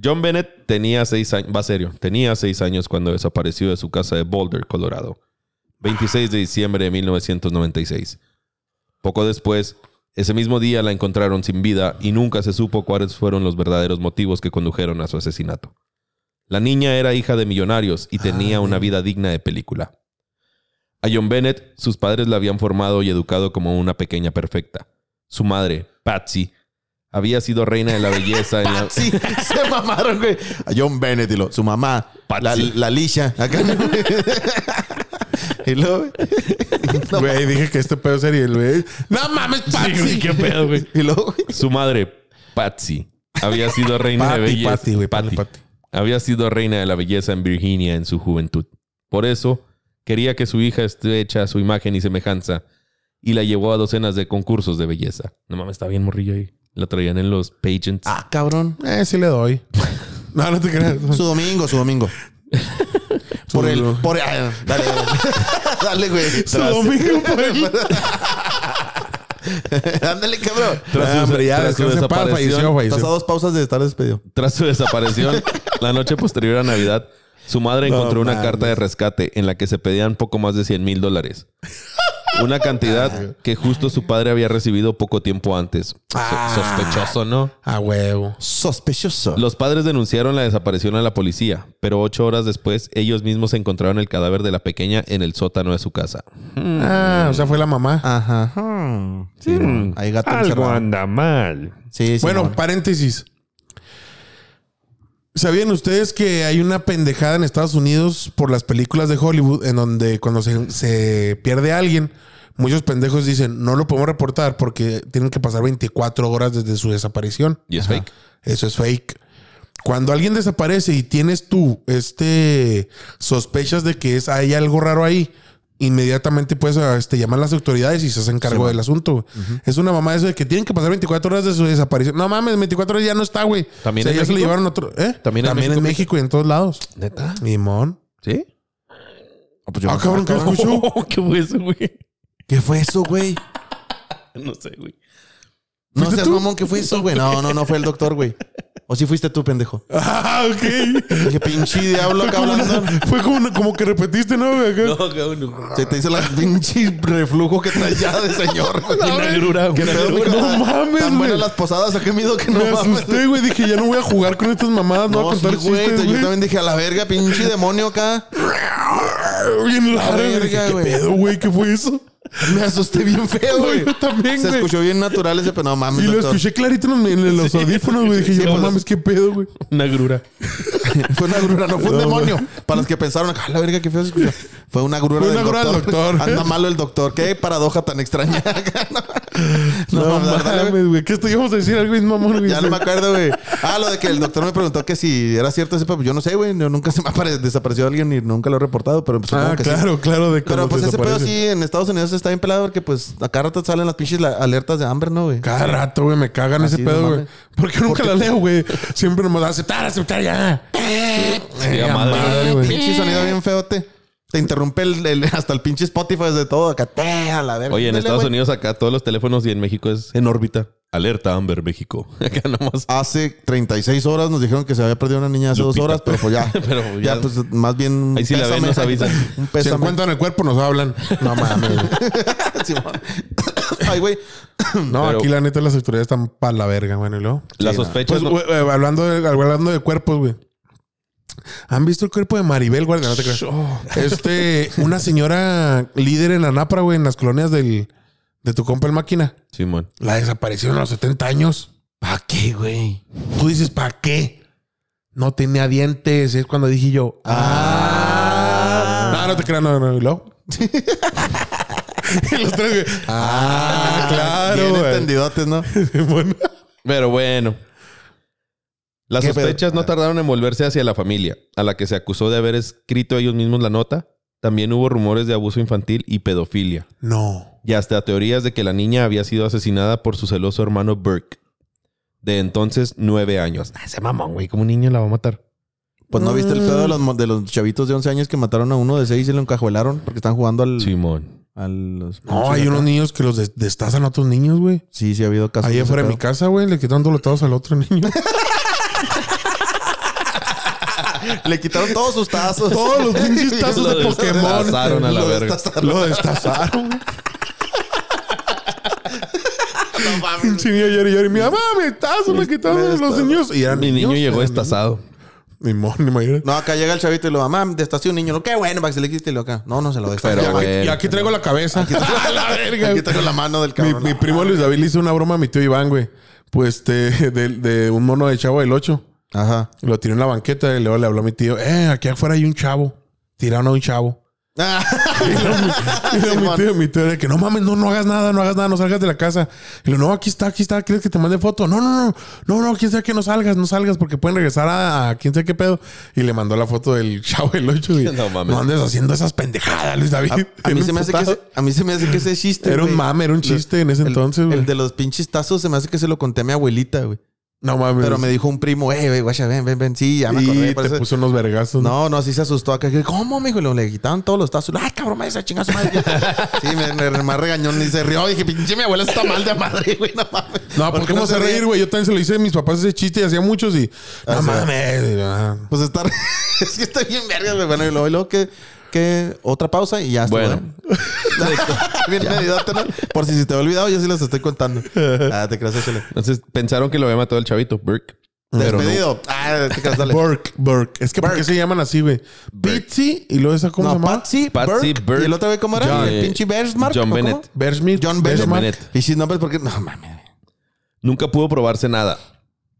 [SPEAKER 3] John Bennett tenía seis años, va serio, tenía seis años cuando desapareció de su casa de Boulder, Colorado. 26 de diciembre de 1996. Poco después, ese mismo día la encontraron sin vida y nunca se supo cuáles fueron los verdaderos motivos que condujeron a su asesinato. La niña era hija de millonarios y tenía una vida digna de película. A John Bennett, sus padres la habían formado y educado como una pequeña perfecta. Su madre, Patsy, había sido reina de la belleza en la,
[SPEAKER 2] Sí, se mamaron, güey. A John Bennett y lo, su mamá,
[SPEAKER 3] Patsy.
[SPEAKER 2] la, la Lisha. (laughs) Acá, ¿no? y luego,
[SPEAKER 1] Güey, dije que este pedo es serio, el güey. No mames, Patsy.
[SPEAKER 3] Sí, güey, qué pedo, güey.
[SPEAKER 2] y luego, güey.
[SPEAKER 3] Su madre, Patsy, había sido reina de
[SPEAKER 1] Patty,
[SPEAKER 3] belleza.
[SPEAKER 1] Patty, güey, ponle Patty.
[SPEAKER 3] Había sido reina de la belleza en Virginia en su juventud. Por eso, quería que su hija esté hecha a su imagen y semejanza y la llevó a docenas de concursos de belleza. No mames, está bien morrillo ahí. La traían en los pageants.
[SPEAKER 2] Ah, cabrón.
[SPEAKER 1] Eh, sí le
[SPEAKER 3] (laughs)
[SPEAKER 1] doy. No, no te creas.
[SPEAKER 2] Su domingo, su (laughs) domingo. Por el. Por el ah, dale, dale. (laughs) Dale, güey.
[SPEAKER 1] Su domingo por ahí.
[SPEAKER 2] (laughs) Ándale, cabrón.
[SPEAKER 3] Tras su-
[SPEAKER 1] Ah, hombre, ya
[SPEAKER 3] tras su
[SPEAKER 1] descansa en paz,
[SPEAKER 3] desaparición-
[SPEAKER 1] falleció,
[SPEAKER 2] Estás a
[SPEAKER 1] falleció.
[SPEAKER 2] dos pausas de estar despedido.
[SPEAKER 3] Tras su desaparición, la noche posterior a Navidad, su madre encontró una
[SPEAKER 2] mames.
[SPEAKER 3] carta de rescate en la que se pedían poco más de 100 mil dólares. una cantidad que justo su padre había recibido poco tiempo antes. So-
[SPEAKER 1] Ah.
[SPEAKER 3] sospechoso, ¿no?
[SPEAKER 1] A Ah, huevo.
[SPEAKER 2] Sospechoso.
[SPEAKER 3] Los padres denunciaron la desaparición a la policía, pero ocho horas después ellos mismos encontraron el cadáver de la pequeña en el sótano de su casa. Mm.
[SPEAKER 1] Ah, o sea, fue la mamá.
[SPEAKER 2] Ajá. Hmm, Sí, mon. hay gato encerrado.
[SPEAKER 3] anda mal.
[SPEAKER 2] Sí, sí,
[SPEAKER 1] bueno,
[SPEAKER 2] mon.
[SPEAKER 1] paréntesis. ¿Sabían ustedes que hay una pendejada en Estados Unidos por las películas de Hollywood en donde cuando se, se pierde alguien, muchos pendejos dicen, no lo podemos reportar porque tienen que pasar 24 horas desde su desaparición?
[SPEAKER 3] Y es fake.
[SPEAKER 1] Eso es fake. Cuando alguien desaparece y tienes tú este sospechas de que es, hay algo raro ahí, inmediatamente puedes este, llamar a las autoridades y se hacen cargo del asunto. güey. Es una mamá eso de que tienen que pasar 24 horas de su desaparición. No mames, 24 horas ya no está, güey.
[SPEAKER 3] ¿También
[SPEAKER 1] O sea,
[SPEAKER 3] en
[SPEAKER 1] ya se lo
[SPEAKER 3] México?
[SPEAKER 1] llevaron a otro. ¿eh?
[SPEAKER 3] ¿También
[SPEAKER 1] También,
[SPEAKER 3] en
[SPEAKER 1] en
[SPEAKER 3] México?
[SPEAKER 1] México y en todos lados.
[SPEAKER 3] ¿Neta?
[SPEAKER 1] Limón.
[SPEAKER 3] (laughs) ¿Sí?
[SPEAKER 2] Ah, pues yo-
[SPEAKER 1] Ah, cabrón, ¿qué escuchó? (laughs)
[SPEAKER 3] Oh, ¿Qué fue eso, güey?
[SPEAKER 2] ¿Qué fue eso, güey?
[SPEAKER 3] No sé, güey.
[SPEAKER 2] No
[SPEAKER 1] ¿Fuiste
[SPEAKER 2] seas
[SPEAKER 1] tú?
[SPEAKER 2] mamón, ¿qué fue eso, güey? No, no, no fue el doctor, güey. O si fuiste tú, (laughs) pendejo.
[SPEAKER 1] Ah, ok.
[SPEAKER 2] Dije, pinche diablo acá hablando.
[SPEAKER 1] Fue como, una- como que repetiste, ¿no? güey? Acá.
[SPEAKER 2] Se te hizo la pinche reflujo que traía de señor. güey.
[SPEAKER 3] Una grura,
[SPEAKER 2] ¿Qué
[SPEAKER 3] una
[SPEAKER 2] pedo,
[SPEAKER 3] grura.
[SPEAKER 2] güey?
[SPEAKER 1] No mames,
[SPEAKER 2] Tan buenas
[SPEAKER 1] güey.
[SPEAKER 2] las posadas, ¿a qué miedo que no
[SPEAKER 1] Me
[SPEAKER 2] mames?
[SPEAKER 1] asusté, güey. Dije, ya no voy a jugar con estas mamadas. No,
[SPEAKER 2] No,
[SPEAKER 1] voy a
[SPEAKER 2] sí,
[SPEAKER 1] contar
[SPEAKER 2] güey.
[SPEAKER 1] chistes,
[SPEAKER 2] Yo
[SPEAKER 1] güey.
[SPEAKER 2] también dije, a la verga, pinche demonio acá.
[SPEAKER 1] Bien raro.
[SPEAKER 2] verga,
[SPEAKER 1] Dije, ¿Qué
[SPEAKER 2] güey.
[SPEAKER 1] pedo, güey? ¿Qué fue
[SPEAKER 2] (laughs)
[SPEAKER 1] eso?
[SPEAKER 2] Me asusté bien feo, güey.
[SPEAKER 1] Yo también,
[SPEAKER 2] Se
[SPEAKER 1] güey.
[SPEAKER 2] escuchó bien natural ese, pero no mames,
[SPEAKER 1] Y lo
[SPEAKER 2] doctor.
[SPEAKER 1] escuché clarito en los- en los audífonos, güey. Dije,
[SPEAKER 3] sí,
[SPEAKER 1] yo, no
[SPEAKER 3] pues.
[SPEAKER 1] mames, qué pedo, güey.
[SPEAKER 3] Una grura.
[SPEAKER 2] Fue una grura, no fue un
[SPEAKER 1] No,
[SPEAKER 2] demonio. Para los que pensaron, ah, la verga, qué feo se escuchó. Fue una grura,
[SPEAKER 1] Fue una
[SPEAKER 2] del,
[SPEAKER 1] grura del
[SPEAKER 2] doctor.
[SPEAKER 1] doctor.
[SPEAKER 2] Anda malo el doctor. Qué paradoja tan extraña. (laughs) (laughs) no,
[SPEAKER 1] No
[SPEAKER 2] mames, dale, güey.
[SPEAKER 1] mames, güey. ¿Qué estoy? Íbamos a decir algo bien mamón, güey.
[SPEAKER 2] Ya no me acuerdo, güey. Ah, lo de que el doctor me preguntó que si era cierto ese pedo. Yo no sé, güey. Yo nunca se me apare- desapareció alguien y nunca lo he reportado, pero pues supongo
[SPEAKER 1] Ah,
[SPEAKER 2] que sí.
[SPEAKER 1] claro, claro. De
[SPEAKER 2] Pero
[SPEAKER 1] cuando
[SPEAKER 2] pues ese pedo
[SPEAKER 1] desaparece.
[SPEAKER 2] sí en Estados Unidos está bien pelado porque pues acá rato salen las pinches la- alertas de hambre, ¿no, güey?
[SPEAKER 1] Cada rato, güey, me cagan
[SPEAKER 2] Así
[SPEAKER 1] ese
[SPEAKER 2] no
[SPEAKER 1] pedo, güey.
[SPEAKER 2] mames.
[SPEAKER 1] ¿Por qué nunca la leo, güey? Siempre me da aceptar, aceptar ya. Eh,
[SPEAKER 3] Sí, a
[SPEAKER 1] a
[SPEAKER 3] madre.
[SPEAKER 1] madre, güey.
[SPEAKER 2] Pinche sonido bien feote. Te interrumpe el, el- hasta el pinche Spotify de todo. Acá, te, a la verga.
[SPEAKER 3] Oye, en
[SPEAKER 2] Dale,
[SPEAKER 3] Estados
[SPEAKER 2] güey.
[SPEAKER 3] Unidos acá todos los teléfonos y en México es en órbita. Alerta Amber México. (laughs) Acá nomás.
[SPEAKER 2] Hace 36 horas nos dijeron que se había perdido una niña hace
[SPEAKER 3] Lupita.
[SPEAKER 2] dos horas, pero pues ya.
[SPEAKER 3] (laughs) Pero
[SPEAKER 2] ya.
[SPEAKER 3] ya.
[SPEAKER 2] pues más bien. un
[SPEAKER 3] Ahí sí la ven,
[SPEAKER 2] pésame.
[SPEAKER 3] nos avisan.
[SPEAKER 2] (laughs) Un
[SPEAKER 1] Se
[SPEAKER 2] pésame.
[SPEAKER 1] encuentran el cuerpo, nos hablan. No mames. güey.
[SPEAKER 2] Simón. Ay, güey.
[SPEAKER 1] (laughs) No,
[SPEAKER 3] Pero-
[SPEAKER 1] aquí la neta las autoridades están pa' la verga, bueno, y luego.
[SPEAKER 3] Las
[SPEAKER 2] no.
[SPEAKER 3] sospechas.
[SPEAKER 1] Pues,
[SPEAKER 3] no-
[SPEAKER 1] güey, güey, hablando, de, hablando de cuerpos, güey. ¿Han visto el cuerpo de Maribel Guardia? No te creas. Este, una señora líder en Anapra, güey, en las colonias del, de tu compa el máquina.
[SPEAKER 3] Simón.
[SPEAKER 1] La desaparecieron a los 70 años.
[SPEAKER 2] ¿Para qué, güey?
[SPEAKER 1] Tú dices, ¿para qué? No tenía dientes. Es cuando dije yo, ah. No, no te creas, no, no, y
[SPEAKER 3] (laughs)
[SPEAKER 1] luego. Y los tres, güey. Ah, claro,
[SPEAKER 2] Bien
[SPEAKER 1] güey.
[SPEAKER 2] entendidotes, ¿no?
[SPEAKER 1] Bueno.
[SPEAKER 3] Pero bueno. Las
[SPEAKER 2] ¿Qué pedo?
[SPEAKER 3] sospechas
[SPEAKER 2] A
[SPEAKER 3] no
[SPEAKER 2] ver.
[SPEAKER 3] tardaron en volverse hacia la familia, a la que se acusó de haber escrito ellos mismos la nota. También hubo rumores de abuso infantil y pedofilia.
[SPEAKER 1] No.
[SPEAKER 3] y hasta teorías de que la niña había sido asesinada por su celoso hermano Burke, de entonces nueve años. Ah, ese mamón, güey, como un niño la va a matar.
[SPEAKER 2] Pues no viste el pedo de los, mo- de los chavitos de 11 años que mataron a uno de 6 y lo encajuelaron porque están jugando al.
[SPEAKER 3] Simón.
[SPEAKER 2] A los
[SPEAKER 1] No, hay unos niños que los des- destazan a otros niños, güey.
[SPEAKER 2] Sí, sí ha habido casos.
[SPEAKER 1] Ahí
[SPEAKER 2] de ese
[SPEAKER 1] afuera de mi
[SPEAKER 2] pedo.
[SPEAKER 1] casa, güey, le quitaron doletados al otro niño.
[SPEAKER 2] Le quitaron todos sus
[SPEAKER 1] (laughs)
[SPEAKER 2] tazos.
[SPEAKER 1] Todos los
[SPEAKER 2] (laughs)
[SPEAKER 1] pinches tazos
[SPEAKER 3] Lo
[SPEAKER 1] de Pokémon.
[SPEAKER 3] destazaron a la
[SPEAKER 2] Lo
[SPEAKER 3] verga.
[SPEAKER 2] destazaron.
[SPEAKER 1] Lo destazaron. güey. Pinche niño llora y llora. y Mi mamá, mi tazo me quitaron los niños. Y eran
[SPEAKER 3] Mi niño
[SPEAKER 1] niños,
[SPEAKER 3] llegó
[SPEAKER 1] eran
[SPEAKER 3] destazado.
[SPEAKER 1] niños. Ni mon, ni mayor.
[SPEAKER 2] No, acá llega el chavito y lo mamá, destació un niño. No, qué bueno, para que se le quite y lo acá. No, no se lo destació.
[SPEAKER 3] Pero,
[SPEAKER 2] Ya,
[SPEAKER 1] Y aquí-
[SPEAKER 3] bueno.
[SPEAKER 1] Y aquí traigo la cabeza. (laughs) A la verga.
[SPEAKER 2] Aquí tengo la mano del
[SPEAKER 1] Mi,
[SPEAKER 2] cabrón.
[SPEAKER 1] mi primo Luis David le hizo una broma a mi tío Iván, güey. Pues de, (laughs) de, de un mono de chavo del 8.
[SPEAKER 2] Ajá.
[SPEAKER 1] Lo tiró en la banqueta y luego le habló a mi tío. Eh, aquí afuera hay un chavo. Tiraron a un chavo.
[SPEAKER 2] Ah,
[SPEAKER 1] Y luego mi
[SPEAKER 2] Simón.
[SPEAKER 1] tío, mi tío de que no mames, no, no hagas nada, no hagas nada, no salgas de la casa. Y lo, no, aquí está, aquí está, ¿quieres que te mande foto? No, no, no, no, no, quién sabe que no salgas, no salgas porque pueden regresar a, a quién sabe qué pedo. Y le mandó la foto del (laughs) chavo del 8 y
[SPEAKER 3] No
[SPEAKER 1] no,
[SPEAKER 3] mames.
[SPEAKER 1] andes haciendo esas pendejadas, Luis David.
[SPEAKER 2] A mí, se me hace que
[SPEAKER 1] Ah, Emputado.
[SPEAKER 2] ese, a mí se me hace que ese chiste.
[SPEAKER 1] Era un
[SPEAKER 2] güey.
[SPEAKER 1] mame, era un chiste en ese
[SPEAKER 2] El-
[SPEAKER 1] entonces,
[SPEAKER 2] El,
[SPEAKER 1] güey.
[SPEAKER 2] de los pinches tazos se me hace que se lo conté a mi abuelita, güey.
[SPEAKER 1] No mames.
[SPEAKER 2] Pero me dijo un primo, eh, güey, guacha, ven, ven, ven. Sí, ya me acordé.
[SPEAKER 1] y
[SPEAKER 2] por
[SPEAKER 1] Pues te
[SPEAKER 2] eso-
[SPEAKER 1] puso unos vergazos. ¿no?
[SPEAKER 2] No, no, sí se asustó acá. Que, ¿Cómo, mijo? Y luego le quitaron todos los tazos. Ay, cabrón, madre, esa chingada su
[SPEAKER 1] (laughs)
[SPEAKER 2] madre. sí, me, me, me regañón y se rió. Dije, pinche, mi abuela está mal de madre, güey. No mames.
[SPEAKER 1] No, pues
[SPEAKER 2] ¿Por qué
[SPEAKER 1] cómo se
[SPEAKER 2] ríe?
[SPEAKER 1] reír, güey. Yo también se lo hice a mis papás ese chiste y hacía muchos y. No
[SPEAKER 2] Ah, sí.
[SPEAKER 1] mames. ah.
[SPEAKER 2] (laughs) Pues está... es que está bien verga, güey. Bueno, y luego, y luego que... que otra pausa y ya está.
[SPEAKER 3] Bueno.
[SPEAKER 2] (laughs)
[SPEAKER 3] (laughs)
[SPEAKER 2] Bien medidota, ¿no? Por si se te ha olvidado, yo sí las estoy contando. Ah, te creas, échale.
[SPEAKER 3] Entonces pensaron que lo había matado el chavito, Burke. Pero no.
[SPEAKER 2] Despedido. Ah, te creas, dale.
[SPEAKER 1] Burke, Burke. Es que ¿por qué se llaman así, güey? Bitsy y luego esa, ¿cómo se
[SPEAKER 2] No,
[SPEAKER 1] llama?
[SPEAKER 2] Patsy,
[SPEAKER 3] Patsy,
[SPEAKER 2] Burke,
[SPEAKER 3] Burke,
[SPEAKER 2] Y el otro, güey, ¿cómo era?
[SPEAKER 3] John- eh,
[SPEAKER 2] el pinche Benchmark.
[SPEAKER 3] John
[SPEAKER 2] ¿o cómo?
[SPEAKER 3] Bennett.
[SPEAKER 1] Bersmith.
[SPEAKER 2] John Benchmark.
[SPEAKER 3] Bennett.
[SPEAKER 2] Y sin nombres porque... No, mames.
[SPEAKER 3] Nunca pudo probarse nada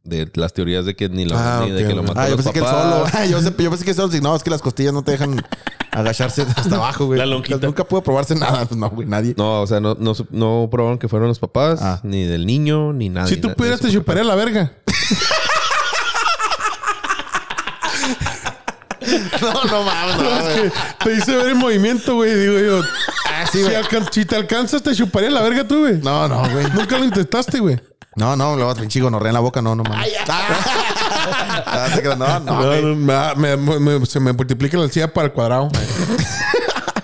[SPEAKER 3] de las teorías de que ni, lo,
[SPEAKER 1] Ah,
[SPEAKER 3] ni de
[SPEAKER 1] ok.
[SPEAKER 3] que lo mató
[SPEAKER 2] Ah, yo
[SPEAKER 3] los
[SPEAKER 2] pensé que el
[SPEAKER 3] papás.
[SPEAKER 2] solo. Ah, yo, sé- yo pensé que el solo. sí, No, es que las costillas no te
[SPEAKER 3] (laughs)
[SPEAKER 2] dejan agacharse hasta abajo, güey.
[SPEAKER 3] La lonjita.
[SPEAKER 2] Nunca pudo probarse nada. Pues no, güey,
[SPEAKER 3] (laughs)
[SPEAKER 2] nadie.
[SPEAKER 3] No, o sea, no, no, sup- no probaron que fueron los papás,
[SPEAKER 2] Ah.
[SPEAKER 3] ni del niño, ni nada.
[SPEAKER 1] Si tú pudieras, te chuparía la verga.
[SPEAKER 2] No, no mames. no,
[SPEAKER 1] Es
[SPEAKER 2] güey.
[SPEAKER 1] que (laughs) te hice ver en movimiento, güey. Digo yo. si, alcan- si te alcanzas, te chuparía la verga tú, güey.
[SPEAKER 2] (laughs) Ah, No, no, güey.
[SPEAKER 1] Nunca lo intentaste, güey.
[SPEAKER 2] No, no, lo vas pinche gonorrea en la boca. No, no mames. Ah, ah, te creas, no, no,
[SPEAKER 1] No,
[SPEAKER 2] güey.
[SPEAKER 1] no, me- me- me- se me multiplica la encía para el cuadrado.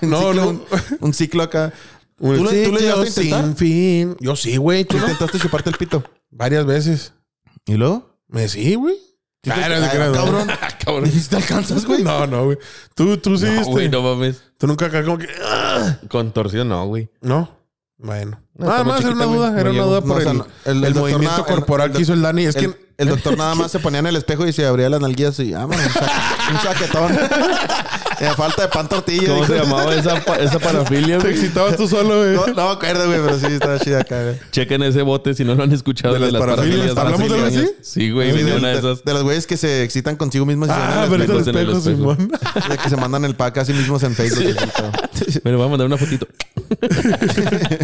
[SPEAKER 2] Un
[SPEAKER 1] No,
[SPEAKER 2] ciclo-
[SPEAKER 1] no.
[SPEAKER 2] Un, un ciclo acá. ¿Tú,
[SPEAKER 1] Un
[SPEAKER 2] le- tú le
[SPEAKER 1] sitio
[SPEAKER 2] llegaste a intentar?
[SPEAKER 1] Pues sin fin. Yo sí, güey. ¿Tú no?
[SPEAKER 2] Intentaste chuparte el pito.
[SPEAKER 1] Varias veces.
[SPEAKER 2] ¿Y luego?
[SPEAKER 1] Me sí, güey. (laughs) Ah, no te
[SPEAKER 2] Ah,
[SPEAKER 1] creas, no.
[SPEAKER 2] cabrón.
[SPEAKER 3] cabrón.
[SPEAKER 2] Dijiste, ¿Te alcanzas, güey?
[SPEAKER 1] No, no, güey. Tú, tú sí.
[SPEAKER 3] No,
[SPEAKER 1] este,
[SPEAKER 3] güey, no mames.
[SPEAKER 1] Tú nunca acá como que. "Ah".
[SPEAKER 3] Contorsión, no, güey.
[SPEAKER 1] No. Bueno.
[SPEAKER 3] No,
[SPEAKER 1] Nada
[SPEAKER 3] está muy
[SPEAKER 1] más era
[SPEAKER 3] chiquita,
[SPEAKER 1] una
[SPEAKER 3] güey.
[SPEAKER 1] duda.
[SPEAKER 3] No
[SPEAKER 1] Era una
[SPEAKER 3] llegó.
[SPEAKER 1] duda
[SPEAKER 2] No,
[SPEAKER 1] por
[SPEAKER 2] o sea,
[SPEAKER 1] el,
[SPEAKER 2] no, el-
[SPEAKER 1] el
[SPEAKER 2] el
[SPEAKER 1] movimiento
[SPEAKER 2] doctor nada-
[SPEAKER 1] corporal
[SPEAKER 2] el-
[SPEAKER 1] que hizo el Dani. Es
[SPEAKER 2] El,
[SPEAKER 1] que.
[SPEAKER 2] el doctor nada más se ponía en el espejo y se abría las nalguillas y ah, man, un, cha- un chaquetón. Eh, falta de pan tortilla.
[SPEAKER 3] ¿Cómo
[SPEAKER 2] dijo.
[SPEAKER 3] se llamaba esa, pa- esa
[SPEAKER 1] (laughs)
[SPEAKER 3] parafilia?
[SPEAKER 1] Te
[SPEAKER 3] güey?
[SPEAKER 1] excitabas tú solo, güey.
[SPEAKER 2] No, no me acuerdo, güey, pero sí estaba chida acá, güey.
[SPEAKER 3] Chequen ese bote si no lo han escuchado.
[SPEAKER 1] De las parafilias. ¿Hablamos de algo así?
[SPEAKER 3] brasileñas. Sí, güey.
[SPEAKER 2] Sí,
[SPEAKER 3] venía
[SPEAKER 2] de,
[SPEAKER 3] una de
[SPEAKER 2] de-
[SPEAKER 3] esas.
[SPEAKER 2] de los güeyes que se excitan consigo mismos y se
[SPEAKER 1] Ah,
[SPEAKER 2] mandan
[SPEAKER 1] pero
[SPEAKER 2] el
[SPEAKER 1] es el
[SPEAKER 3] espejos en el
[SPEAKER 1] espejo,
[SPEAKER 3] espejo.
[SPEAKER 1] Simón.
[SPEAKER 2] espejo, de que se mandan el pack a sí mismos en Facebook. así, todo.
[SPEAKER 3] Me lo voy a mandar una fotito.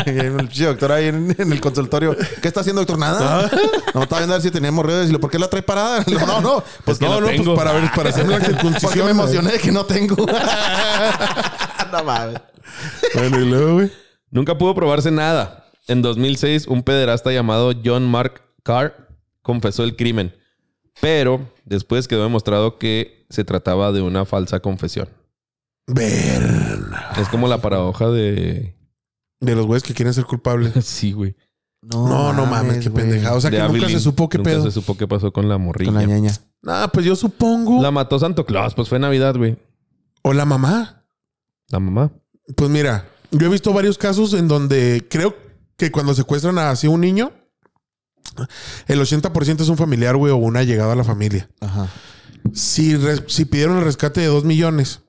[SPEAKER 2] Y hay (laughs) un pinche doctor ahí en, en el consultorio. ¿Qué está haciendo, doctor? Nada.
[SPEAKER 1] Ah.
[SPEAKER 2] No, estaba viendo a ver si tenía morrido y decirle, ¿por qué la trae parada? (laughs) No, no, no. Pues
[SPEAKER 3] que
[SPEAKER 2] no,
[SPEAKER 3] la
[SPEAKER 2] no,
[SPEAKER 3] tengo.
[SPEAKER 2] pues para ver,
[SPEAKER 1] para hacer la circuncisión.
[SPEAKER 2] porque me emocioné de que no
[SPEAKER 1] (laughs)
[SPEAKER 2] tengo. no mames.
[SPEAKER 1] Bueno, y luego, güey.
[SPEAKER 3] Nunca pudo probarse nada. En 2006, un pederasta llamado John Mark Carr confesó el crimen, pero después quedó demostrado que se trataba de una falsa confesión.
[SPEAKER 1] Ver.
[SPEAKER 3] Es como la paradoja de...
[SPEAKER 1] De los güeyes que quieren ser culpables.
[SPEAKER 3] Sí, güey.
[SPEAKER 1] No, no mames, qué
[SPEAKER 2] güey.
[SPEAKER 1] pendejada. O sea,
[SPEAKER 3] De
[SPEAKER 1] que nunca
[SPEAKER 3] Abilene.
[SPEAKER 1] se supo qué
[SPEAKER 3] Nunca
[SPEAKER 1] pedo.
[SPEAKER 3] se supo qué pasó con la morrilla.
[SPEAKER 2] Con la
[SPEAKER 3] la,
[SPEAKER 2] ñaña.
[SPEAKER 1] Ah, pues yo supongo.
[SPEAKER 3] mató Santo Claus, pues fue Navidad, güey.
[SPEAKER 1] O la mamá.
[SPEAKER 3] La mamá.
[SPEAKER 1] Pues mira, yo he visto varios casos en donde creo que cuando secuestran a así un niño, el 80% es un familiar, güey, o un allegado a la familia.
[SPEAKER 2] Ajá.
[SPEAKER 1] Si, re- si pidieron el rescate de 2 millones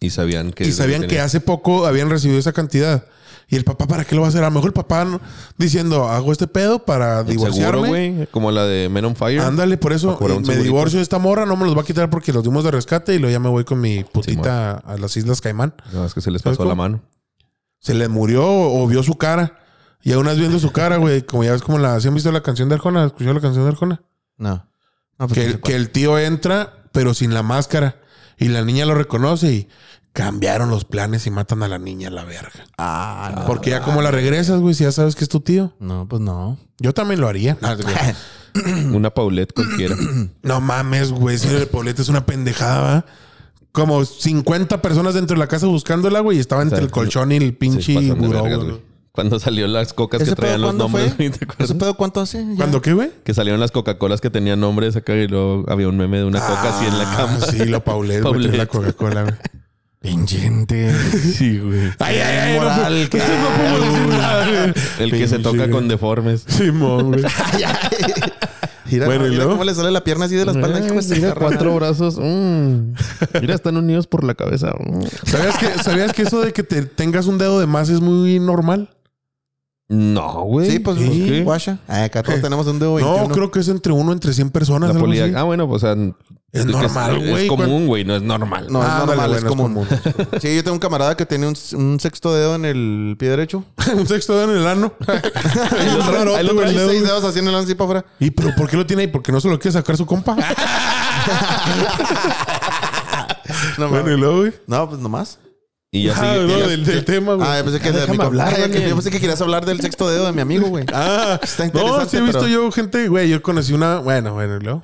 [SPEAKER 3] Y sabían que...
[SPEAKER 1] y sabían que
[SPEAKER 3] tenía-
[SPEAKER 1] hace poco habían recibido esa cantidad. Y el papá, ¿para qué lo va a hacer? A lo mejor el papá no- diciendo, hago este pedo para
[SPEAKER 3] Seguro,
[SPEAKER 1] divorciarme.
[SPEAKER 3] güey. Como la de Men on Fire.
[SPEAKER 1] Ándale, por eso
[SPEAKER 3] Para cobrar un
[SPEAKER 1] me
[SPEAKER 3] segurito.
[SPEAKER 1] divorcio de esta morra, no me los va a quitar porque los dimos de rescate y luego ya me voy con mi putita a las Islas Caimán.
[SPEAKER 3] No, es que se les
[SPEAKER 1] ¿Sabes
[SPEAKER 3] pasó la
[SPEAKER 1] cómo?
[SPEAKER 3] mano.
[SPEAKER 1] Se le murió o, o vio su cara. Y aún has viendo su cara, güey, como ya ves como la... ¿Sí han visto la canción de Arjona? ¿Escuchó la canción de Arjona?
[SPEAKER 2] No. No, pues, no sé
[SPEAKER 1] Que,
[SPEAKER 2] cuál.
[SPEAKER 1] que el tío entra, pero sin la máscara. Y la niña lo reconoce y cambiaron los planes y matan a la niña a la verga.
[SPEAKER 2] Ah, no.
[SPEAKER 1] Porque ya como la regresas, güey, si ya sabes que es tu tío.
[SPEAKER 2] No, pues no.
[SPEAKER 1] Yo también lo haría. No, güey.
[SPEAKER 3] Una Paulette
[SPEAKER 1] (clears throat)
[SPEAKER 3] cualquiera.
[SPEAKER 1] No mames, güey. Si el Poblete es una pendejada, ¿va? Como 50 personas dentro de la casa buscándola, güey. Y estaba entre
[SPEAKER 3] sea,
[SPEAKER 1] el colchón y el pinche
[SPEAKER 3] Sí, pasan de
[SPEAKER 1] buró,
[SPEAKER 3] vergas,
[SPEAKER 1] güey.
[SPEAKER 3] güey. Cuando salió las cocas que traían los
[SPEAKER 2] cuándo
[SPEAKER 1] (laughs)
[SPEAKER 3] nombres, (laughs) güey, ¿te
[SPEAKER 2] ¿Ese
[SPEAKER 3] acuerdas?
[SPEAKER 2] pedo cuánto hace? Ya.
[SPEAKER 1] ¿Cuándo qué, güey?
[SPEAKER 3] Que salieron las Coca-Colas que tenían nombres acá y luego había un meme de una coca así en la cama.
[SPEAKER 1] Ah, sí, lo Paulet, güey.
[SPEAKER 3] Paulette.
[SPEAKER 1] tiene la Coca-Cola, güey.
[SPEAKER 2] Pinche gente.
[SPEAKER 3] Sí, güey.
[SPEAKER 1] Ay, ay, ay. No,
[SPEAKER 2] Moral,
[SPEAKER 1] puedo-
[SPEAKER 2] que-
[SPEAKER 1] (laughs) eso no puedo decir nada, güey.
[SPEAKER 3] El que se
[SPEAKER 1] Pinche,
[SPEAKER 3] toca
[SPEAKER 1] güey.
[SPEAKER 3] con deformes.
[SPEAKER 1] Simón, güey.
[SPEAKER 2] Ay, ay. Mira,
[SPEAKER 1] Bueno, ¿y
[SPEAKER 2] mira
[SPEAKER 1] luego?
[SPEAKER 2] cómo le sale la pierna así de la espalda. hijo de su jarra.
[SPEAKER 3] brazos.
[SPEAKER 1] (laughs)
[SPEAKER 3] Mm. Mira, están unidos por la cabeza. Mm.
[SPEAKER 1] ¿Sabías que, ¿Sabías que eso de que te tengas un dedo de más es muy normal?
[SPEAKER 3] No, güey.
[SPEAKER 2] Sí, pues,
[SPEAKER 3] ¿Por
[SPEAKER 1] Sí.
[SPEAKER 3] qué?
[SPEAKER 2] guacha. Ay,
[SPEAKER 1] (laughs)
[SPEAKER 2] acá todos tenemos un dedo
[SPEAKER 1] No,
[SPEAKER 2] 21.
[SPEAKER 1] creo que es entre uno, entre 100 personas.
[SPEAKER 3] La
[SPEAKER 1] algo
[SPEAKER 3] poli-
[SPEAKER 1] así.
[SPEAKER 3] Ah, bueno, pues, o sea, es
[SPEAKER 1] normal, güey.
[SPEAKER 3] Es común, güey, no es normal.
[SPEAKER 2] No,
[SPEAKER 1] Ah,
[SPEAKER 2] es normal,
[SPEAKER 1] ándale,
[SPEAKER 2] es
[SPEAKER 1] bueno,
[SPEAKER 2] común. (laughs) sí, yo tengo un camarada que tiene un, un sexto dedo en el pie derecho.
[SPEAKER 1] (laughs) un sexto dedo en el ano.
[SPEAKER 2] (laughs)
[SPEAKER 3] Ahí lo trae, ahí lo
[SPEAKER 2] Trae
[SPEAKER 3] trae.
[SPEAKER 2] seis dedos así en el lance y para afuera.
[SPEAKER 1] ¿Y pero por qué lo tiene ahí? Porque no se lo quiere sacar su compa. (laughs)
[SPEAKER 2] No,
[SPEAKER 1] bueno,
[SPEAKER 2] mames.
[SPEAKER 1] y luego, güey.
[SPEAKER 2] no, pues nomás.
[SPEAKER 3] Y ya
[SPEAKER 1] Ah,
[SPEAKER 3] sigue-
[SPEAKER 1] no,
[SPEAKER 3] ya-
[SPEAKER 1] del, del tema, güey.
[SPEAKER 2] Ah, yo pensé que
[SPEAKER 1] Ah,
[SPEAKER 2] de mi
[SPEAKER 1] déjame
[SPEAKER 2] compa-
[SPEAKER 1] hablar,
[SPEAKER 2] Ay,
[SPEAKER 1] güey.
[SPEAKER 2] que- yo pensé que querías hablar del sexto dedo de mi amigo, güey.
[SPEAKER 1] Ah,
[SPEAKER 2] Está
[SPEAKER 1] no, sí he
[SPEAKER 2] interesante,
[SPEAKER 1] visto
[SPEAKER 2] pero-
[SPEAKER 1] yo gente, güey, yo conocí una, bueno, bueno, y luego.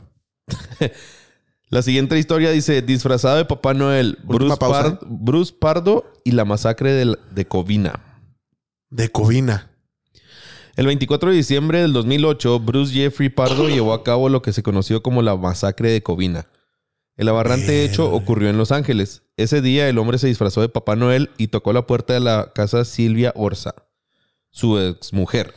[SPEAKER 3] La siguiente historia dice: disfrazado de Papá Noel,
[SPEAKER 2] Última
[SPEAKER 3] Bruce,
[SPEAKER 2] pausa,
[SPEAKER 1] ¿eh?
[SPEAKER 3] Pard- Bruce Pardo y la masacre de, la- de Covina.
[SPEAKER 1] De Covina.
[SPEAKER 3] El 24 de diciembre del 2008, Bruce Jeffrey Pardo llevó a cabo lo que se conoció como la masacre de Covina. El abarrante hecho ocurrió en Los Ángeles. Ese día el hombre se disfrazó de Papá Noel y tocó la puerta de la casa Silvia Orza, su exmujer,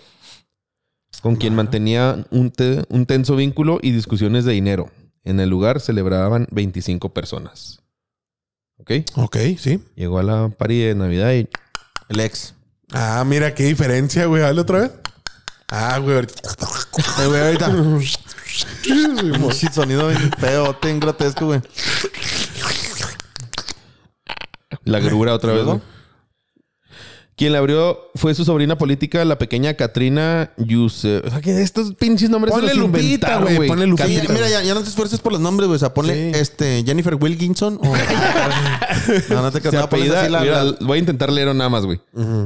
[SPEAKER 3] con quien mantenía un, te- un tenso vínculo y discusiones de dinero. En el lugar celebraban 25 personas. ¿Ok?
[SPEAKER 1] Ok, sí.
[SPEAKER 3] Llegó a la party de Navidad y
[SPEAKER 2] El ex.
[SPEAKER 1] Ah, mira qué diferencia, güey. Hazle otra vez. Ah, güey. ahorita-
[SPEAKER 2] Eh, güey,
[SPEAKER 3] (laughs)
[SPEAKER 2] ahorita. Como shit, sonido bien feo, ten grotesco, güey.
[SPEAKER 3] La grura otra vez, ¿no? Quien la abrió fue su sobrina política, la pequeña Katrina Yusef. O sea, que estos pinches nombres
[SPEAKER 1] Ponle
[SPEAKER 3] se los
[SPEAKER 1] Lupita,
[SPEAKER 3] inventaron,
[SPEAKER 1] güey, ponle Lupita.
[SPEAKER 2] Sí,
[SPEAKER 3] Katrina-
[SPEAKER 2] mira, ya, ya no te esfuerces por los nombres, güey. O sea, ponle
[SPEAKER 1] Sí.
[SPEAKER 2] este, Jennifer Wilkinson. O... no, no te
[SPEAKER 3] Se
[SPEAKER 2] creas. No, pones
[SPEAKER 3] apellida-
[SPEAKER 2] así la,
[SPEAKER 3] mira,
[SPEAKER 2] la,
[SPEAKER 3] Voy a intentar leerlo nada más, güey.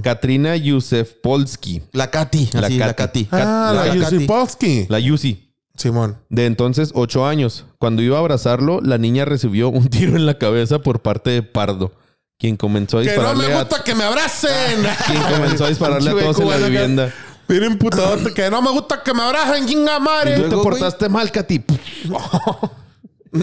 [SPEAKER 3] Katrina Yusef Polsky.
[SPEAKER 2] la Katy.
[SPEAKER 3] La
[SPEAKER 2] así, la
[SPEAKER 3] Katy.
[SPEAKER 2] Katy.
[SPEAKER 1] Ah,
[SPEAKER 2] la
[SPEAKER 1] la
[SPEAKER 2] Katy.
[SPEAKER 1] Yusipolsky.
[SPEAKER 3] La Yusi.
[SPEAKER 1] Simón.
[SPEAKER 3] De entonces, ocho años. Cuando iba a abrazarlo, la niña recibió un tiro en la cabeza por parte de Pardo, quien comenzó a
[SPEAKER 1] Que no
[SPEAKER 3] dispararle,
[SPEAKER 1] me
[SPEAKER 3] a-
[SPEAKER 1] gusta que me
[SPEAKER 3] (laughs)
[SPEAKER 1] abracen.
[SPEAKER 3] quien comenzó a, dispararle a todos en la vivienda.
[SPEAKER 1] Miren, putadote, que no me gusta que me abracen, chinga
[SPEAKER 3] Tú
[SPEAKER 1] madre.
[SPEAKER 2] Luego,
[SPEAKER 3] te
[SPEAKER 2] güey.
[SPEAKER 3] portaste mal, Katy.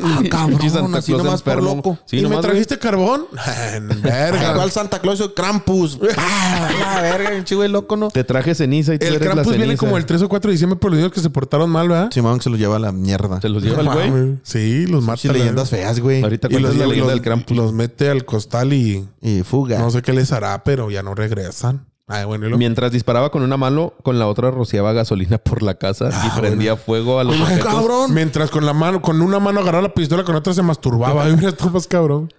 [SPEAKER 2] Ah,
[SPEAKER 3] Pinche
[SPEAKER 2] cabrón,
[SPEAKER 3] Santa
[SPEAKER 2] así
[SPEAKER 3] Claus
[SPEAKER 2] nomás por
[SPEAKER 3] enfermo.
[SPEAKER 2] loco.
[SPEAKER 3] Sí,
[SPEAKER 1] ¿Y
[SPEAKER 3] nomás,
[SPEAKER 1] me
[SPEAKER 3] güey.
[SPEAKER 1] trajiste carbón? (laughs)
[SPEAKER 2] Ay,
[SPEAKER 1] Verga.
[SPEAKER 2] ¿Cuál Santa Claus? Soy (laughs) Krampus. Ah, la verga, un chivo de loco, ¿no?
[SPEAKER 3] Te traje ceniza y tú
[SPEAKER 1] El
[SPEAKER 3] eres la
[SPEAKER 1] Krampus viene
[SPEAKER 3] ceniza.
[SPEAKER 1] como el 3 o 4 de diciembre por los niños que se portaron mal, ¿verdad?
[SPEAKER 2] Simón que se lo lleva a la mierda.
[SPEAKER 3] Se los lleva el
[SPEAKER 1] No
[SPEAKER 3] güey.
[SPEAKER 1] mames. Sí, los mata.
[SPEAKER 2] Sí,
[SPEAKER 1] la-
[SPEAKER 2] leyendas feas, güey.
[SPEAKER 3] Ahorita
[SPEAKER 1] Y los,
[SPEAKER 3] cuentas la leyenda
[SPEAKER 1] los-
[SPEAKER 3] del Krampus.
[SPEAKER 1] los mete al costal y
[SPEAKER 2] Y fuga.
[SPEAKER 1] no sé qué les hará, pero ya no regresan. Ay, bueno, y luego-
[SPEAKER 3] Mientras disparaba con una mano, con la otra rociaba gasolina (laughs) por la casa
[SPEAKER 1] Ah,
[SPEAKER 3] y prendía fuego
[SPEAKER 1] Oh
[SPEAKER 3] a los
[SPEAKER 2] Ay,
[SPEAKER 3] objetos.
[SPEAKER 2] cabrón.
[SPEAKER 1] Mientras con la mano, con una mano agarraba la pistola, con otra se masturbaba. Ay, (laughs) mira, está más cabrón.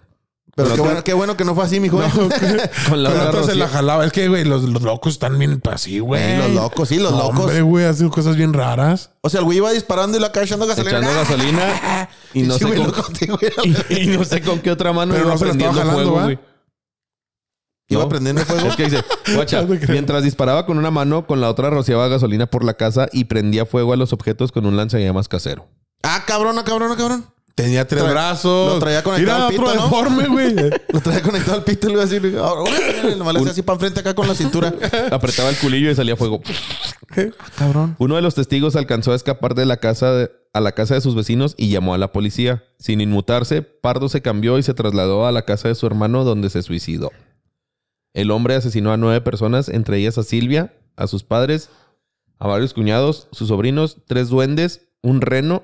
[SPEAKER 2] Pero
[SPEAKER 3] Con
[SPEAKER 2] qué
[SPEAKER 3] la
[SPEAKER 2] bueno, qué bueno que no fue así, mijo.
[SPEAKER 3] Con la
[SPEAKER 1] con
[SPEAKER 3] otra
[SPEAKER 1] otra se la
[SPEAKER 3] rociaba.
[SPEAKER 1] jalaba. Es que, güey, los, los locos están bien así, güey.
[SPEAKER 2] Ey, los locos, sí, los
[SPEAKER 1] No,
[SPEAKER 2] locos.
[SPEAKER 1] Hombre, güey, hacen cosas bien raras.
[SPEAKER 2] (laughs) O sea, el güey iba disparando y la acá echando gasolina.
[SPEAKER 3] Echando
[SPEAKER 2] ¡Ah! (laughs)
[SPEAKER 3] gasolina y no,
[SPEAKER 2] Sí,
[SPEAKER 3] sé
[SPEAKER 2] güey,
[SPEAKER 3] con,
[SPEAKER 2] loco, sí,
[SPEAKER 3] (laughs)
[SPEAKER 2] güey.
[SPEAKER 3] y, y no sé con qué otra mano
[SPEAKER 1] Pero
[SPEAKER 3] iba
[SPEAKER 1] no se la estaba
[SPEAKER 3] prendiendo
[SPEAKER 1] jalando,
[SPEAKER 3] fuego,
[SPEAKER 1] ¿va?
[SPEAKER 3] güey.
[SPEAKER 2] Iba
[SPEAKER 3] No.
[SPEAKER 2] prendiendo fuego.
[SPEAKER 3] (laughs) Es que dice,
[SPEAKER 1] (laughs)
[SPEAKER 3] guacha,
[SPEAKER 1] No te creo.
[SPEAKER 3] mientras disparaba con una mano, con la otra rociaba gasolina por la casa y prendía fuego a los objetos con un lanzallamas casero.
[SPEAKER 2] Ah, cabrón, ah, cabrón, ah, cabrón.
[SPEAKER 1] Tenía tres
[SPEAKER 2] Tra-
[SPEAKER 1] brazos.
[SPEAKER 2] lo traía
[SPEAKER 1] Mira,
[SPEAKER 2] conectado al pito,
[SPEAKER 1] otro
[SPEAKER 2] ¿no?
[SPEAKER 1] deforme, (laughs) güey.
[SPEAKER 2] Lo traía conectado al pito y le iba así. le- Ahora, (laughs) órale, Nomás le hacía así para enfrente acá con la
[SPEAKER 3] (laughs)
[SPEAKER 2] cintura.
[SPEAKER 3] Apretaba el culillo y salía fuego.
[SPEAKER 2] Cabrón.
[SPEAKER 3] Uno de los testigos alcanzó a escapar de la casa de- a la casa de sus vecinos y llamó a la policía. Sin inmutarse, Pardo se cambió y se trasladó a la casa de su hermano donde se suicidó. El hombre asesinó a nueve personas, entre ellas a Silvia, a sus padres, a varios cuñados, sus sobrinos, tres duendes, un reno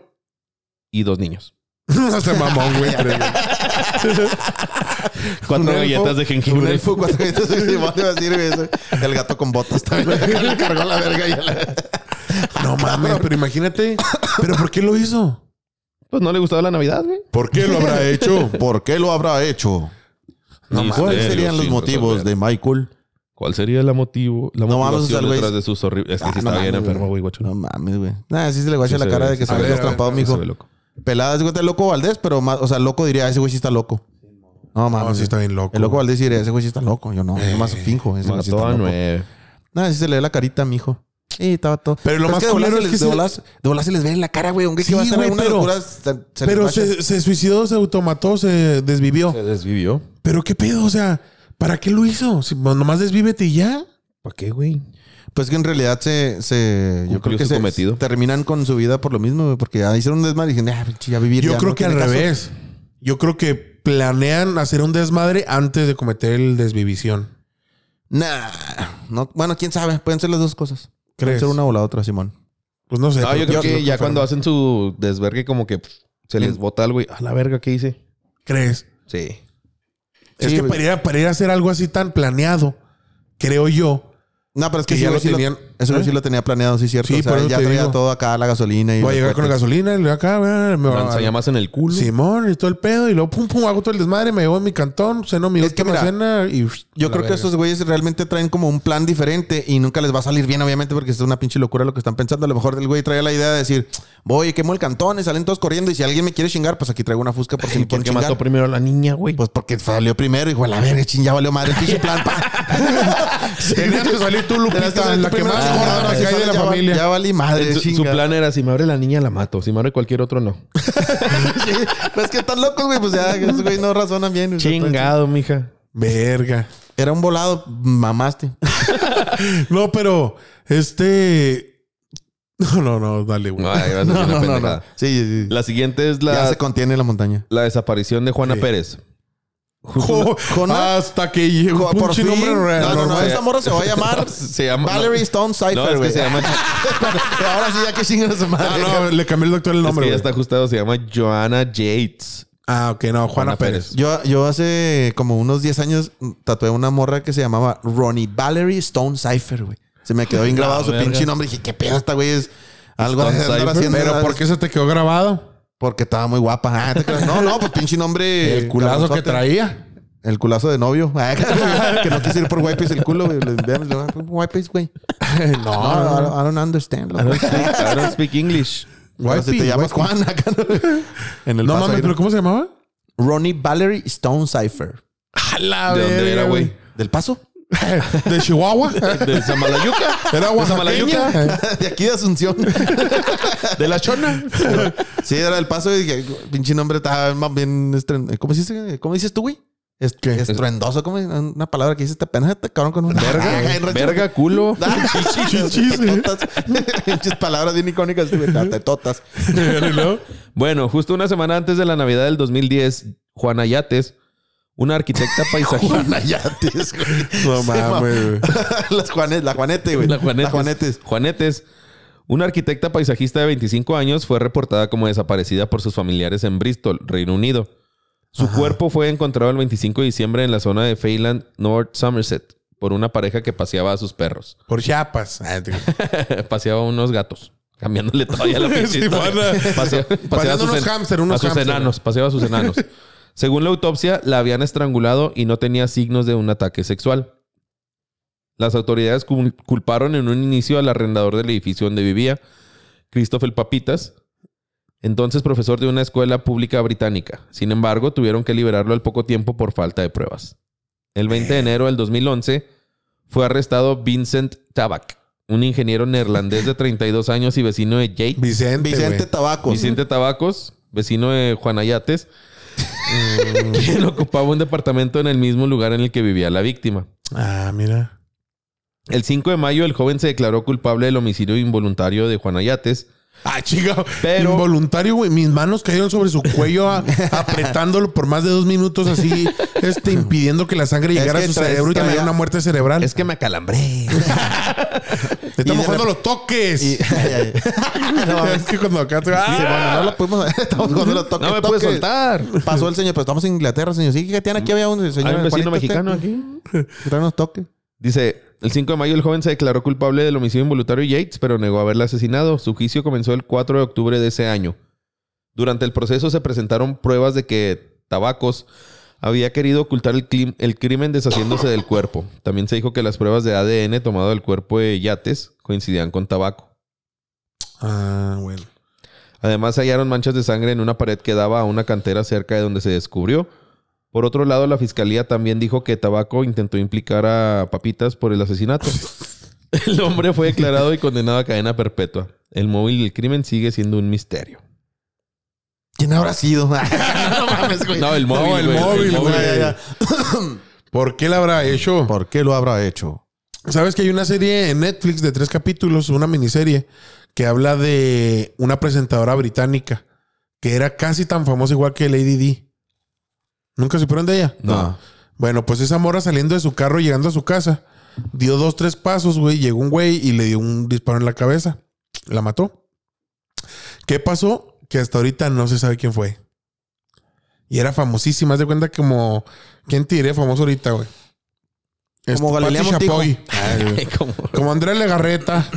[SPEAKER 3] y
[SPEAKER 2] (laughs)
[SPEAKER 3] dos niños.
[SPEAKER 1] (laughs) No se mamón, güey. tres, güey.
[SPEAKER 3] Cuatro
[SPEAKER 2] Un elfo,
[SPEAKER 3] galletas de
[SPEAKER 2] Un
[SPEAKER 3] jengibre.
[SPEAKER 2] elfo, cuatro (laughs) galletas de Simón, iba a decir, güey, eso. El gato con botas también. (laughs) Le cargó la verga y a la-
[SPEAKER 1] No mames, pero imagínate. ¿Pero por qué lo hizo?
[SPEAKER 3] Pues no le gustaba la Navidad, güey.
[SPEAKER 1] ¿Por qué lo (laughs) habrá hecho?
[SPEAKER 2] ¿Por qué lo habrá hecho?
[SPEAKER 3] No mames.
[SPEAKER 2] ¿Cuáles serían los
[SPEAKER 1] pues,
[SPEAKER 3] Sin
[SPEAKER 2] motivos
[SPEAKER 3] resolver.
[SPEAKER 2] de Michael?
[SPEAKER 3] ¿Cuál sería la motivo? La
[SPEAKER 2] No mames, o sea,
[SPEAKER 3] motivación
[SPEAKER 2] el güey-
[SPEAKER 3] detrás de sus horribles. Es que
[SPEAKER 2] Ah,
[SPEAKER 3] sí
[SPEAKER 2] no
[SPEAKER 3] estaba bien
[SPEAKER 2] mames, güey.
[SPEAKER 3] enfermo, güey, guacho.
[SPEAKER 2] No mames, güey. Nada, sí se le guacha
[SPEAKER 3] Sí
[SPEAKER 2] la
[SPEAKER 3] se
[SPEAKER 2] cara
[SPEAKER 3] ve,
[SPEAKER 2] de que
[SPEAKER 3] sí
[SPEAKER 2] se
[SPEAKER 1] se
[SPEAKER 2] ve
[SPEAKER 1] ve,
[SPEAKER 2] trampados,
[SPEAKER 1] sí
[SPEAKER 3] Se
[SPEAKER 2] mijo.
[SPEAKER 3] ve loco.
[SPEAKER 2] Pelada, es cuenta loco Valdés, pero más, o sea, loco diría, ese güey sí está loco. No mames.
[SPEAKER 1] No, sí
[SPEAKER 2] güey.
[SPEAKER 1] está bien loco.
[SPEAKER 2] Ah,
[SPEAKER 1] Eh,
[SPEAKER 2] El loco Valdés diría, ese güey sí está loco. Yo no, yo más finjo. Ese güey sí
[SPEAKER 3] Mató
[SPEAKER 2] está
[SPEAKER 3] a
[SPEAKER 2] loco.
[SPEAKER 3] nueve.
[SPEAKER 2] Nada, sí se le ve la carita, mijo. Sí, estaba todo.
[SPEAKER 1] Pero lo más
[SPEAKER 2] que de
[SPEAKER 1] culero
[SPEAKER 2] volar
[SPEAKER 1] es que
[SPEAKER 2] de
[SPEAKER 1] se-
[SPEAKER 2] volar, de volar se les ve en la cara, güey. Aunque
[SPEAKER 1] Sí,
[SPEAKER 2] va a hacer
[SPEAKER 1] güey,
[SPEAKER 2] una
[SPEAKER 1] pero-
[SPEAKER 2] locura. se- se les
[SPEAKER 1] Pero
[SPEAKER 2] guacha.
[SPEAKER 1] se, se suicidó, se automató, se desvivió.
[SPEAKER 3] Se desvivió.
[SPEAKER 1] ¿Pero qué pedo? O sea, ¿para qué lo hizo? Si nomás desvívete y ya.
[SPEAKER 3] ¿Para qué, güey?
[SPEAKER 2] Pues que en realidad se. se yo
[SPEAKER 3] Cumplió
[SPEAKER 2] creo que
[SPEAKER 3] su
[SPEAKER 2] se
[SPEAKER 3] cometido.
[SPEAKER 2] terminan con su vida por lo mismo, güey. Porque ya hicieron un desmadre y dicen, ah, pinche, ya vivir.
[SPEAKER 1] Yo
[SPEAKER 2] ya
[SPEAKER 1] creo
[SPEAKER 2] no
[SPEAKER 1] que al
[SPEAKER 2] tiene caso".
[SPEAKER 1] revés. Yo creo que planean hacer un desmadre antes de cometer el desvivisión.
[SPEAKER 2] Nah. No, bueno, quién sabe. Pueden ser las dos cosas. Pueden
[SPEAKER 1] ¿Crees?
[SPEAKER 2] ser una o la otra, Simón.
[SPEAKER 1] Pues no sé.
[SPEAKER 3] No,
[SPEAKER 1] pero
[SPEAKER 3] Ah, yo creo
[SPEAKER 1] sí
[SPEAKER 3] que
[SPEAKER 1] lo
[SPEAKER 3] ya cuando
[SPEAKER 1] confirmo.
[SPEAKER 3] hacen su desvergue, como que pff, se les bota algo y a la verga, ¿qué hice?
[SPEAKER 1] ¿Crees?
[SPEAKER 3] Sí.
[SPEAKER 1] Es
[SPEAKER 2] Sí,
[SPEAKER 1] que
[SPEAKER 2] güey.
[SPEAKER 1] para ir, a, para ir a hacer algo así tan planeado, creo yo,
[SPEAKER 2] No, pero es que,
[SPEAKER 1] Que
[SPEAKER 2] sí,
[SPEAKER 1] ya
[SPEAKER 2] güey,
[SPEAKER 1] lo
[SPEAKER 2] sí lo
[SPEAKER 1] tenían-
[SPEAKER 2] Eso güey, sí lo tenía planeado, sí, cierto.
[SPEAKER 1] Sí,
[SPEAKER 2] o sea,
[SPEAKER 1] por eso
[SPEAKER 2] ya
[SPEAKER 1] te
[SPEAKER 2] traía
[SPEAKER 1] digo.
[SPEAKER 2] todo acá, la gasolina y.
[SPEAKER 1] voy a llegar con la gasolina y le voy acá, eh, me va
[SPEAKER 3] Lanzallamas más en el culo.
[SPEAKER 1] Simón y todo el pedo y luego pum pum hago todo el desmadre, me llevo a mi cantón, ceno mi
[SPEAKER 2] Es que
[SPEAKER 1] última
[SPEAKER 2] mira,
[SPEAKER 1] cena y
[SPEAKER 2] Yo creo que esos güeyes realmente traen como un plan diferente y nunca les va a salir bien, obviamente, porque es una pinche locura lo que están pensando. A lo mejor el güey trae la idea de decir, voy, quemo el cantón y salen todos corriendo. Y si alguien me quiere chingar, pues aquí traigo una fusca por si (laughs) me
[SPEAKER 3] ¿Por
[SPEAKER 2] quieren
[SPEAKER 3] qué
[SPEAKER 2] chingar.
[SPEAKER 3] mató primero a la niña, güey?
[SPEAKER 2] Pues porque salió primero, y dijo, a la verga, ching, ya valió madre el pinche plan. (laughs) pa".
[SPEAKER 1] Tenías que salir tú,
[SPEAKER 2] Tenías que
[SPEAKER 1] Lupita,
[SPEAKER 2] salir
[SPEAKER 1] la
[SPEAKER 2] tú
[SPEAKER 1] que
[SPEAKER 2] primero,
[SPEAKER 1] más
[SPEAKER 2] ah,
[SPEAKER 1] gorda
[SPEAKER 2] no,
[SPEAKER 1] me
[SPEAKER 2] sí,
[SPEAKER 1] cae de la
[SPEAKER 2] ya va-
[SPEAKER 1] familia.
[SPEAKER 2] Ya valí madre,
[SPEAKER 3] Su- su,
[SPEAKER 2] chinga.
[SPEAKER 3] plan era: si me abre la niña, la mato. Si me abre cualquier otro,
[SPEAKER 2] (laughs)
[SPEAKER 3] no.
[SPEAKER 2] Pues que están locos, güey. Pues (laughs) ya, esos güey no razonan bien. güey. pues,
[SPEAKER 3] Chingado, mija.
[SPEAKER 1] Verga.
[SPEAKER 2] Era un volado, mamaste.
[SPEAKER 1] No, pero este (laughs) No, no, no, dale, güey.
[SPEAKER 3] No, ahí vas a
[SPEAKER 2] (laughs)
[SPEAKER 3] decir
[SPEAKER 2] No,
[SPEAKER 3] una
[SPEAKER 2] no, no,
[SPEAKER 3] pendejada.
[SPEAKER 2] no. Sí, sí, sí.
[SPEAKER 3] La siguiente es
[SPEAKER 2] Ya
[SPEAKER 3] la,
[SPEAKER 2] se contiene la montaña.
[SPEAKER 3] la desaparición de Juana
[SPEAKER 1] Sí.
[SPEAKER 3] Pérez. (laughs)
[SPEAKER 1] Jo-
[SPEAKER 2] Jona-
[SPEAKER 1] Hasta que llegó
[SPEAKER 2] Jo- por
[SPEAKER 1] pinche
[SPEAKER 2] fin.
[SPEAKER 1] nombre
[SPEAKER 2] No,
[SPEAKER 1] real.
[SPEAKER 2] no, no,
[SPEAKER 1] normal.
[SPEAKER 2] esta morra se va
[SPEAKER 1] (laughs)
[SPEAKER 2] a llamar
[SPEAKER 3] Se llama-
[SPEAKER 2] Valerie Stone Cipher,
[SPEAKER 3] No, es que
[SPEAKER 2] güey.
[SPEAKER 3] se llama.
[SPEAKER 2] (laughs)
[SPEAKER 3] (laughs)
[SPEAKER 2] Ahora sí, ya que chingan a su
[SPEAKER 1] Ah,
[SPEAKER 2] madre.
[SPEAKER 1] no, le cambié el doctor el
[SPEAKER 3] es que
[SPEAKER 1] nombre.
[SPEAKER 3] ya
[SPEAKER 1] güey.
[SPEAKER 3] está ajustado, se llama Joanna Yates.
[SPEAKER 1] Ah, ok, no, Juana,
[SPEAKER 3] Juana
[SPEAKER 1] Pérez.
[SPEAKER 3] Pérez.
[SPEAKER 2] Yo, yo hace como unos 10 años tatué una morra que se llamaba Ronnie Valerie Stone Cipher, güey. Se me quedó bien
[SPEAKER 3] La
[SPEAKER 2] grabado su
[SPEAKER 3] verga.
[SPEAKER 2] pinche nombre. Dije, ¿qué pedo esta güey? Es algo
[SPEAKER 3] Stone
[SPEAKER 2] de andar
[SPEAKER 3] Cipher.
[SPEAKER 2] haciendo.
[SPEAKER 1] Pero ¿por qué se te quedó grabado?
[SPEAKER 2] Porque estaba muy guapa. Ah, te creas. no, no, pues pinche
[SPEAKER 1] (laughs)
[SPEAKER 2] nombre.
[SPEAKER 1] El culazo que
[SPEAKER 2] cabronzote.
[SPEAKER 1] traía.
[SPEAKER 2] El culazo de novio. (laughs) Ah, que no quise ir por wipes el culo, güey. Les veamos, le van a poner Wipes, güey. No,
[SPEAKER 1] (laughs) no, no,
[SPEAKER 2] I don't- I don't understand. loco.
[SPEAKER 3] I don't
[SPEAKER 2] (laughs)
[SPEAKER 3] speak English.
[SPEAKER 2] Ahora, si
[SPEAKER 1] Wipey,
[SPEAKER 2] te llamas
[SPEAKER 1] wipey.
[SPEAKER 2] Juan (laughs) acá, ¿no? En el
[SPEAKER 1] No
[SPEAKER 2] paso
[SPEAKER 1] mames,
[SPEAKER 2] ahí,
[SPEAKER 1] pero ¿cómo se llamaba?
[SPEAKER 2] Ronnie Valerie Stone Cipher.
[SPEAKER 1] (laughs) A la
[SPEAKER 3] ¿De dónde era, güey?
[SPEAKER 2] ¿Del paso?
[SPEAKER 1] De Chihuahua.
[SPEAKER 2] (laughs)
[SPEAKER 3] De Samalayuca.
[SPEAKER 1] Era (laughs)
[SPEAKER 3] Samalayuca.
[SPEAKER 1] oaxaqueña.
[SPEAKER 2] De aquí de Asunción.
[SPEAKER 3] (laughs) De la Chona.
[SPEAKER 2] (laughs) Sí, era el paso y dije, pinche nombre estaba más bien estren- ¿Cómo dices, ¿Cómo dices tú, güey? Est-
[SPEAKER 1] ¿Qué?
[SPEAKER 2] Estruendoso, como una palabra que dices, te apenas te este cabrón con un
[SPEAKER 3] Verga. Ah, Verga, culo. (laughs)
[SPEAKER 2] (laughs) Chichis. Ah, Pinches palabras bien icónicas, güey. (laughs) Tetotas.
[SPEAKER 1] Y luego,
[SPEAKER 3] Bueno, justo una semana antes de la Navidad del 2010, Juana Yates, una arquitecta paisajista. (laughs)
[SPEAKER 2] Juanayates, güey.
[SPEAKER 1] No
[SPEAKER 2] Se mamó.
[SPEAKER 1] mames, güey.
[SPEAKER 2] (laughs) Las Juanes, la Juanete, güey.
[SPEAKER 3] La Juanetes.
[SPEAKER 2] La Juanetes.
[SPEAKER 3] Juanetes. Una arquitecta paisajista de 25 años fue reportada como desaparecida por sus familiares en Bristol, Reino Unido. Su cuerpo fue encontrado el 25 de diciembre en la zona de Feyland, North Somerset, por una pareja que paseaba a sus perros. (laughs)
[SPEAKER 1] Por Chiapas. Ah, te-
[SPEAKER 3] paseaba a unos gatos, cambiándole todavía la pinche
[SPEAKER 1] Sí,
[SPEAKER 3] historia.
[SPEAKER 1] van a-
[SPEAKER 3] Pasea- paseaba a
[SPEAKER 1] unos
[SPEAKER 3] en-
[SPEAKER 1] hámster, unos
[SPEAKER 3] a sus
[SPEAKER 1] hámster.
[SPEAKER 3] enanos, paseaba a sus enanos. Según la autopsia, la habían estrangulado y no tenía signos de un ataque sexual. Las autoridades cul- culparon en un inicio al arrendador del edificio donde vivía, Christopher Papitas, entonces profesor de una escuela pública británica. Sin embargo, tuvieron que liberarlo al poco tiempo por falta de pruebas. El 20 de enero del 2011 fue arrestado Vincent Tabak, un ingeniero neerlandés de 32 años y vecino de Yates.
[SPEAKER 1] Vicente.
[SPEAKER 2] Vicente
[SPEAKER 1] güey.
[SPEAKER 2] Tabacos.
[SPEAKER 3] Vicente Tabacos, vecino de (laughs) Juanayates,
[SPEAKER 1] Mm.
[SPEAKER 3] quien ocupaba un departamento en el mismo lugar en el que vivía la víctima.
[SPEAKER 1] Ah, mira.
[SPEAKER 3] El 5 de mayo, el joven se declaró culpable del homicidio involuntario de Juanayates.
[SPEAKER 1] Ah, chica.
[SPEAKER 3] Pero-
[SPEAKER 1] Involuntario, güey. Mis manos cayeron sobre su cuello a- apretándolo por más de dos minutos así, este, impidiendo que la sangre llegara
[SPEAKER 2] que
[SPEAKER 1] a su
[SPEAKER 2] traes-
[SPEAKER 1] cerebro y
[SPEAKER 2] traía-
[SPEAKER 1] le diera una muerte cerebral.
[SPEAKER 3] que me acalambré.
[SPEAKER 2] y de
[SPEAKER 1] Estamos jugando
[SPEAKER 2] rep-
[SPEAKER 1] los toques. (laughs)
[SPEAKER 2] Y- (laughs) ay, ay. No mames.
[SPEAKER 1] es que cuando acá te
[SPEAKER 2] Sí, bueno, no lo pudimos (laughs) Estamos jugando
[SPEAKER 3] (laughs)
[SPEAKER 2] los toques.
[SPEAKER 3] (laughs) No me puede
[SPEAKER 2] toques.
[SPEAKER 3] soltar.
[SPEAKER 2] Pasó el señor, pero estamos en Inglaterra, señor. Sí, que tiene aquí había un señor.
[SPEAKER 3] Hay un
[SPEAKER 2] Juanito,
[SPEAKER 3] vecino mexicano
[SPEAKER 2] este,
[SPEAKER 3] aquí.
[SPEAKER 2] que trae unos toques.
[SPEAKER 3] Dice, el 5 de mayo el joven se declaró culpable del homicidio involuntario de Yates, pero negó haberla asesinado. Su juicio comenzó el 4 de octubre de ese año. Durante el proceso se presentaron pruebas de que Tabacos había querido ocultar el, clim- el crimen deshaciéndose del cuerpo. También se dijo que las pruebas de ADN tomado del cuerpo de Yates coincidían con tabaco.
[SPEAKER 1] Ah, bueno.
[SPEAKER 3] Además hallaron manchas de sangre en una pared que daba a una cantera cerca de donde se descubrió. Por otro lado, la fiscalía también dijo que Tabaco intentó implicar a Papitas por el asesinato. El hombre fue declarado y condenado a cadena perpetua. El móvil del crimen sigue siendo un misterio.
[SPEAKER 2] ¿Quién habrá sido? (laughs) no mames, güey.
[SPEAKER 3] No, el móvil.
[SPEAKER 1] No, el móvil,
[SPEAKER 3] güey,
[SPEAKER 2] Ya,
[SPEAKER 1] güey.
[SPEAKER 2] ya, ya.
[SPEAKER 1] ¿Por qué la habrá hecho?
[SPEAKER 2] ¿Por qué lo habrá hecho?
[SPEAKER 1] Sabes que hay una serie en Netflix de tres capítulos, una miniserie, que habla de una presentadora británica que era casi tan famosa igual que Lady D. ¿Nunca se supieron de ella?
[SPEAKER 3] No.
[SPEAKER 1] Bueno, pues esa morra saliendo de su carro, llegando a su casa, dio dos, tres pasos, güey. Llegó un güey y le dio un disparo en la cabeza. La mató. ¿Qué pasó? Que hasta ahorita no se sabe quién fue. Y era famosísima. Haz de cuenta como... ¿Quién te diré famoso ahorita, güey? Este, Pati
[SPEAKER 2] Galilea Montijo. (laughs)
[SPEAKER 1] Chapoy. Ay, güey.
[SPEAKER 3] ¿Cómo?
[SPEAKER 1] (laughs) Como Andrea Legarreta.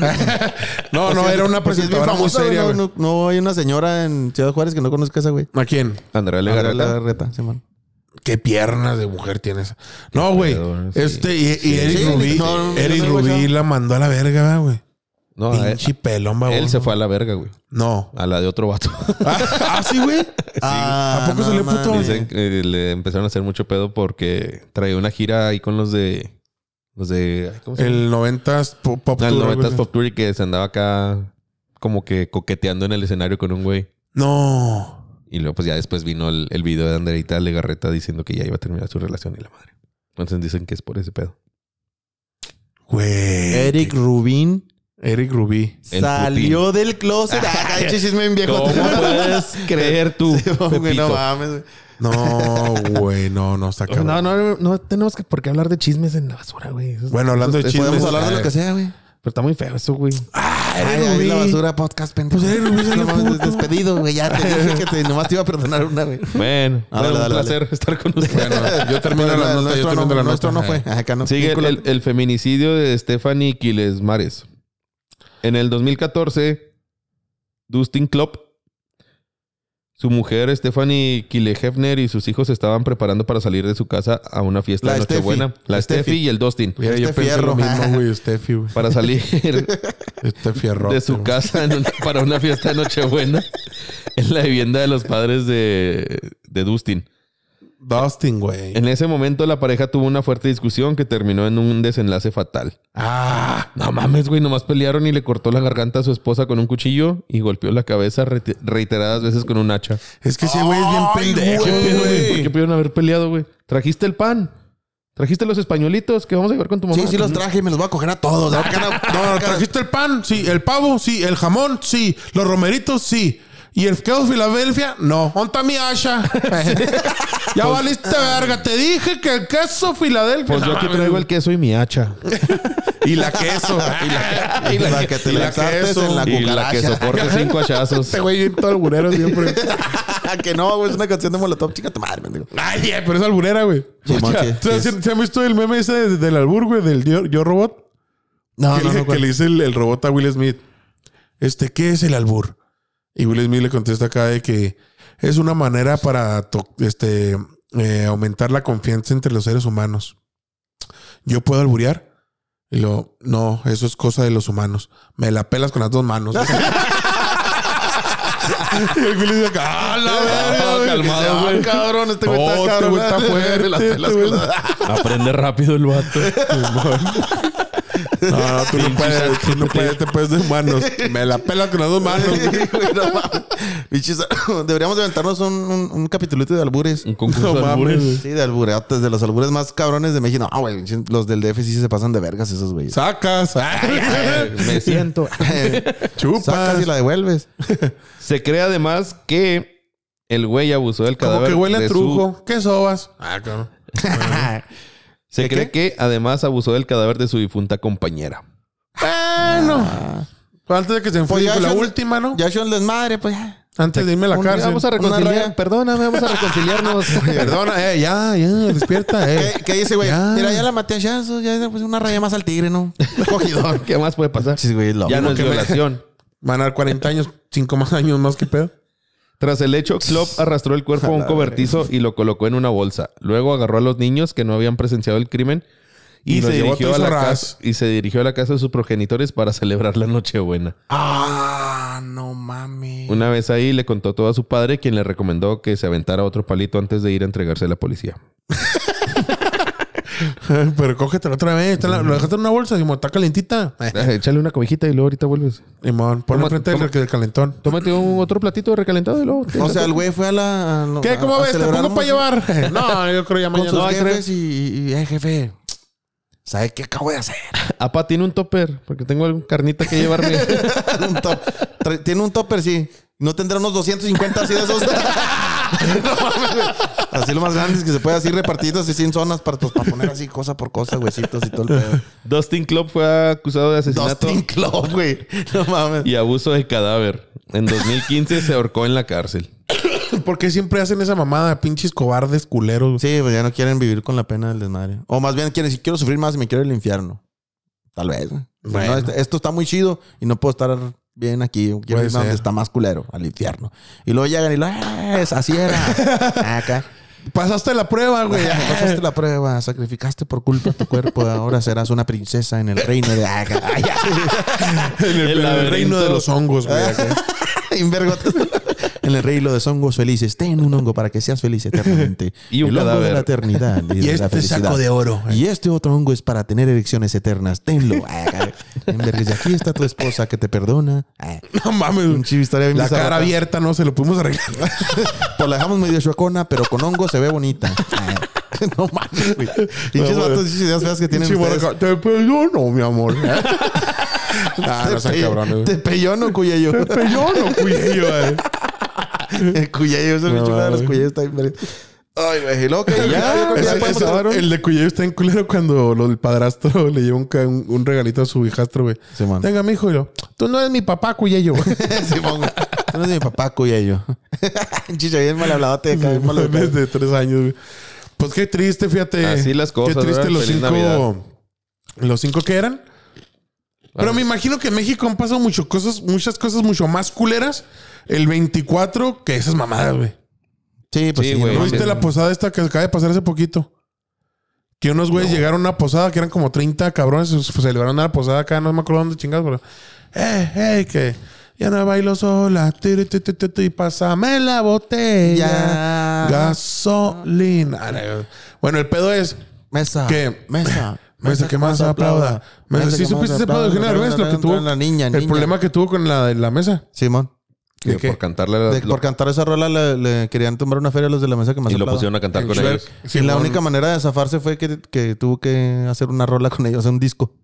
[SPEAKER 1] (laughs) no,
[SPEAKER 2] O
[SPEAKER 1] no,
[SPEAKER 2] sea,
[SPEAKER 1] era una
[SPEAKER 2] pues, es bien
[SPEAKER 1] presentadora muy
[SPEAKER 2] famosa,
[SPEAKER 1] seria,
[SPEAKER 2] güey.
[SPEAKER 1] güey.
[SPEAKER 2] No, no- no hay una señora en Ciudad Juárez que no conozca a esa, güey.
[SPEAKER 1] ¿A quién?
[SPEAKER 3] Andrea
[SPEAKER 2] Andrea
[SPEAKER 3] Legarreta.
[SPEAKER 2] Legarreta, sí, man.
[SPEAKER 1] ¿Qué piernas de mujer tienes? No, güey.
[SPEAKER 3] pedo, sí.
[SPEAKER 1] Este, y, y
[SPEAKER 3] Sí.
[SPEAKER 1] Eric
[SPEAKER 2] Sí,
[SPEAKER 1] Rubí,
[SPEAKER 2] no, no, no,
[SPEAKER 1] Eric
[SPEAKER 2] no, no,
[SPEAKER 1] Rubí
[SPEAKER 2] no.
[SPEAKER 1] la mandó a la verga, güey.
[SPEAKER 3] No, a-
[SPEAKER 1] Pinche pelón, babón.
[SPEAKER 3] él se fue a la verga, güey. (laughs)
[SPEAKER 1] No.
[SPEAKER 3] A la de otro vato.
[SPEAKER 1] Ah, sí, güey.
[SPEAKER 2] Ah,
[SPEAKER 1] ¿A poco salió
[SPEAKER 2] mames.
[SPEAKER 1] puto?
[SPEAKER 3] Dicen que le empezaron a hacer mucho pedo porque traía una gira ahí con los de... Los de... ay, ¿Cómo se
[SPEAKER 1] El 90s po- Pop
[SPEAKER 3] No, el
[SPEAKER 1] Tour, güey.
[SPEAKER 3] 90s Pop Tour y que se andaba acá como que coqueteando en el escenario con un güey.
[SPEAKER 1] No.
[SPEAKER 3] Y luego, pues ya después vino el, el video de Andreita Legarreta diciendo que ya iba a terminar su relación y la madre.
[SPEAKER 4] (laughs)
[SPEAKER 3] Entonces dicen que es por ese pedo.
[SPEAKER 1] Güey.
[SPEAKER 2] Eric Rubin
[SPEAKER 1] Eric Rubí.
[SPEAKER 3] El
[SPEAKER 2] Salió del closet. (laughs) Ah, cae chisme en viejo.
[SPEAKER 3] ¿Cómo puedes creer tú,
[SPEAKER 2] (laughs) Sí, güey,
[SPEAKER 3] Pepito?
[SPEAKER 2] no mames. güey.
[SPEAKER 1] No, güey, no, no está cabrón.
[SPEAKER 4] No, no, no tenemos que por qué hablar de chismes en la basura, güey. Eso es-
[SPEAKER 1] Bueno, hablando de chismes.
[SPEAKER 2] Podemos hablar pues, de lo que sea, güey.
[SPEAKER 4] Pero está muy feo eso, güey.
[SPEAKER 2] Ay,
[SPEAKER 1] Eric
[SPEAKER 2] ay,
[SPEAKER 1] Rubí.
[SPEAKER 2] la basura podcast, pendejo.
[SPEAKER 1] Pues Eric Rubí salió
[SPEAKER 2] No mames,
[SPEAKER 1] puto.
[SPEAKER 2] despedido, güey. Ya te dije que te, nomás te iba a perdonar una, güey.
[SPEAKER 3] Bueno,
[SPEAKER 2] Ah, dale,
[SPEAKER 3] bueno, un
[SPEAKER 2] dale, dale.
[SPEAKER 3] placer estar con ustedes.
[SPEAKER 1] eh, Bueno, yo termino
[SPEAKER 2] Bueno,
[SPEAKER 1] la
[SPEAKER 2] el
[SPEAKER 1] nota, yo
[SPEAKER 2] nuestro
[SPEAKER 1] termino
[SPEAKER 2] no,
[SPEAKER 1] la
[SPEAKER 2] nuestro
[SPEAKER 1] nota.
[SPEAKER 2] no fue. Acá no.
[SPEAKER 3] Sigue el,
[SPEAKER 2] Nicolás.
[SPEAKER 3] el- el feminicidio de Stephanie Quiles Mares. En el 2014, Dustin Klopp, su mujer Stephanie Kile Hefner y sus hijos estaban preparando para salir de su casa a una fiesta
[SPEAKER 2] La
[SPEAKER 3] de
[SPEAKER 2] Steffi.
[SPEAKER 3] Nochebuena. La
[SPEAKER 2] Steffi.
[SPEAKER 3] Steffi y el Dustin.
[SPEAKER 1] Mira, yo
[SPEAKER 2] Este
[SPEAKER 1] pensé lo
[SPEAKER 2] fierro.
[SPEAKER 1] mismo, güey, (laughs) Steffi, güey.
[SPEAKER 2] (laughs)
[SPEAKER 3] Para salir
[SPEAKER 1] Este
[SPEAKER 3] (laughs)
[SPEAKER 1] fierro.
[SPEAKER 3] de su casa en un- para una fiesta de Nochebuena en la vivienda de los padres de, de Dustin.
[SPEAKER 1] Dustin, güey.
[SPEAKER 3] En ese momento la pareja tuvo una fuerte discusión que terminó en un desenlace fatal.
[SPEAKER 1] Ah,
[SPEAKER 3] No mames, güey, nomás pelearon y le cortó la garganta a su esposa con un cuchillo y golpeó la cabeza rete- reiteradas veces con un hacha.
[SPEAKER 1] es que ese güey es bien
[SPEAKER 2] Ay,
[SPEAKER 1] pendejo,
[SPEAKER 3] ¿Qué pedo, güey? ¿Por
[SPEAKER 1] güey.
[SPEAKER 3] qué pudieron haber peleado, güey? ¿Trajiste el pan? ¿Trajiste los españolitos que vamos a llevar con tu mamá?
[SPEAKER 2] Sí, sí los traje y me los voy a coger a todos. Ah, acá
[SPEAKER 1] No, trajiste el pan, sí, el pavo, sí, el jamón, sí, los romeritos, sí. Y el queso Filadelfia, no. ¿Onta mi Asha?
[SPEAKER 2] (laughs)
[SPEAKER 1] ya
[SPEAKER 2] Pues-
[SPEAKER 1] valiste verga. Te dije que el queso Filadelfia.
[SPEAKER 3] Pues yo
[SPEAKER 1] No
[SPEAKER 3] aquí
[SPEAKER 1] mames,
[SPEAKER 3] traigo el queso y mi hacha.
[SPEAKER 1] Y la queso. (laughs) y la,
[SPEAKER 2] Y la que te
[SPEAKER 1] y la
[SPEAKER 2] lanzaste
[SPEAKER 1] queso.
[SPEAKER 2] en la
[SPEAKER 3] y la que
[SPEAKER 2] cucaracha.
[SPEAKER 1] (laughs)
[SPEAKER 3] soporte cinco hachazos.
[SPEAKER 1] Este güey bien todo alburero siempre.
[SPEAKER 2] (laughs) que no, güey. Es una canción de Molotov. Chica, tu madre, mendigo.
[SPEAKER 1] (laughs) Ay, eh, pero es alburera, güey.
[SPEAKER 2] Sí,
[SPEAKER 1] O sea,
[SPEAKER 2] sí,
[SPEAKER 1] ¿se-
[SPEAKER 2] sí es.
[SPEAKER 1] ¿Se se han visto el meme ese de- del albur, güey? Del yo, Yo robot.
[SPEAKER 3] Ah,
[SPEAKER 2] No,
[SPEAKER 1] que,
[SPEAKER 2] no,
[SPEAKER 1] le,
[SPEAKER 2] no.
[SPEAKER 1] que le dice el, el robot a Will Smith. Este, ¿qué es el albur? Y Will Smith le contesta acá de que es una manera para to- este, eh, aumentar la confianza entre los seres humanos. ¿Yo puedo alburear? Y lo, no, eso es cosa de los humanos. Me la pelas con las dos
[SPEAKER 3] (laughs)
[SPEAKER 1] manos. (laughs) y el Will Smith acá, ¡ah, la verga, güey!
[SPEAKER 3] calmado, güey.
[SPEAKER 2] cabrón. Este
[SPEAKER 1] Oh, este güey (laughs) está fuerte,
[SPEAKER 2] Las pelas
[SPEAKER 1] este güey.
[SPEAKER 2] con la-
[SPEAKER 3] Aprende rápido el vato.
[SPEAKER 1] Ah, No, no, tú no puedes, tú no puedes, te puedes de humanos. Me la pelas con las dos
[SPEAKER 3] (laughs)
[SPEAKER 1] manos.
[SPEAKER 2] Güey, no mames. Bichis, (coughs) Deberíamos inventarnos un, un, un capitulito de albures.
[SPEAKER 3] Un concurso
[SPEAKER 1] No
[SPEAKER 3] de albures.
[SPEAKER 1] mames.
[SPEAKER 2] Sí, de albureates, de los albures más cabrones de México. Ah, güey, pinches, los del DF sí se pasan de vergas esos (laughs) güeyes.
[SPEAKER 1] Sacas.
[SPEAKER 3] Me siento.
[SPEAKER 1] Chupas.
[SPEAKER 2] Sacas y la devuelves.
[SPEAKER 3] Se cree además que el güey abusó del
[SPEAKER 1] Como
[SPEAKER 3] cadáver.
[SPEAKER 1] que huele
[SPEAKER 3] de
[SPEAKER 1] a
[SPEAKER 3] su-
[SPEAKER 1] trujo. ¿Qué sobas? Ah, cabrón.
[SPEAKER 3] Se cree que además abusó del cadáver de su difunta compañera.
[SPEAKER 1] Bueno. Antes de que se enfríe
[SPEAKER 2] Ah. Pues ya
[SPEAKER 1] la
[SPEAKER 2] yo-
[SPEAKER 1] última, ¿no?
[SPEAKER 2] Ya son desmadre, pues ya.
[SPEAKER 1] Antes de irme a la
[SPEAKER 3] Un-
[SPEAKER 1] cárcel.
[SPEAKER 3] Vamos a reconciliar.
[SPEAKER 2] raya.
[SPEAKER 3] Perdóname, (laughs) vamos a reconciliarnos.
[SPEAKER 1] Perdona, eh, ya, ya, despierta, eh.
[SPEAKER 2] ¿Qué, qué dice, güey?
[SPEAKER 1] Ya.
[SPEAKER 2] Mira, ya la maté a Shazo, ya pues una raya más al tigre, ¿no? Cogidor.
[SPEAKER 3] ¿Qué más puede pasar?
[SPEAKER 2] Sí, güey, lo
[SPEAKER 3] ya no es
[SPEAKER 2] que me-
[SPEAKER 3] violación.
[SPEAKER 1] Van a dar 40 años, 5 más años más que pedo.
[SPEAKER 3] Tras el hecho, Klopp arrastró el cuerpo a un cobertizo y lo colocó en una bolsa. Luego agarró a los niños que no habían presenciado el crimen y,
[SPEAKER 1] Y los
[SPEAKER 3] se,
[SPEAKER 1] llevó a
[SPEAKER 3] dirigió a
[SPEAKER 1] Toys
[SPEAKER 3] la
[SPEAKER 1] R Us.
[SPEAKER 3] casa, y se dirigió a la casa de sus progenitores para (laughs) celebrar la Nochebuena.
[SPEAKER 2] Ah, no mames.
[SPEAKER 3] Una vez ahí le contó todo a su padre, quien le recomendó que se aventara otro palito antes de ir a entregarse a la policía.
[SPEAKER 1] (laughs) Pero cógetelo otra vez. está en la- lo dejaste en una bolsa, Simón. Está calentita. Eh,
[SPEAKER 3] (laughs) Échale una cobijita y luego ahorita vuelves.
[SPEAKER 1] Simón, ponlo
[SPEAKER 3] Toma-
[SPEAKER 1] enfrente del, del calentón.
[SPEAKER 3] Tómate un otro platito recalentado
[SPEAKER 1] (laughs)
[SPEAKER 3] y luego.
[SPEAKER 2] O sea, el güey fue a la. a-
[SPEAKER 1] ¿Qué? ¿Cómo
[SPEAKER 2] a- a
[SPEAKER 1] ves? ¿Te
[SPEAKER 2] celebrar
[SPEAKER 1] pongo
[SPEAKER 2] un-
[SPEAKER 1] para llevar? (laughs) No, yo creo ya
[SPEAKER 2] Ah, (laughs) Con
[SPEAKER 1] mañana.
[SPEAKER 2] sus
[SPEAKER 1] No, creo-
[SPEAKER 2] jefes y, y- y, "Eh, jefe. ¿Sabe qué acabo de hacer?
[SPEAKER 3] Apa tiene un topper, porque tengo algún carnita que llevarme.
[SPEAKER 2] (laughs) Un top- tra- Tiene un topper, sí. No tendrá unos 250 así de esos. (laughs) No mames, güey. así lo más grande es que se puede así repartidos así sin zonas para, pues, para poner así cosa por cosa, huesitos y todo
[SPEAKER 1] (laughs)
[SPEAKER 2] el pedo.
[SPEAKER 3] (laughs) Dustin Klopp fue acusado de asesinato
[SPEAKER 2] Dustin Club, güey. No mames.
[SPEAKER 3] y abuso de cadáver. En 2015 se ahorcó en la (laughs) cárcel.
[SPEAKER 1] ¿Por qué siempre hacen esa mamada? Pinches cobardes, culeros.
[SPEAKER 2] Sí, pues ya no quieren vivir con la pena del desmadre. O más bien quieren, si quiero sufrir más, me quiero ir al infierno. Tal vez. güey.
[SPEAKER 1] Bueno.
[SPEAKER 2] No, este- esto está muy chido y no puedo estar bien aquí. Yo Quiero
[SPEAKER 1] Puede
[SPEAKER 2] irme a donde
[SPEAKER 1] ser.
[SPEAKER 2] está más culero, al infierno. Y luego llegan y lo, "Ah, es-
[SPEAKER 1] (laughs)
[SPEAKER 2] así era. Acá.
[SPEAKER 1] Pasaste la prueba, güey.
[SPEAKER 2] Ya Pasaste la prueba, sacrificaste por culpa tu cuerpo, ahora serás una princesa en el reino de Aga. Ay,
[SPEAKER 1] En el,
[SPEAKER 3] El
[SPEAKER 1] en el
[SPEAKER 3] laberinto.
[SPEAKER 1] reino de los hongos, güey. acá.
[SPEAKER 2] ay, en vergotas. En el reino de los hongos felices, ten un hongo para que seas feliz eternamente.
[SPEAKER 3] Y un
[SPEAKER 2] el hongo
[SPEAKER 3] cadáver.
[SPEAKER 2] de la eternidad. Y, de la felicidad.
[SPEAKER 1] oro.
[SPEAKER 2] Y este otro hongo es para tener erecciones eternas. Tenlo. Aga. En vergüenza, aquí está tu esposa que te perdona. Ah,
[SPEAKER 1] No mames.
[SPEAKER 2] Un chivo estaría bien
[SPEAKER 1] La
[SPEAKER 2] bizarro.
[SPEAKER 1] cara abierta, no se lo pudimos (laughs) arreglar.
[SPEAKER 2] (laughs) Pues la dejamos medio chocona, pero con hongo se ve (laughs) bonita. Ah, No mames, güey. Pinches
[SPEAKER 1] No,
[SPEAKER 2] vatos, pinches ideas feas que tienen
[SPEAKER 1] Chivo (laughs)
[SPEAKER 2] ustedes.
[SPEAKER 1] acá, Te perdono, mi amor. Ah, no sean
[SPEAKER 2] Tepe-
[SPEAKER 1] cabrones. güey.
[SPEAKER 2] Tepeyón o Cuyayo.
[SPEAKER 1] Tepeyón o Cuello, güey.
[SPEAKER 2] (laughs) El Cuyayo, esa
[SPEAKER 1] No,
[SPEAKER 2] bichona de los
[SPEAKER 1] güey.
[SPEAKER 2] Cuyayos está bien. verga. Ay, güey, loco. Ya, yo creo que
[SPEAKER 1] Ese-
[SPEAKER 2] ya podemos
[SPEAKER 1] ese-
[SPEAKER 2] acabar, ¿no?
[SPEAKER 1] el de Cuello está en culero cuando lo- el padrastro (laughs) le lleva un, ca- un- un regalito a su hijastro, güey.
[SPEAKER 2] Simón.
[SPEAKER 1] Tenga, mi hijo, y yo, tú no eres mi papá, Cuello. (laughs)
[SPEAKER 2] Simón, güey. Tú no eres mi papá, Cuyayo. (laughs) Chicha, bien mal habladote. acá, bien mal educado.
[SPEAKER 1] Desde tres años, güey. Pues qué triste, fíjate.
[SPEAKER 3] Así las cosas,
[SPEAKER 1] Qué triste
[SPEAKER 3] ¿verdad?
[SPEAKER 1] los
[SPEAKER 3] Feliz
[SPEAKER 1] cinco.
[SPEAKER 3] Navidad.
[SPEAKER 1] Los cinco que eran. Pero me imagino que en México han pasado mucho cosas, muchas cosas mucho más culeras el 24 que esas mamadas, güey.
[SPEAKER 2] Sí, pues
[SPEAKER 3] Sí,
[SPEAKER 2] sí,
[SPEAKER 3] güey.
[SPEAKER 2] ¿no?
[SPEAKER 1] ¿No viste
[SPEAKER 3] sí.
[SPEAKER 1] la posada esta que acaba de pasar hace poquito? Que unos güeyes llegaron a una posada que eran como 30 cabrones, se se celebraron a la posada acá, no me acuerdo dónde chingados, pero. ¡Eh, eh, que! Ya no bailo sola, tiri, ti, ti, ti, ti, pásame la botella.
[SPEAKER 2] Ya.
[SPEAKER 1] Gasolina. Bueno, el pedo es
[SPEAKER 2] Mesa.
[SPEAKER 1] ¿Qué?
[SPEAKER 2] Mesa.
[SPEAKER 1] Mesa que más aplauda. Mesa,
[SPEAKER 2] Mesa
[SPEAKER 1] ¿sí
[SPEAKER 2] que más
[SPEAKER 1] supiste ese pedo de
[SPEAKER 2] aplauda.
[SPEAKER 1] Eugenio Derbez? Lo que tuvo.
[SPEAKER 2] La niña,
[SPEAKER 1] El
[SPEAKER 2] niña.
[SPEAKER 1] problema que tuvo con la de la mesa.
[SPEAKER 2] Simón.
[SPEAKER 3] Que
[SPEAKER 1] ¿De qué?
[SPEAKER 3] por cantarle la-
[SPEAKER 2] De-
[SPEAKER 3] lo-
[SPEAKER 2] por cantar esa rola le, le querían tomar una feria a los de la mesa que más
[SPEAKER 3] y lo
[SPEAKER 2] aplauda.
[SPEAKER 3] pusieron a cantar
[SPEAKER 1] En
[SPEAKER 3] con
[SPEAKER 1] Shrek.
[SPEAKER 3] ellos.
[SPEAKER 2] Y la
[SPEAKER 1] Simón,
[SPEAKER 2] única manera de zafarse fue que, que tuvo que hacer una rola con ellos, un disco.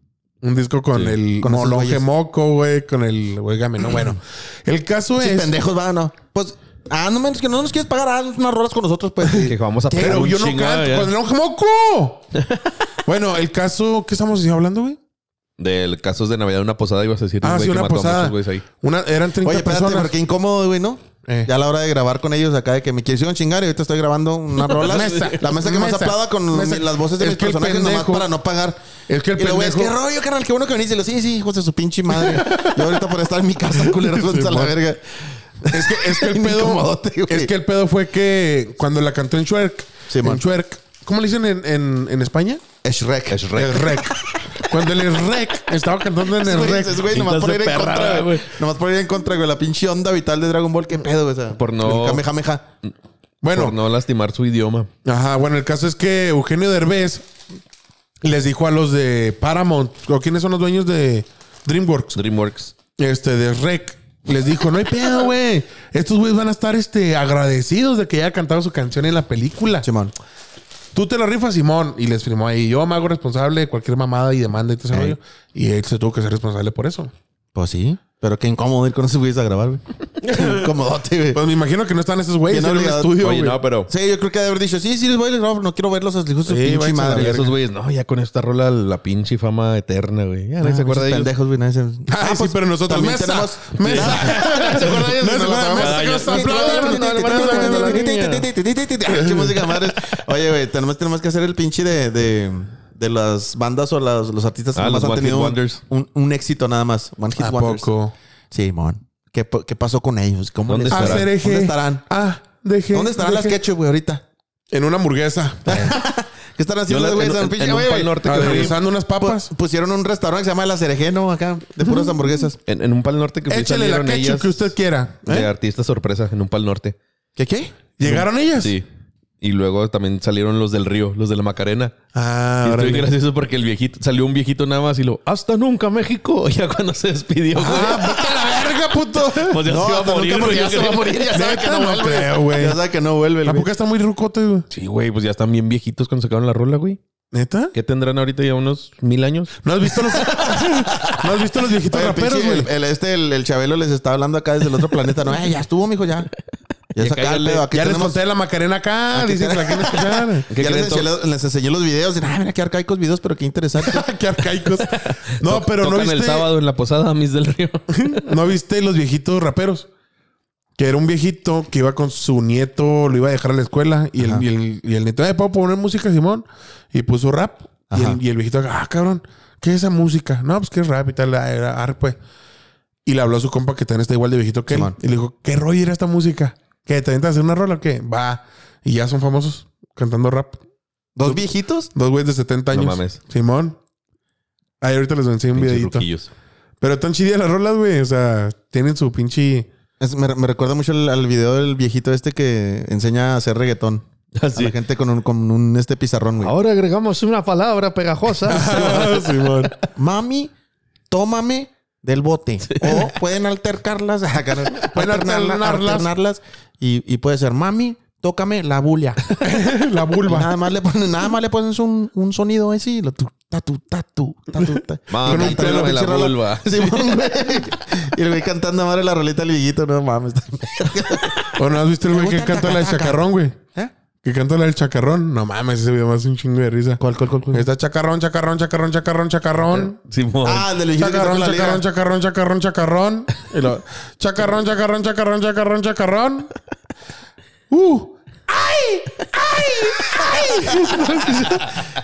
[SPEAKER 1] Un disco con el
[SPEAKER 2] Con esos
[SPEAKER 1] Molonge
[SPEAKER 2] güeyes.
[SPEAKER 1] Moco, güey, con el. Óigame, no, bueno. El caso
[SPEAKER 2] Esos
[SPEAKER 1] es.
[SPEAKER 2] pendejos, va, no. Pues, ah, no menos que no nos quieres pagar ah, haz unas rolas con nosotros, pues.
[SPEAKER 3] Que vamos a
[SPEAKER 1] ¿Qué?
[SPEAKER 3] pegar
[SPEAKER 1] Pero
[SPEAKER 3] un
[SPEAKER 1] yo no
[SPEAKER 3] chingo,
[SPEAKER 1] canto
[SPEAKER 3] ya.
[SPEAKER 1] con el Molonge
[SPEAKER 2] (laughs)
[SPEAKER 1] Moco. bueno, el caso. ¿Qué estamos hablando, güey?
[SPEAKER 3] Del casos de Navidad, una posada, ibas a decir.
[SPEAKER 1] Ah,
[SPEAKER 3] güey,
[SPEAKER 1] sí,
[SPEAKER 3] que
[SPEAKER 1] una
[SPEAKER 3] mató a muchos
[SPEAKER 1] posada.
[SPEAKER 3] güeyes ahí.
[SPEAKER 1] Una, eran 30
[SPEAKER 2] Oye, espérate,
[SPEAKER 1] personas.
[SPEAKER 2] pero qué incómodo, güey, ¿no?
[SPEAKER 1] Eh.
[SPEAKER 2] Ya a la hora de grabar con ellos acá de que me quisieron chingar y ahorita estoy
[SPEAKER 1] (laughs)
[SPEAKER 2] grabando una rola.
[SPEAKER 1] Mesa.
[SPEAKER 2] la mesa que más
[SPEAKER 1] Mesa.
[SPEAKER 2] aplauda con
[SPEAKER 1] Mesa.
[SPEAKER 2] las voces de
[SPEAKER 1] Es
[SPEAKER 2] mis
[SPEAKER 1] que el
[SPEAKER 2] personajes
[SPEAKER 1] pendejo-
[SPEAKER 2] nomás para no pagar.
[SPEAKER 1] Es que el
[SPEAKER 2] y lo ves, qué
[SPEAKER 1] pendejo-
[SPEAKER 2] rollo, carnal, qué bueno que venís. Y lo, sí, sí, hijos de su pinche madre.
[SPEAKER 1] (laughs)
[SPEAKER 2] Yo ahorita por estar en mi casa, culeros,
[SPEAKER 1] Sí,
[SPEAKER 2] a la
[SPEAKER 1] man.
[SPEAKER 2] verga.
[SPEAKER 1] Es que, (laughs)
[SPEAKER 2] (laughs)
[SPEAKER 1] es que el
[SPEAKER 2] Bien
[SPEAKER 1] pedo.
[SPEAKER 2] incomodote, güey.
[SPEAKER 1] es que el pedo fue que cuando la cantó en Shrek.
[SPEAKER 2] Sí,
[SPEAKER 1] en
[SPEAKER 2] man.
[SPEAKER 1] Shrek. ¿Cómo le dicen en, en, en España?
[SPEAKER 2] Es Shrek.
[SPEAKER 3] Es Shrek.
[SPEAKER 1] El
[SPEAKER 2] (laughs)
[SPEAKER 1] rec. Cuando el rec estaba cantando en el rec.
[SPEAKER 2] Es, güey, nomás por ir en
[SPEAKER 3] Pintas de perra,
[SPEAKER 2] contra, güey.
[SPEAKER 3] güey.
[SPEAKER 2] Nomás por ir en contra, güey. La pinche onda vital de Dragon Ball, qué pedo, güey. O sea,
[SPEAKER 3] Por no-
[SPEAKER 2] el Kamehameha.
[SPEAKER 1] Bueno,
[SPEAKER 3] Por no lastimar su idioma.
[SPEAKER 1] ajá, bueno, el caso es que Eugenio Derbez les dijo a los de Paramount, o quiénes son los dueños de DreamWorks,
[SPEAKER 3] DreamWorks.
[SPEAKER 1] este, de rec. Les dijo, no hay pedo, güey. Estos güeyes van a estar este, agradecidos de que haya cantado su canción en la película.
[SPEAKER 2] Simón.
[SPEAKER 1] Tú te la rifas, Simón. Y les firmó ahí. Yo me hago responsable de cualquier mamada y demanda y todo ese
[SPEAKER 2] Ey.
[SPEAKER 1] rollo. Y él se tuvo que ser responsable por eso.
[SPEAKER 2] Pues sí. Pero qué incómodo ir con esos güeyes a
[SPEAKER 1] (laughs)
[SPEAKER 2] grabar, güey. Qué incomodote, güey.
[SPEAKER 1] Pues me imagino que no están esos güeyes
[SPEAKER 2] Bien
[SPEAKER 1] en el
[SPEAKER 2] obligado.
[SPEAKER 1] estudio.
[SPEAKER 3] Oye,
[SPEAKER 1] güey.
[SPEAKER 3] no, pero.
[SPEAKER 2] Sí, yo creo que ha de haber dicho, sí, sí, les voy a grabar, no quiero verlos, hijos de su
[SPEAKER 1] Sí,
[SPEAKER 2] pinche
[SPEAKER 1] váyanse a la
[SPEAKER 2] madre.
[SPEAKER 1] verga.
[SPEAKER 3] esos güeyes, no, ya con esta rola la pinche fama eterna, güey. Ya nadie se acuerda de
[SPEAKER 2] Ah, Esos
[SPEAKER 3] ellos.
[SPEAKER 2] pendejos, güey. nadie se-
[SPEAKER 1] (laughs) Ah, sí, pero nosotros
[SPEAKER 2] también
[SPEAKER 1] mesa,
[SPEAKER 2] tenemos-
[SPEAKER 1] mesa.
[SPEAKER 2] ¿Se acuerdan ellos?
[SPEAKER 1] No,
[SPEAKER 2] Nos
[SPEAKER 1] se acuerdan,
[SPEAKER 2] los
[SPEAKER 1] mesa, que nos
[SPEAKER 2] Ah, qué música madre. (laughs) Oye, güey, tenemos, tenemos que hacer el pinche de, de, de las bandas o las- los artistas que
[SPEAKER 3] Ah,
[SPEAKER 2] más
[SPEAKER 3] los
[SPEAKER 2] han
[SPEAKER 3] One Hit
[SPEAKER 2] tenido un,
[SPEAKER 3] Wonders.
[SPEAKER 2] un, un éxito nada más. One Hit
[SPEAKER 1] ¿A
[SPEAKER 2] Wonders.
[SPEAKER 1] Ah, poco?
[SPEAKER 2] Sí, mon. ¿Qué, po- qué pasó con ellos? ¿Cómo
[SPEAKER 3] ¿Dónde
[SPEAKER 2] les
[SPEAKER 3] estarán?
[SPEAKER 2] estarán?
[SPEAKER 1] Hacer eje.
[SPEAKER 2] ¿Dónde estarán?
[SPEAKER 1] Ah, deje.
[SPEAKER 2] ¿Dónde estarán las
[SPEAKER 1] deje.
[SPEAKER 2] ketchup, güey, ahorita?
[SPEAKER 1] En una hamburguesa.
[SPEAKER 2] (laughs) ¿Qué están
[SPEAKER 3] Yo
[SPEAKER 2] haciendo,
[SPEAKER 3] la-
[SPEAKER 2] güey?
[SPEAKER 3] en-
[SPEAKER 2] Están
[SPEAKER 3] en-
[SPEAKER 2] pinche-
[SPEAKER 3] en un
[SPEAKER 2] güey, Ah,
[SPEAKER 3] Pal Norte
[SPEAKER 2] pu-
[SPEAKER 3] que fui.
[SPEAKER 1] Regresando unas papas.
[SPEAKER 2] Pues, Pusieron un restaurante que se llama La Cerejeno acá, de puras hamburguesas.
[SPEAKER 3] En, en un pal norte que fui,
[SPEAKER 1] Échale la
[SPEAKER 3] salieron
[SPEAKER 1] ketchup
[SPEAKER 3] Pues, ellas
[SPEAKER 1] que usted ¿eh? quiera.
[SPEAKER 3] de artista sorpresa en un pal norte.
[SPEAKER 2] ¿Qué qué?
[SPEAKER 1] ¿Llegaron ellas?
[SPEAKER 3] Sí. Y luego también salieron los del río, los de la Macarena.
[SPEAKER 1] Ah,
[SPEAKER 3] y
[SPEAKER 1] órale.
[SPEAKER 3] estoy gracioso porque el viejito, salió un viejito nada más y lo, hasta nunca México. (laughs) Ya cuando se despidió, güey.
[SPEAKER 1] Ah, (laughs) vete a la verga, puto.
[SPEAKER 3] pues ya
[SPEAKER 2] No,
[SPEAKER 3] se iba a
[SPEAKER 2] hasta
[SPEAKER 3] morir,
[SPEAKER 2] nunca porque ya
[SPEAKER 3] güey.
[SPEAKER 2] se va a morir, ya sabe que
[SPEAKER 1] Neta,
[SPEAKER 2] no
[SPEAKER 1] no
[SPEAKER 2] vuelve.
[SPEAKER 1] creo, güey.
[SPEAKER 2] Ya sabe que no vuelve el
[SPEAKER 1] La
[SPEAKER 2] güey.
[SPEAKER 1] boca está muy rucote, güey.
[SPEAKER 3] Sí, güey, pues ya están bien viejitos cuando sacaron la rola, güey.
[SPEAKER 1] ¿Neta?
[SPEAKER 3] ¿Qué tendrán ahorita ya unos mil años?
[SPEAKER 1] ¿No has visto los, ¿No has visto los viejitos
[SPEAKER 2] Oye, el
[SPEAKER 1] raperos,
[SPEAKER 2] pinche-
[SPEAKER 1] güey?
[SPEAKER 2] el, el este, el, el Chabelo les está hablando acá desde el otro planeta. No, "Ey, eh, ya estuvo, mijo, ya. Ya,
[SPEAKER 3] (laughs) Ya
[SPEAKER 2] saca el
[SPEAKER 3] cállate.
[SPEAKER 2] pedo. Aquí
[SPEAKER 1] Ya les
[SPEAKER 2] tenemos-
[SPEAKER 1] conté la Macarena acá. Dicen que la quieren escuchar.
[SPEAKER 3] ¿Qué
[SPEAKER 2] ya les,
[SPEAKER 3] creen todos?
[SPEAKER 2] enseñé, les enseñé los videos. Y, ah, mira qué arcaicos videos, pero qué
[SPEAKER 3] (laughs)
[SPEAKER 2] interesante.
[SPEAKER 1] Qué arcaicos. No, pero no
[SPEAKER 3] Tocan
[SPEAKER 1] viste,
[SPEAKER 3] el sábado en la posada, mis del
[SPEAKER 1] (laughs)
[SPEAKER 3] río.
[SPEAKER 1] no viste los viejitos raperos. Que era un viejito que iba con su nieto, lo iba a dejar a la escuela. Y, el, y, el, y el nieto, eh, ¿puedo poner música, Simón? Y puso rap. Y
[SPEAKER 2] Ajá.
[SPEAKER 1] el, y el viejito, ah, cabrón, ¿qué es esa música? No, pues que es rap y tal. ah, Era ar, pues. Y le habló a su compa que también está igual de viejito que él.
[SPEAKER 2] Simón.
[SPEAKER 1] Y le dijo, ¿qué rollo era esta música? ¿Que te aventas a hacer una rola o qué? Va. Y ya son famosos cantando rap.
[SPEAKER 2] Dos viejitos.
[SPEAKER 1] Dos güeyes de 70
[SPEAKER 3] No
[SPEAKER 1] años.
[SPEAKER 3] mames.
[SPEAKER 1] Simón. Ahí ahorita les enseño un
[SPEAKER 3] Pinches
[SPEAKER 1] videito.
[SPEAKER 3] ruquillos.
[SPEAKER 1] Pero tan chidas las rolas, güey. O sea, tienen su pinche.
[SPEAKER 2] Es- me, me recuerda mucho al, al video del viejito este que enseña a hacer reggaetón.
[SPEAKER 3] Ah, sí. Ah,
[SPEAKER 2] A la gente con un, con un este pizarrón, güey.
[SPEAKER 4] Ahora agregamos una palabra
[SPEAKER 3] (laughs)
[SPEAKER 4] pegajosa.
[SPEAKER 1] Ah, Simón.
[SPEAKER 2] (laughs) mami, tómame del bote. O pueden altercarlas,
[SPEAKER 1] (laughs)
[SPEAKER 2] pueden alternarlas,
[SPEAKER 1] alternarlas.
[SPEAKER 2] alternarlas, y, y puede ser, mami, tócame la bulia.
[SPEAKER 1] (laughs) La
[SPEAKER 2] Y
[SPEAKER 1] vulva.
[SPEAKER 2] nada más le ponen, nada más le pones un, un sonido ese y lo tu, tatu, tatu, tatu, tatu.
[SPEAKER 3] Ma,
[SPEAKER 2] Y con un
[SPEAKER 3] cántame
[SPEAKER 2] pelo,
[SPEAKER 3] la
[SPEAKER 2] pinche rola.
[SPEAKER 3] vulva.
[SPEAKER 2] Simón, güey. Y el güey cantando madre la roleta del viejito, no mames.
[SPEAKER 1] ¿O no has visto el
[SPEAKER 2] Me
[SPEAKER 1] güey que
[SPEAKER 2] gusta el
[SPEAKER 1] canta la del
[SPEAKER 2] chacacaca.
[SPEAKER 1] chacarrón, güey?
[SPEAKER 2] ¿Eh?
[SPEAKER 1] Que canta la del chacarrón. No mames, ese video me hace un chingo de risa.
[SPEAKER 2] ¿Cuál, cuál, cuál? cuál?
[SPEAKER 1] Está chacarrón, chacarrón, chacarrón, chacarrón, chacarrón.
[SPEAKER 3] Simón.
[SPEAKER 2] Ah, el del viejito que está
[SPEAKER 1] Chacarrón,
[SPEAKER 2] con la
[SPEAKER 1] chacarrón,
[SPEAKER 2] liga.
[SPEAKER 1] chacarrón, chacarrón, chacarrón. Y lo- Chacarrón, chacarrón, chacarrón, chacarrón,
[SPEAKER 2] (laughs)
[SPEAKER 1] chacarrón. Uh.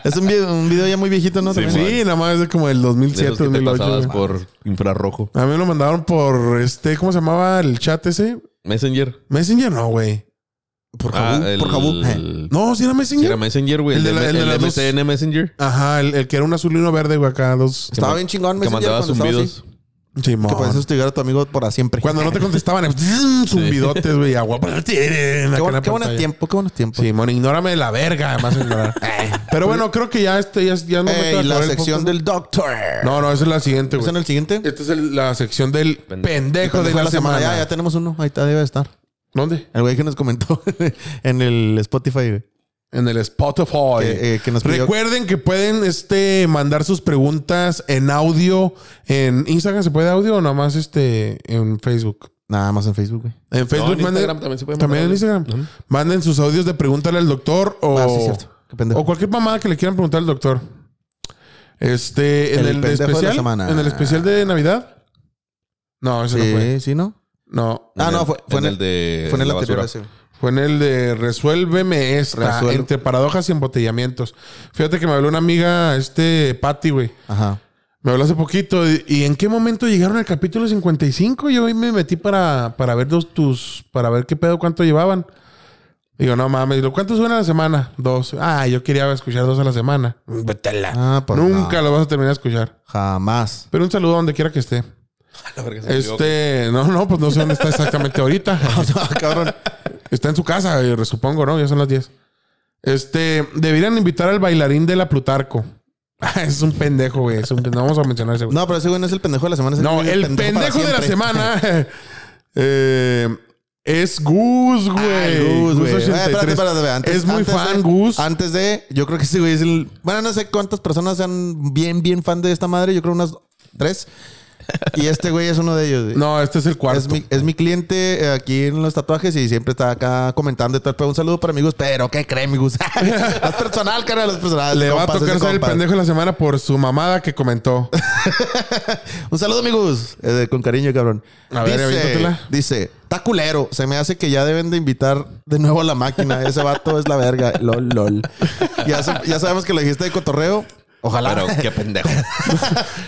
[SPEAKER 2] Es un video, un video ya muy viejito, ¿no? También.
[SPEAKER 1] Sí, nada más es como del
[SPEAKER 3] de
[SPEAKER 1] 2007,
[SPEAKER 3] los que te
[SPEAKER 1] 2008.
[SPEAKER 3] pasabas
[SPEAKER 1] güey.
[SPEAKER 3] por infrarrojo.
[SPEAKER 1] A mí me lo mandaron por este, ¿cómo se llamaba el chat ese?
[SPEAKER 3] Messenger.
[SPEAKER 1] Messenger, no, güey.
[SPEAKER 2] Por
[SPEAKER 3] Ah,
[SPEAKER 2] Jabú,
[SPEAKER 3] el-
[SPEAKER 2] por Jabú. Eh.
[SPEAKER 1] No, si era
[SPEAKER 3] Sí,
[SPEAKER 1] Messenger.
[SPEAKER 3] era Messenger, güey.
[SPEAKER 1] El de
[SPEAKER 3] El,
[SPEAKER 1] la-
[SPEAKER 3] de-
[SPEAKER 1] el de
[SPEAKER 3] el
[SPEAKER 1] las dos.
[SPEAKER 3] MSN Messenger.
[SPEAKER 1] Ajá, el, el que era un azul y uno verde, güey, acá dos.
[SPEAKER 2] Estaba
[SPEAKER 3] man-
[SPEAKER 2] bien chingón,
[SPEAKER 3] Que
[SPEAKER 2] Messenger,
[SPEAKER 3] mandaba
[SPEAKER 2] cuando estaba así.
[SPEAKER 3] zumbidos.
[SPEAKER 1] Simón.
[SPEAKER 2] Que puedes hostigar a tu amigo para siempre.
[SPEAKER 1] Ah. Cuando no te
[SPEAKER 2] (laughs)
[SPEAKER 1] contestaban, zzz, zumbidotes, güey, agua.
[SPEAKER 2] Qué, buen- qué
[SPEAKER 1] buena
[SPEAKER 2] buenos tiempos, qué Eh, buenos tiempos.
[SPEAKER 1] Simón, ignórame de la verga, además ignorar.
[SPEAKER 2] (laughs) Eh, pues
[SPEAKER 1] Pero bueno, creo que ya este ya, es- ya es momento de
[SPEAKER 2] Ey, Eh, la
[SPEAKER 1] acabar el
[SPEAKER 2] sección
[SPEAKER 1] podcast.
[SPEAKER 2] del Doctor.
[SPEAKER 1] No, no, esa es la siguiente,
[SPEAKER 2] ¿Es
[SPEAKER 1] güey.
[SPEAKER 2] en el siguiente?
[SPEAKER 1] Esta es el- la sección del pendejo, de la, semana.
[SPEAKER 2] Ya, ya tenemos uno. Ahí está, debe de estar.
[SPEAKER 1] ¿Dónde?
[SPEAKER 2] El güey que nos comentó (laughs) en el Spotify, güey.
[SPEAKER 1] En el Spotify.
[SPEAKER 2] Que, eh, que nos pidió-
[SPEAKER 1] Recuerden que pueden este, mandar sus preguntas en audio. En Instagram se puede audio o nada más este, en Facebook.
[SPEAKER 2] Nada más en Facebook, güey.
[SPEAKER 1] En
[SPEAKER 3] No,
[SPEAKER 1] Facebook
[SPEAKER 3] en
[SPEAKER 1] manden-
[SPEAKER 3] Instagram también se puede
[SPEAKER 1] También en
[SPEAKER 3] mandar
[SPEAKER 1] Instagram. Manden sus audios de pregúntale al doctor o,
[SPEAKER 2] Ah, sí, cierto. Qué pendejo.
[SPEAKER 1] o cualquier mamada que le quieran preguntar al doctor. Este, en
[SPEAKER 2] El
[SPEAKER 1] el, de
[SPEAKER 2] pendejo de la
[SPEAKER 1] especial.
[SPEAKER 2] semana.
[SPEAKER 1] en el especial de Navidad. No, ese
[SPEAKER 2] Sí,
[SPEAKER 1] no fue.
[SPEAKER 2] sí, ¿no?
[SPEAKER 1] No.
[SPEAKER 2] Ah,
[SPEAKER 3] En
[SPEAKER 2] no,
[SPEAKER 3] el-
[SPEAKER 2] fue, fue en el,
[SPEAKER 3] de.
[SPEAKER 2] fue en el
[SPEAKER 3] la
[SPEAKER 2] anterior.
[SPEAKER 3] basura.
[SPEAKER 2] ese, güey.
[SPEAKER 1] Fue en el de Resuélveme esta,
[SPEAKER 2] Resuelve.
[SPEAKER 1] entre paradojas y embotellamientos. Fíjate que me habló una amiga, este Patty, güey.
[SPEAKER 2] Ajá.
[SPEAKER 1] Me habló hace poquito. ¿Y y en qué momento llegaron al capítulo 55? Yo hoy me metí para, para ver los tus, para ver qué pedo, cuánto llevaban. Digo, no mames, Digo, ¿cuántos suena a la semana? Dos. Ah, yo quería escuchar dos a la semana.
[SPEAKER 2] Ah, pues
[SPEAKER 1] Nunca
[SPEAKER 2] no.
[SPEAKER 1] lo vas a terminar de escuchar.
[SPEAKER 2] Jamás. (laughs)
[SPEAKER 1] Pero un saludo donde quiera que
[SPEAKER 3] (laughs)
[SPEAKER 1] esté.
[SPEAKER 3] La verga se me equivocó.
[SPEAKER 1] Este, no, no, pues no sé dónde está exactamente
[SPEAKER 3] (laughs)
[SPEAKER 1] ahorita.
[SPEAKER 2] Cabrón.
[SPEAKER 1] Está en su casa, eh, supongo, ¿no? Ya son las 10. Este, deberían invitar al bailarín de la Plutarco. (laughs) es un pendejo, güey. es un pendejo. No vamos a mencionar ese, güey.
[SPEAKER 2] No, pero ese güey no es el pendejo de la semana. es
[SPEAKER 1] No,
[SPEAKER 2] güey
[SPEAKER 1] el pendejo, de
[SPEAKER 2] para
[SPEAKER 1] la
[SPEAKER 2] siempre. (laughs)
[SPEAKER 1] semana eh, es Gus, güey.
[SPEAKER 2] Ah, el Gus, güey.
[SPEAKER 1] Gus
[SPEAKER 2] Eh, espérate,
[SPEAKER 1] 83.
[SPEAKER 2] espérate, espérate. Antes-
[SPEAKER 1] es muy
[SPEAKER 2] antes
[SPEAKER 1] fan,
[SPEAKER 2] de-
[SPEAKER 1] Gus.
[SPEAKER 2] Antes de, yo creo que sí, güey. Es el, bueno, no sé cuántas personas sean bien, bien fan de esta madre. Yo creo unas tres. Y este güey es uno de ellos. güey.
[SPEAKER 1] No, este es el cuarto.
[SPEAKER 2] Es mi, es mi cliente eh, aquí en los tatuajes y siempre está acá comentando y tal. Pero un saludo para amigos. Pero, ¿qué creen, mi Gus? (laughs) es personal, carnal. Es personal.
[SPEAKER 1] Le va a
[SPEAKER 2] Compas,
[SPEAKER 1] tocar
[SPEAKER 2] ese
[SPEAKER 1] ser el
[SPEAKER 2] compas.
[SPEAKER 1] pendejo de la semana por su mamada que
[SPEAKER 2] (laughs)
[SPEAKER 1] comentó.
[SPEAKER 2] Un saludo, amigos. Eh, con cariño, cabrón.
[SPEAKER 1] A ver,
[SPEAKER 2] dice,
[SPEAKER 1] aviéntatela.
[SPEAKER 2] dice, está culero. Se me hace que ya deben de invitar de nuevo a la máquina. Ese vato es la verga. (laughs) Lol, lol. Ya, sa- ya sabemos que lo dijiste de cotorreo. Ojalá.
[SPEAKER 3] Pero qué pendejo.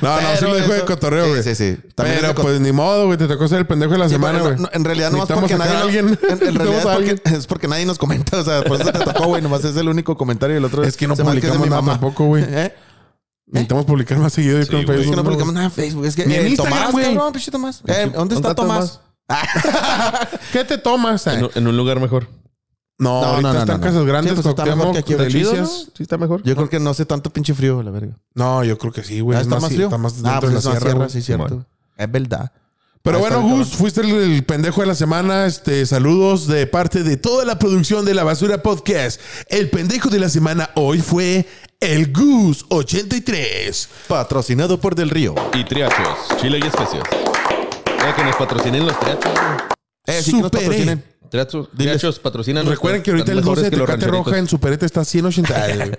[SPEAKER 1] No, no, sí
[SPEAKER 2] Pero
[SPEAKER 1] lo dijo de
[SPEAKER 2] eso-
[SPEAKER 1] cotorreo, güey.
[SPEAKER 2] Sí, sí, sí. También
[SPEAKER 1] Pero
[SPEAKER 2] es de
[SPEAKER 1] pues ni modo, güey. Te tocó ser el pendejo de la
[SPEAKER 2] Sí,
[SPEAKER 1] semana,
[SPEAKER 2] pero
[SPEAKER 1] güey.
[SPEAKER 2] no- no, en realidad no más
[SPEAKER 1] Necesitamos
[SPEAKER 2] porque
[SPEAKER 1] sacar
[SPEAKER 2] nadie
[SPEAKER 1] a
[SPEAKER 2] no-
[SPEAKER 1] alguien.
[SPEAKER 2] en, en realidad
[SPEAKER 1] Necesitamos
[SPEAKER 2] es
[SPEAKER 1] a
[SPEAKER 2] porque,
[SPEAKER 1] alguien.
[SPEAKER 2] es porque nadie nos comenta, o sea, por eso te tocó, güey, nomás es el único comentario y el otro
[SPEAKER 1] Es que no
[SPEAKER 2] se me hace
[SPEAKER 1] publicamos
[SPEAKER 2] es mi
[SPEAKER 1] nada
[SPEAKER 2] mamá.
[SPEAKER 1] tampoco, güey.
[SPEAKER 2] (laughs) ¿Eh? Pues
[SPEAKER 1] Necesitamos publicar más seguido. yo creo, en
[SPEAKER 2] Es
[SPEAKER 3] güey.
[SPEAKER 2] que
[SPEAKER 1] Facebook,
[SPEAKER 2] no
[SPEAKER 1] ¿no,
[SPEAKER 2] publicamos nada en Facebook, es que
[SPEAKER 1] Ni en
[SPEAKER 2] eh,
[SPEAKER 1] Instagram,
[SPEAKER 2] Tomás,
[SPEAKER 1] güey.
[SPEAKER 2] cabrón, pinche Tomás. Eh, ¿dónde está
[SPEAKER 4] está
[SPEAKER 2] Tomás?
[SPEAKER 1] güey? ¿Qué te tomas? eh?
[SPEAKER 3] En un- en un lugar mejor.
[SPEAKER 1] No,
[SPEAKER 2] No,
[SPEAKER 1] ahorita
[SPEAKER 2] no, no,
[SPEAKER 1] están
[SPEAKER 2] no.
[SPEAKER 1] casas grandes,
[SPEAKER 2] Sí, pues, está mejor
[SPEAKER 1] Cuauhtémoc,
[SPEAKER 2] que aquí, güey.
[SPEAKER 1] delicias.
[SPEAKER 3] Sí, está mejor.
[SPEAKER 2] Yo creo que no hace tanto pinche frío, la verga.
[SPEAKER 1] No, yo creo que sí, güey.
[SPEAKER 2] Ah,
[SPEAKER 1] Es
[SPEAKER 2] está más frío.
[SPEAKER 1] Está más dentro
[SPEAKER 2] ah, pues
[SPEAKER 1] de la
[SPEAKER 2] es más
[SPEAKER 1] sierra,
[SPEAKER 2] sierra,
[SPEAKER 1] güey.
[SPEAKER 2] sí, cierto.
[SPEAKER 3] Simón.
[SPEAKER 2] Es verdad.
[SPEAKER 1] Pero
[SPEAKER 2] Ahí
[SPEAKER 1] bueno,
[SPEAKER 2] está bien,
[SPEAKER 1] Gus, fuiste el, el pendejo de la semana. Este, saludos de parte de toda la producción de La Basura Podcast. El pendejo de la semana hoy fue el Gus 83.
[SPEAKER 2] Patrocinado por Del Río.
[SPEAKER 3] Y triachos, chile y especias. Ya que nos patrocinen los triachos.
[SPEAKER 2] Eh, sí que nos
[SPEAKER 1] Superé.
[SPEAKER 2] patrocinen.
[SPEAKER 3] Triachos,
[SPEAKER 2] Diles.
[SPEAKER 3] triachos patrocinan.
[SPEAKER 1] Recuerden que ahorita el
[SPEAKER 3] mejor
[SPEAKER 1] dulce de Tecate Roja en Superete está a 180.
[SPEAKER 2] (laughs)
[SPEAKER 1] Ay, güey.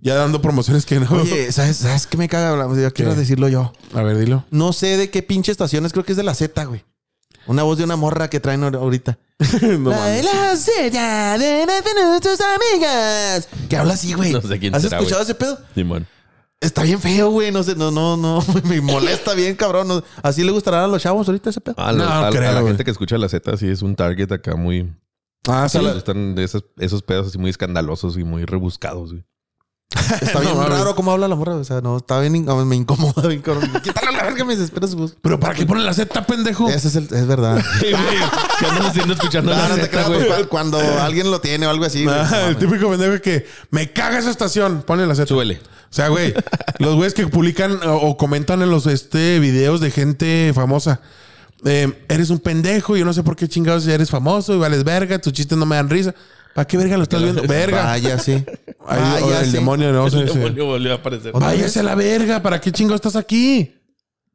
[SPEAKER 1] ya dando promociones que no.
[SPEAKER 2] Oye, ¿sabes, ¿sabes qué me caga? Hablamos? Yo quiero
[SPEAKER 1] ¿Qué?
[SPEAKER 2] decirlo yo.
[SPEAKER 1] A ver, dilo.
[SPEAKER 2] (laughs) No sé de qué pinche estaciones, creo que es de la Z, güey. Una voz de una morra que traen ahor- ahorita.
[SPEAKER 1] No
[SPEAKER 2] La de
[SPEAKER 1] mames.
[SPEAKER 2] la Z, de de tus amigas. Que habla así, güey.
[SPEAKER 3] No sé quién
[SPEAKER 2] ¿Has
[SPEAKER 3] será,
[SPEAKER 2] escuchado
[SPEAKER 3] güey.
[SPEAKER 2] ese pedo?
[SPEAKER 3] Simón.
[SPEAKER 2] Está bien feo, güey. No sé, no, no, no. (laughs) Me molesta bien, cabrón. No- Así le gustará a los chavos ahorita ese pedo.
[SPEAKER 3] A,
[SPEAKER 1] No,
[SPEAKER 3] los- a- a
[SPEAKER 1] creo,
[SPEAKER 3] la
[SPEAKER 1] güey.
[SPEAKER 3] gente que escucha la Z sí es un target acá muy...
[SPEAKER 1] Ah, sí.
[SPEAKER 3] les Están de esos, esos pedos así muy escandalosos y muy rebuscados, güey.
[SPEAKER 2] Está bien
[SPEAKER 1] No, mames.
[SPEAKER 2] raro cómo habla la morra. O sea, no, está bien, in- me incomoda (laughs) bien, cabrón. Quítale la verga, me desespera su voz.
[SPEAKER 1] Pero ¿para qué ponen la Z, pendejo?
[SPEAKER 2] Ese es el,
[SPEAKER 1] (laughs)
[SPEAKER 2] es verdad.
[SPEAKER 3] ¿Qué andas haciendo escuchando
[SPEAKER 2] No,
[SPEAKER 3] la
[SPEAKER 2] no te
[SPEAKER 3] Z,
[SPEAKER 2] creas,
[SPEAKER 3] güey?
[SPEAKER 2] pues, cu- cuando alguien lo tiene o algo así. güey, no
[SPEAKER 1] Ah, el
[SPEAKER 2] mames.
[SPEAKER 1] típico pendejo que me caga esa estación. Ponle la Z.
[SPEAKER 3] Súbele.
[SPEAKER 1] O sea, güey, los güeyes que publican o, o comentan en los este, videos de gente famosa. eh, eres un pendejo, yo no sé por qué chingados eres famoso y vales verga, tus chistes no me dan risa. ¿Para qué verga lo estás
[SPEAKER 2] (laughs)
[SPEAKER 1] viendo? Verga.
[SPEAKER 2] Vaya, sí.
[SPEAKER 1] Ahí, o
[SPEAKER 2] Vaya,
[SPEAKER 1] el
[SPEAKER 2] sí.
[SPEAKER 1] demonio, ¿no? Sí,
[SPEAKER 3] El
[SPEAKER 1] sí.
[SPEAKER 3] demonio volvió a aparecer.
[SPEAKER 2] ¿Otra
[SPEAKER 1] Váyase a la verga. ¿Para qué chingo estás aquí?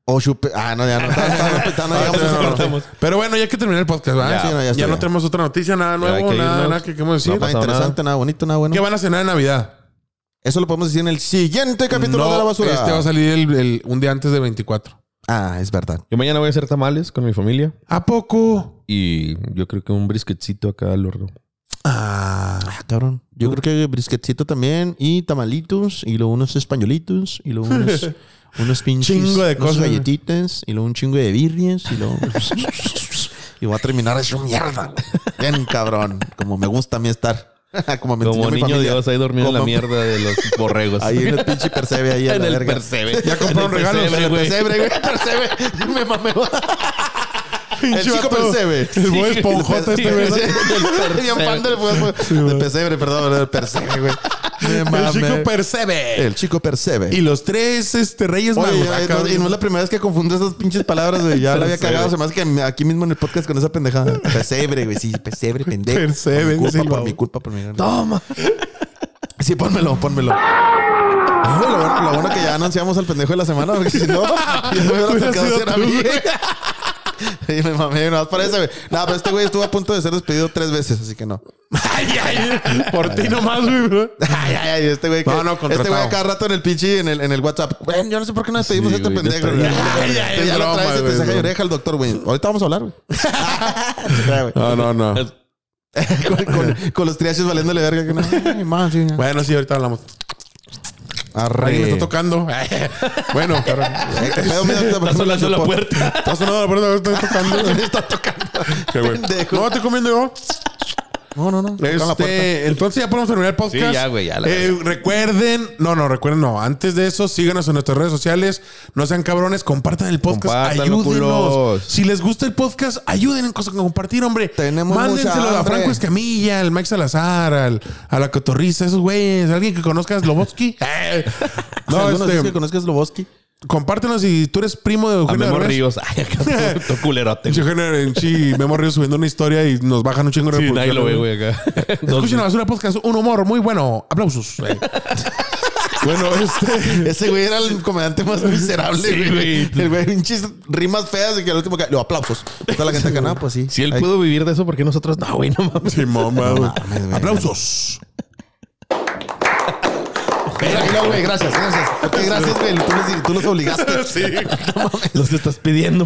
[SPEAKER 2] O chupe- Ah, no, ya no. Está, está
[SPEAKER 1] (laughs)
[SPEAKER 2] respetando,
[SPEAKER 3] Ah,
[SPEAKER 2] ya
[SPEAKER 3] no,
[SPEAKER 2] vamos a
[SPEAKER 3] no, no.
[SPEAKER 2] cortar.
[SPEAKER 3] cortamos.
[SPEAKER 1] Pero bueno, ya que terminé el podcast, ¿verdad?
[SPEAKER 2] Ya.
[SPEAKER 1] Sí, no,
[SPEAKER 2] Ya
[SPEAKER 1] ya
[SPEAKER 2] está,
[SPEAKER 1] no
[SPEAKER 2] ya.
[SPEAKER 1] tenemos otra noticia, nada
[SPEAKER 3] Ya, hay
[SPEAKER 1] nuevo,
[SPEAKER 3] que
[SPEAKER 1] nada,
[SPEAKER 3] irnos.
[SPEAKER 1] nada que queremos decir.
[SPEAKER 3] No,
[SPEAKER 2] Nada
[SPEAKER 3] pasado
[SPEAKER 2] interesante, nada bonito, nada bueno.
[SPEAKER 1] ¿Qué van a cenar en Navidad?
[SPEAKER 2] Eso lo podemos decir en el siguiente capítulo
[SPEAKER 1] No,
[SPEAKER 2] de la basura.
[SPEAKER 1] Este va a salir el- el- un día antes de 24.
[SPEAKER 2] Ah, es verdad.
[SPEAKER 3] Yo mañana voy a hacer tamales con mi familia
[SPEAKER 1] ¿A poco?
[SPEAKER 3] y yo creo que un brisquetcito acá al horno.
[SPEAKER 1] Ah.
[SPEAKER 2] Ah, cabrón. Yo creo que brisquetcito también y tamalitos y luego unos españolitos y luego
[SPEAKER 3] (laughs)
[SPEAKER 2] unos, unos pinches.
[SPEAKER 1] Chingo de
[SPEAKER 2] unas
[SPEAKER 1] cosas, güey.
[SPEAKER 2] galletitas y luego un chingo de birrias y
[SPEAKER 3] (laughs)
[SPEAKER 2] luego... y voy a terminar hecho mierda. güey. Bien, cabrón. Como me gusta a mí estar. (laughs) Como me
[SPEAKER 3] Como
[SPEAKER 2] enseñó mi
[SPEAKER 3] niño
[SPEAKER 2] familia.
[SPEAKER 3] Dios ahí dormido en la
[SPEAKER 2] Como-
[SPEAKER 3] mierda de (laughs) los borregos.
[SPEAKER 2] Ahí
[SPEAKER 3] (laughs)
[SPEAKER 2] en el pinche percebe ahí en,
[SPEAKER 3] en
[SPEAKER 2] la
[SPEAKER 3] el
[SPEAKER 2] verga.
[SPEAKER 3] percebe.
[SPEAKER 1] Ya
[SPEAKER 3] compró
[SPEAKER 1] compraron regalos.
[SPEAKER 2] En el percebe, güey. Percebe. Me
[SPEAKER 3] (laughs)
[SPEAKER 2] mamé. (laughs) El chico percebe.
[SPEAKER 1] El buen esponjote este, güey. (laughs)
[SPEAKER 2] Bien fan del del pesebre, perdón, del percebe, güey.
[SPEAKER 1] (laughs)
[SPEAKER 2] Me
[SPEAKER 1] El chico
[SPEAKER 2] mamé.
[SPEAKER 1] percebe.
[SPEAKER 2] El chico percebe.
[SPEAKER 1] Y los tres este, reyes
[SPEAKER 2] Oye,
[SPEAKER 1] magos.
[SPEAKER 2] ya,
[SPEAKER 1] Ah,
[SPEAKER 2] no-
[SPEAKER 1] cabrón.
[SPEAKER 2] y no es la primera vez que confundo esas pinches palabras, güey. Ya la había
[SPEAKER 3] Percebe.
[SPEAKER 2] cagado, se me hace que aquí mismo en el podcast con esa (laughs) pendejada. Pesebre, güey. Sí, pesebre, pendejo.
[SPEAKER 1] Percebe,
[SPEAKER 2] Por mi
[SPEAKER 1] dice el
[SPEAKER 2] culpa, por
[SPEAKER 1] babo.
[SPEAKER 2] mi culpa, por mi
[SPEAKER 4] Toma.
[SPEAKER 2] (laughs) Sí, pónmelo, pónmelo. Ah, güey, lo, bueno, lo bueno que ya anunciamos al pendejo de la semana, porque si no, (laughs) yo me hubiera
[SPEAKER 1] Hubiera
[SPEAKER 2] acercado a
[SPEAKER 1] sido
[SPEAKER 2] ser a
[SPEAKER 1] tú,
[SPEAKER 2] (laughs) mí. Y me mamé, no, parece, güey. No, pero este güey estuvo a punto de ser despedido tres veces, así que no.
[SPEAKER 1] Ay, ay, por ti nomás, güey. bro.
[SPEAKER 2] (laughs) Ay, ay, ay, este güey que...
[SPEAKER 1] No, no,
[SPEAKER 2] Este
[SPEAKER 1] contratado.
[SPEAKER 2] güey a cada rato en el pinche, en el, en el WhatsApp. Güey, yo no sé por qué no despedimos
[SPEAKER 3] Sí,
[SPEAKER 2] a este
[SPEAKER 3] güey,
[SPEAKER 2] pendejo.
[SPEAKER 3] despedida.
[SPEAKER 1] Ay, ay,
[SPEAKER 2] ya
[SPEAKER 1] es
[SPEAKER 2] lo
[SPEAKER 1] broma,
[SPEAKER 2] traes
[SPEAKER 1] güey,
[SPEAKER 2] entre
[SPEAKER 1] es
[SPEAKER 2] ceja y
[SPEAKER 1] broma.
[SPEAKER 2] oreja al doctor, güey. Ahorita vamos a hablar, güey. Se crea,
[SPEAKER 1] (laughs)
[SPEAKER 2] güey. (laughs)
[SPEAKER 1] No, no, no.
[SPEAKER 2] con, con- con los triaches valiéndole verga que no. Ay, man, sí, ya.
[SPEAKER 1] Bueno, sí, ahorita hablamos.
[SPEAKER 2] Arre.
[SPEAKER 1] Alguien me está tocando. (laughs) Bueno, cabrón.
[SPEAKER 2] Eh, qué pedo, mira,
[SPEAKER 3] Está sonando la puerta.
[SPEAKER 1] Está sonando la puerta, me está
[SPEAKER 2] (laughs)
[SPEAKER 1] tocando.
[SPEAKER 2] Está tocando.
[SPEAKER 1] Qué güey.
[SPEAKER 2] Pendejo.
[SPEAKER 1] No, estoy comiendo yo.
[SPEAKER 2] No, no, no. Tocan la puerta.
[SPEAKER 1] Este, entonces ya podemos terminar el podcast.
[SPEAKER 3] Sí, ya, güey, ya, la
[SPEAKER 1] Eh, recuerden, no, no, recuerden, no. Antes de eso, síganos en nuestras redes sociales. No sean cabrones, compartan el podcast,
[SPEAKER 3] Compártanlo,
[SPEAKER 1] ayúdenos.
[SPEAKER 3] culos.
[SPEAKER 1] Si les gusta el podcast, ayuden en cosas con compartir, hombre.
[SPEAKER 2] Tenemos
[SPEAKER 1] Mándenselo
[SPEAKER 2] mucha
[SPEAKER 1] a
[SPEAKER 2] hambre.
[SPEAKER 1] Franco Escamilla, al Max Salazar, al- a la Cotorriza, esos güeyes, alguien que conozcas, Lobotsky. (laughs) Eh, No,
[SPEAKER 2] ¿Alguno de
[SPEAKER 1] este,
[SPEAKER 2] ustedes que conozcas Loboski?
[SPEAKER 1] compártenos si tú eres primo de
[SPEAKER 3] A
[SPEAKER 1] Eugenio
[SPEAKER 3] Memo
[SPEAKER 1] Derbez.
[SPEAKER 3] Ríos. (laughs) Ay, acá tu culerote. güey.
[SPEAKER 1] Eugenio Derbez, sí, Memo Ríos subiendo una historia y nos bajan un chingo de
[SPEAKER 3] Sí, nadie
[SPEAKER 1] reproducciones,
[SPEAKER 3] lo ve, güey, acá. Dos-
[SPEAKER 1] Escuchen la basura podcast, un humor muy bueno. Aplausos. Eh. bueno, este.
[SPEAKER 2] Ese güey era el comediante más miserable,
[SPEAKER 3] Sí,
[SPEAKER 2] güey.
[SPEAKER 3] güey.
[SPEAKER 2] El güey, pinches rimas feas y que al último que. Lo aplausos. Toda la gente acá, no, pues sí.
[SPEAKER 3] Si él
[SPEAKER 2] Ay,
[SPEAKER 3] pudo vivir de eso, ¿por qué nosotros no, güey? No mames.
[SPEAKER 1] Sí, mamá, güey.
[SPEAKER 2] mames, güey.
[SPEAKER 1] Aplausos.
[SPEAKER 2] espera, No, güey, gracias, (laughs) gracias. Ok, gracias, güey. Tú los, tú los (laughs) obligaste.
[SPEAKER 3] (laughs) Los estás pidiendo,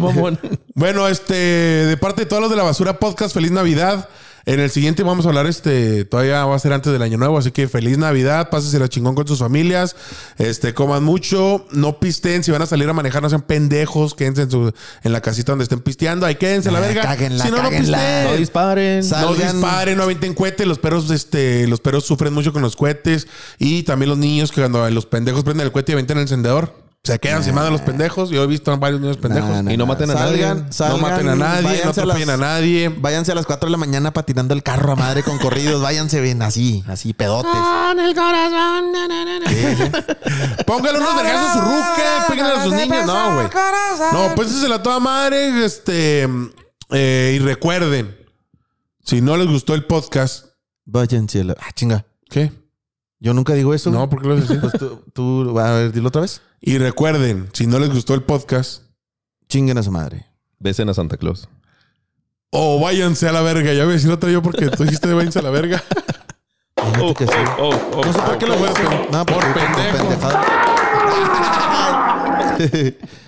[SPEAKER 2] (laughs)
[SPEAKER 3] mamón.
[SPEAKER 1] Bueno, este, de parte de todos los de la basura podcast, feliz Navidad. En el siguiente vamos a hablar, este, todavía va a ser antes del año nuevo, así que feliz Navidad, pásensela chingón con sus familias, este, coman mucho, no pisten, si van a salir a manejar, no sean pendejos, quédense en, su, en la casita donde estén pisteando, ahí quédense la
[SPEAKER 2] Ah,
[SPEAKER 1] verga.
[SPEAKER 2] cáguenla,
[SPEAKER 1] si no, no
[SPEAKER 2] cáguenla.
[SPEAKER 1] pisten.
[SPEAKER 3] No disparen.
[SPEAKER 1] No
[SPEAKER 2] Salgan-
[SPEAKER 1] disparen, no aventen cohetes. Los perros, este, los perros sufren mucho con los cohetes. Y también los niños que cuando los pendejos prenden el cohete y aventan el encendedor, se quedan sin mano los pendejos. Yo he visto a varios niños pendejos.
[SPEAKER 2] Nah, nah,
[SPEAKER 3] Y no
[SPEAKER 2] nah.
[SPEAKER 3] maten a
[SPEAKER 2] Salgan,
[SPEAKER 3] nadie.
[SPEAKER 1] no
[SPEAKER 2] salgan,
[SPEAKER 1] maten a nadie, no
[SPEAKER 2] váyanse las-
[SPEAKER 1] atropellen a nadie.
[SPEAKER 2] Váyanse a las 4 de la mañana patinando el carro a madre con corridos. Váyanse bien así, así, pedotes.
[SPEAKER 1] Póngale
[SPEAKER 2] (laughs)
[SPEAKER 1] unos vergazos a su ruca, pégale a sus niños. No, güey. No, pues pénsensela a toda madre. Este, eh, y recuerden, si no les gustó el podcast,
[SPEAKER 2] Váyanse a la. Ah, chinga.
[SPEAKER 1] ¿qué?
[SPEAKER 2] Yo nunca digo eso.
[SPEAKER 1] No, ¿por qué lo decís?
[SPEAKER 2] Pues tú, tú, a ver, dilo otra vez.
[SPEAKER 1] y recuerden, si no les gustó el podcast,
[SPEAKER 2] Chinguen a su madre.
[SPEAKER 3] Besen a Santa Claus.
[SPEAKER 1] O váyanse a la verga. Ya voy a decir otra yo porque tú dijiste váyanse a la verga.
[SPEAKER 2] Fíjate que sí. No oh, (laughs) sé por qué lo voy a hacer. No, por, por pendejada.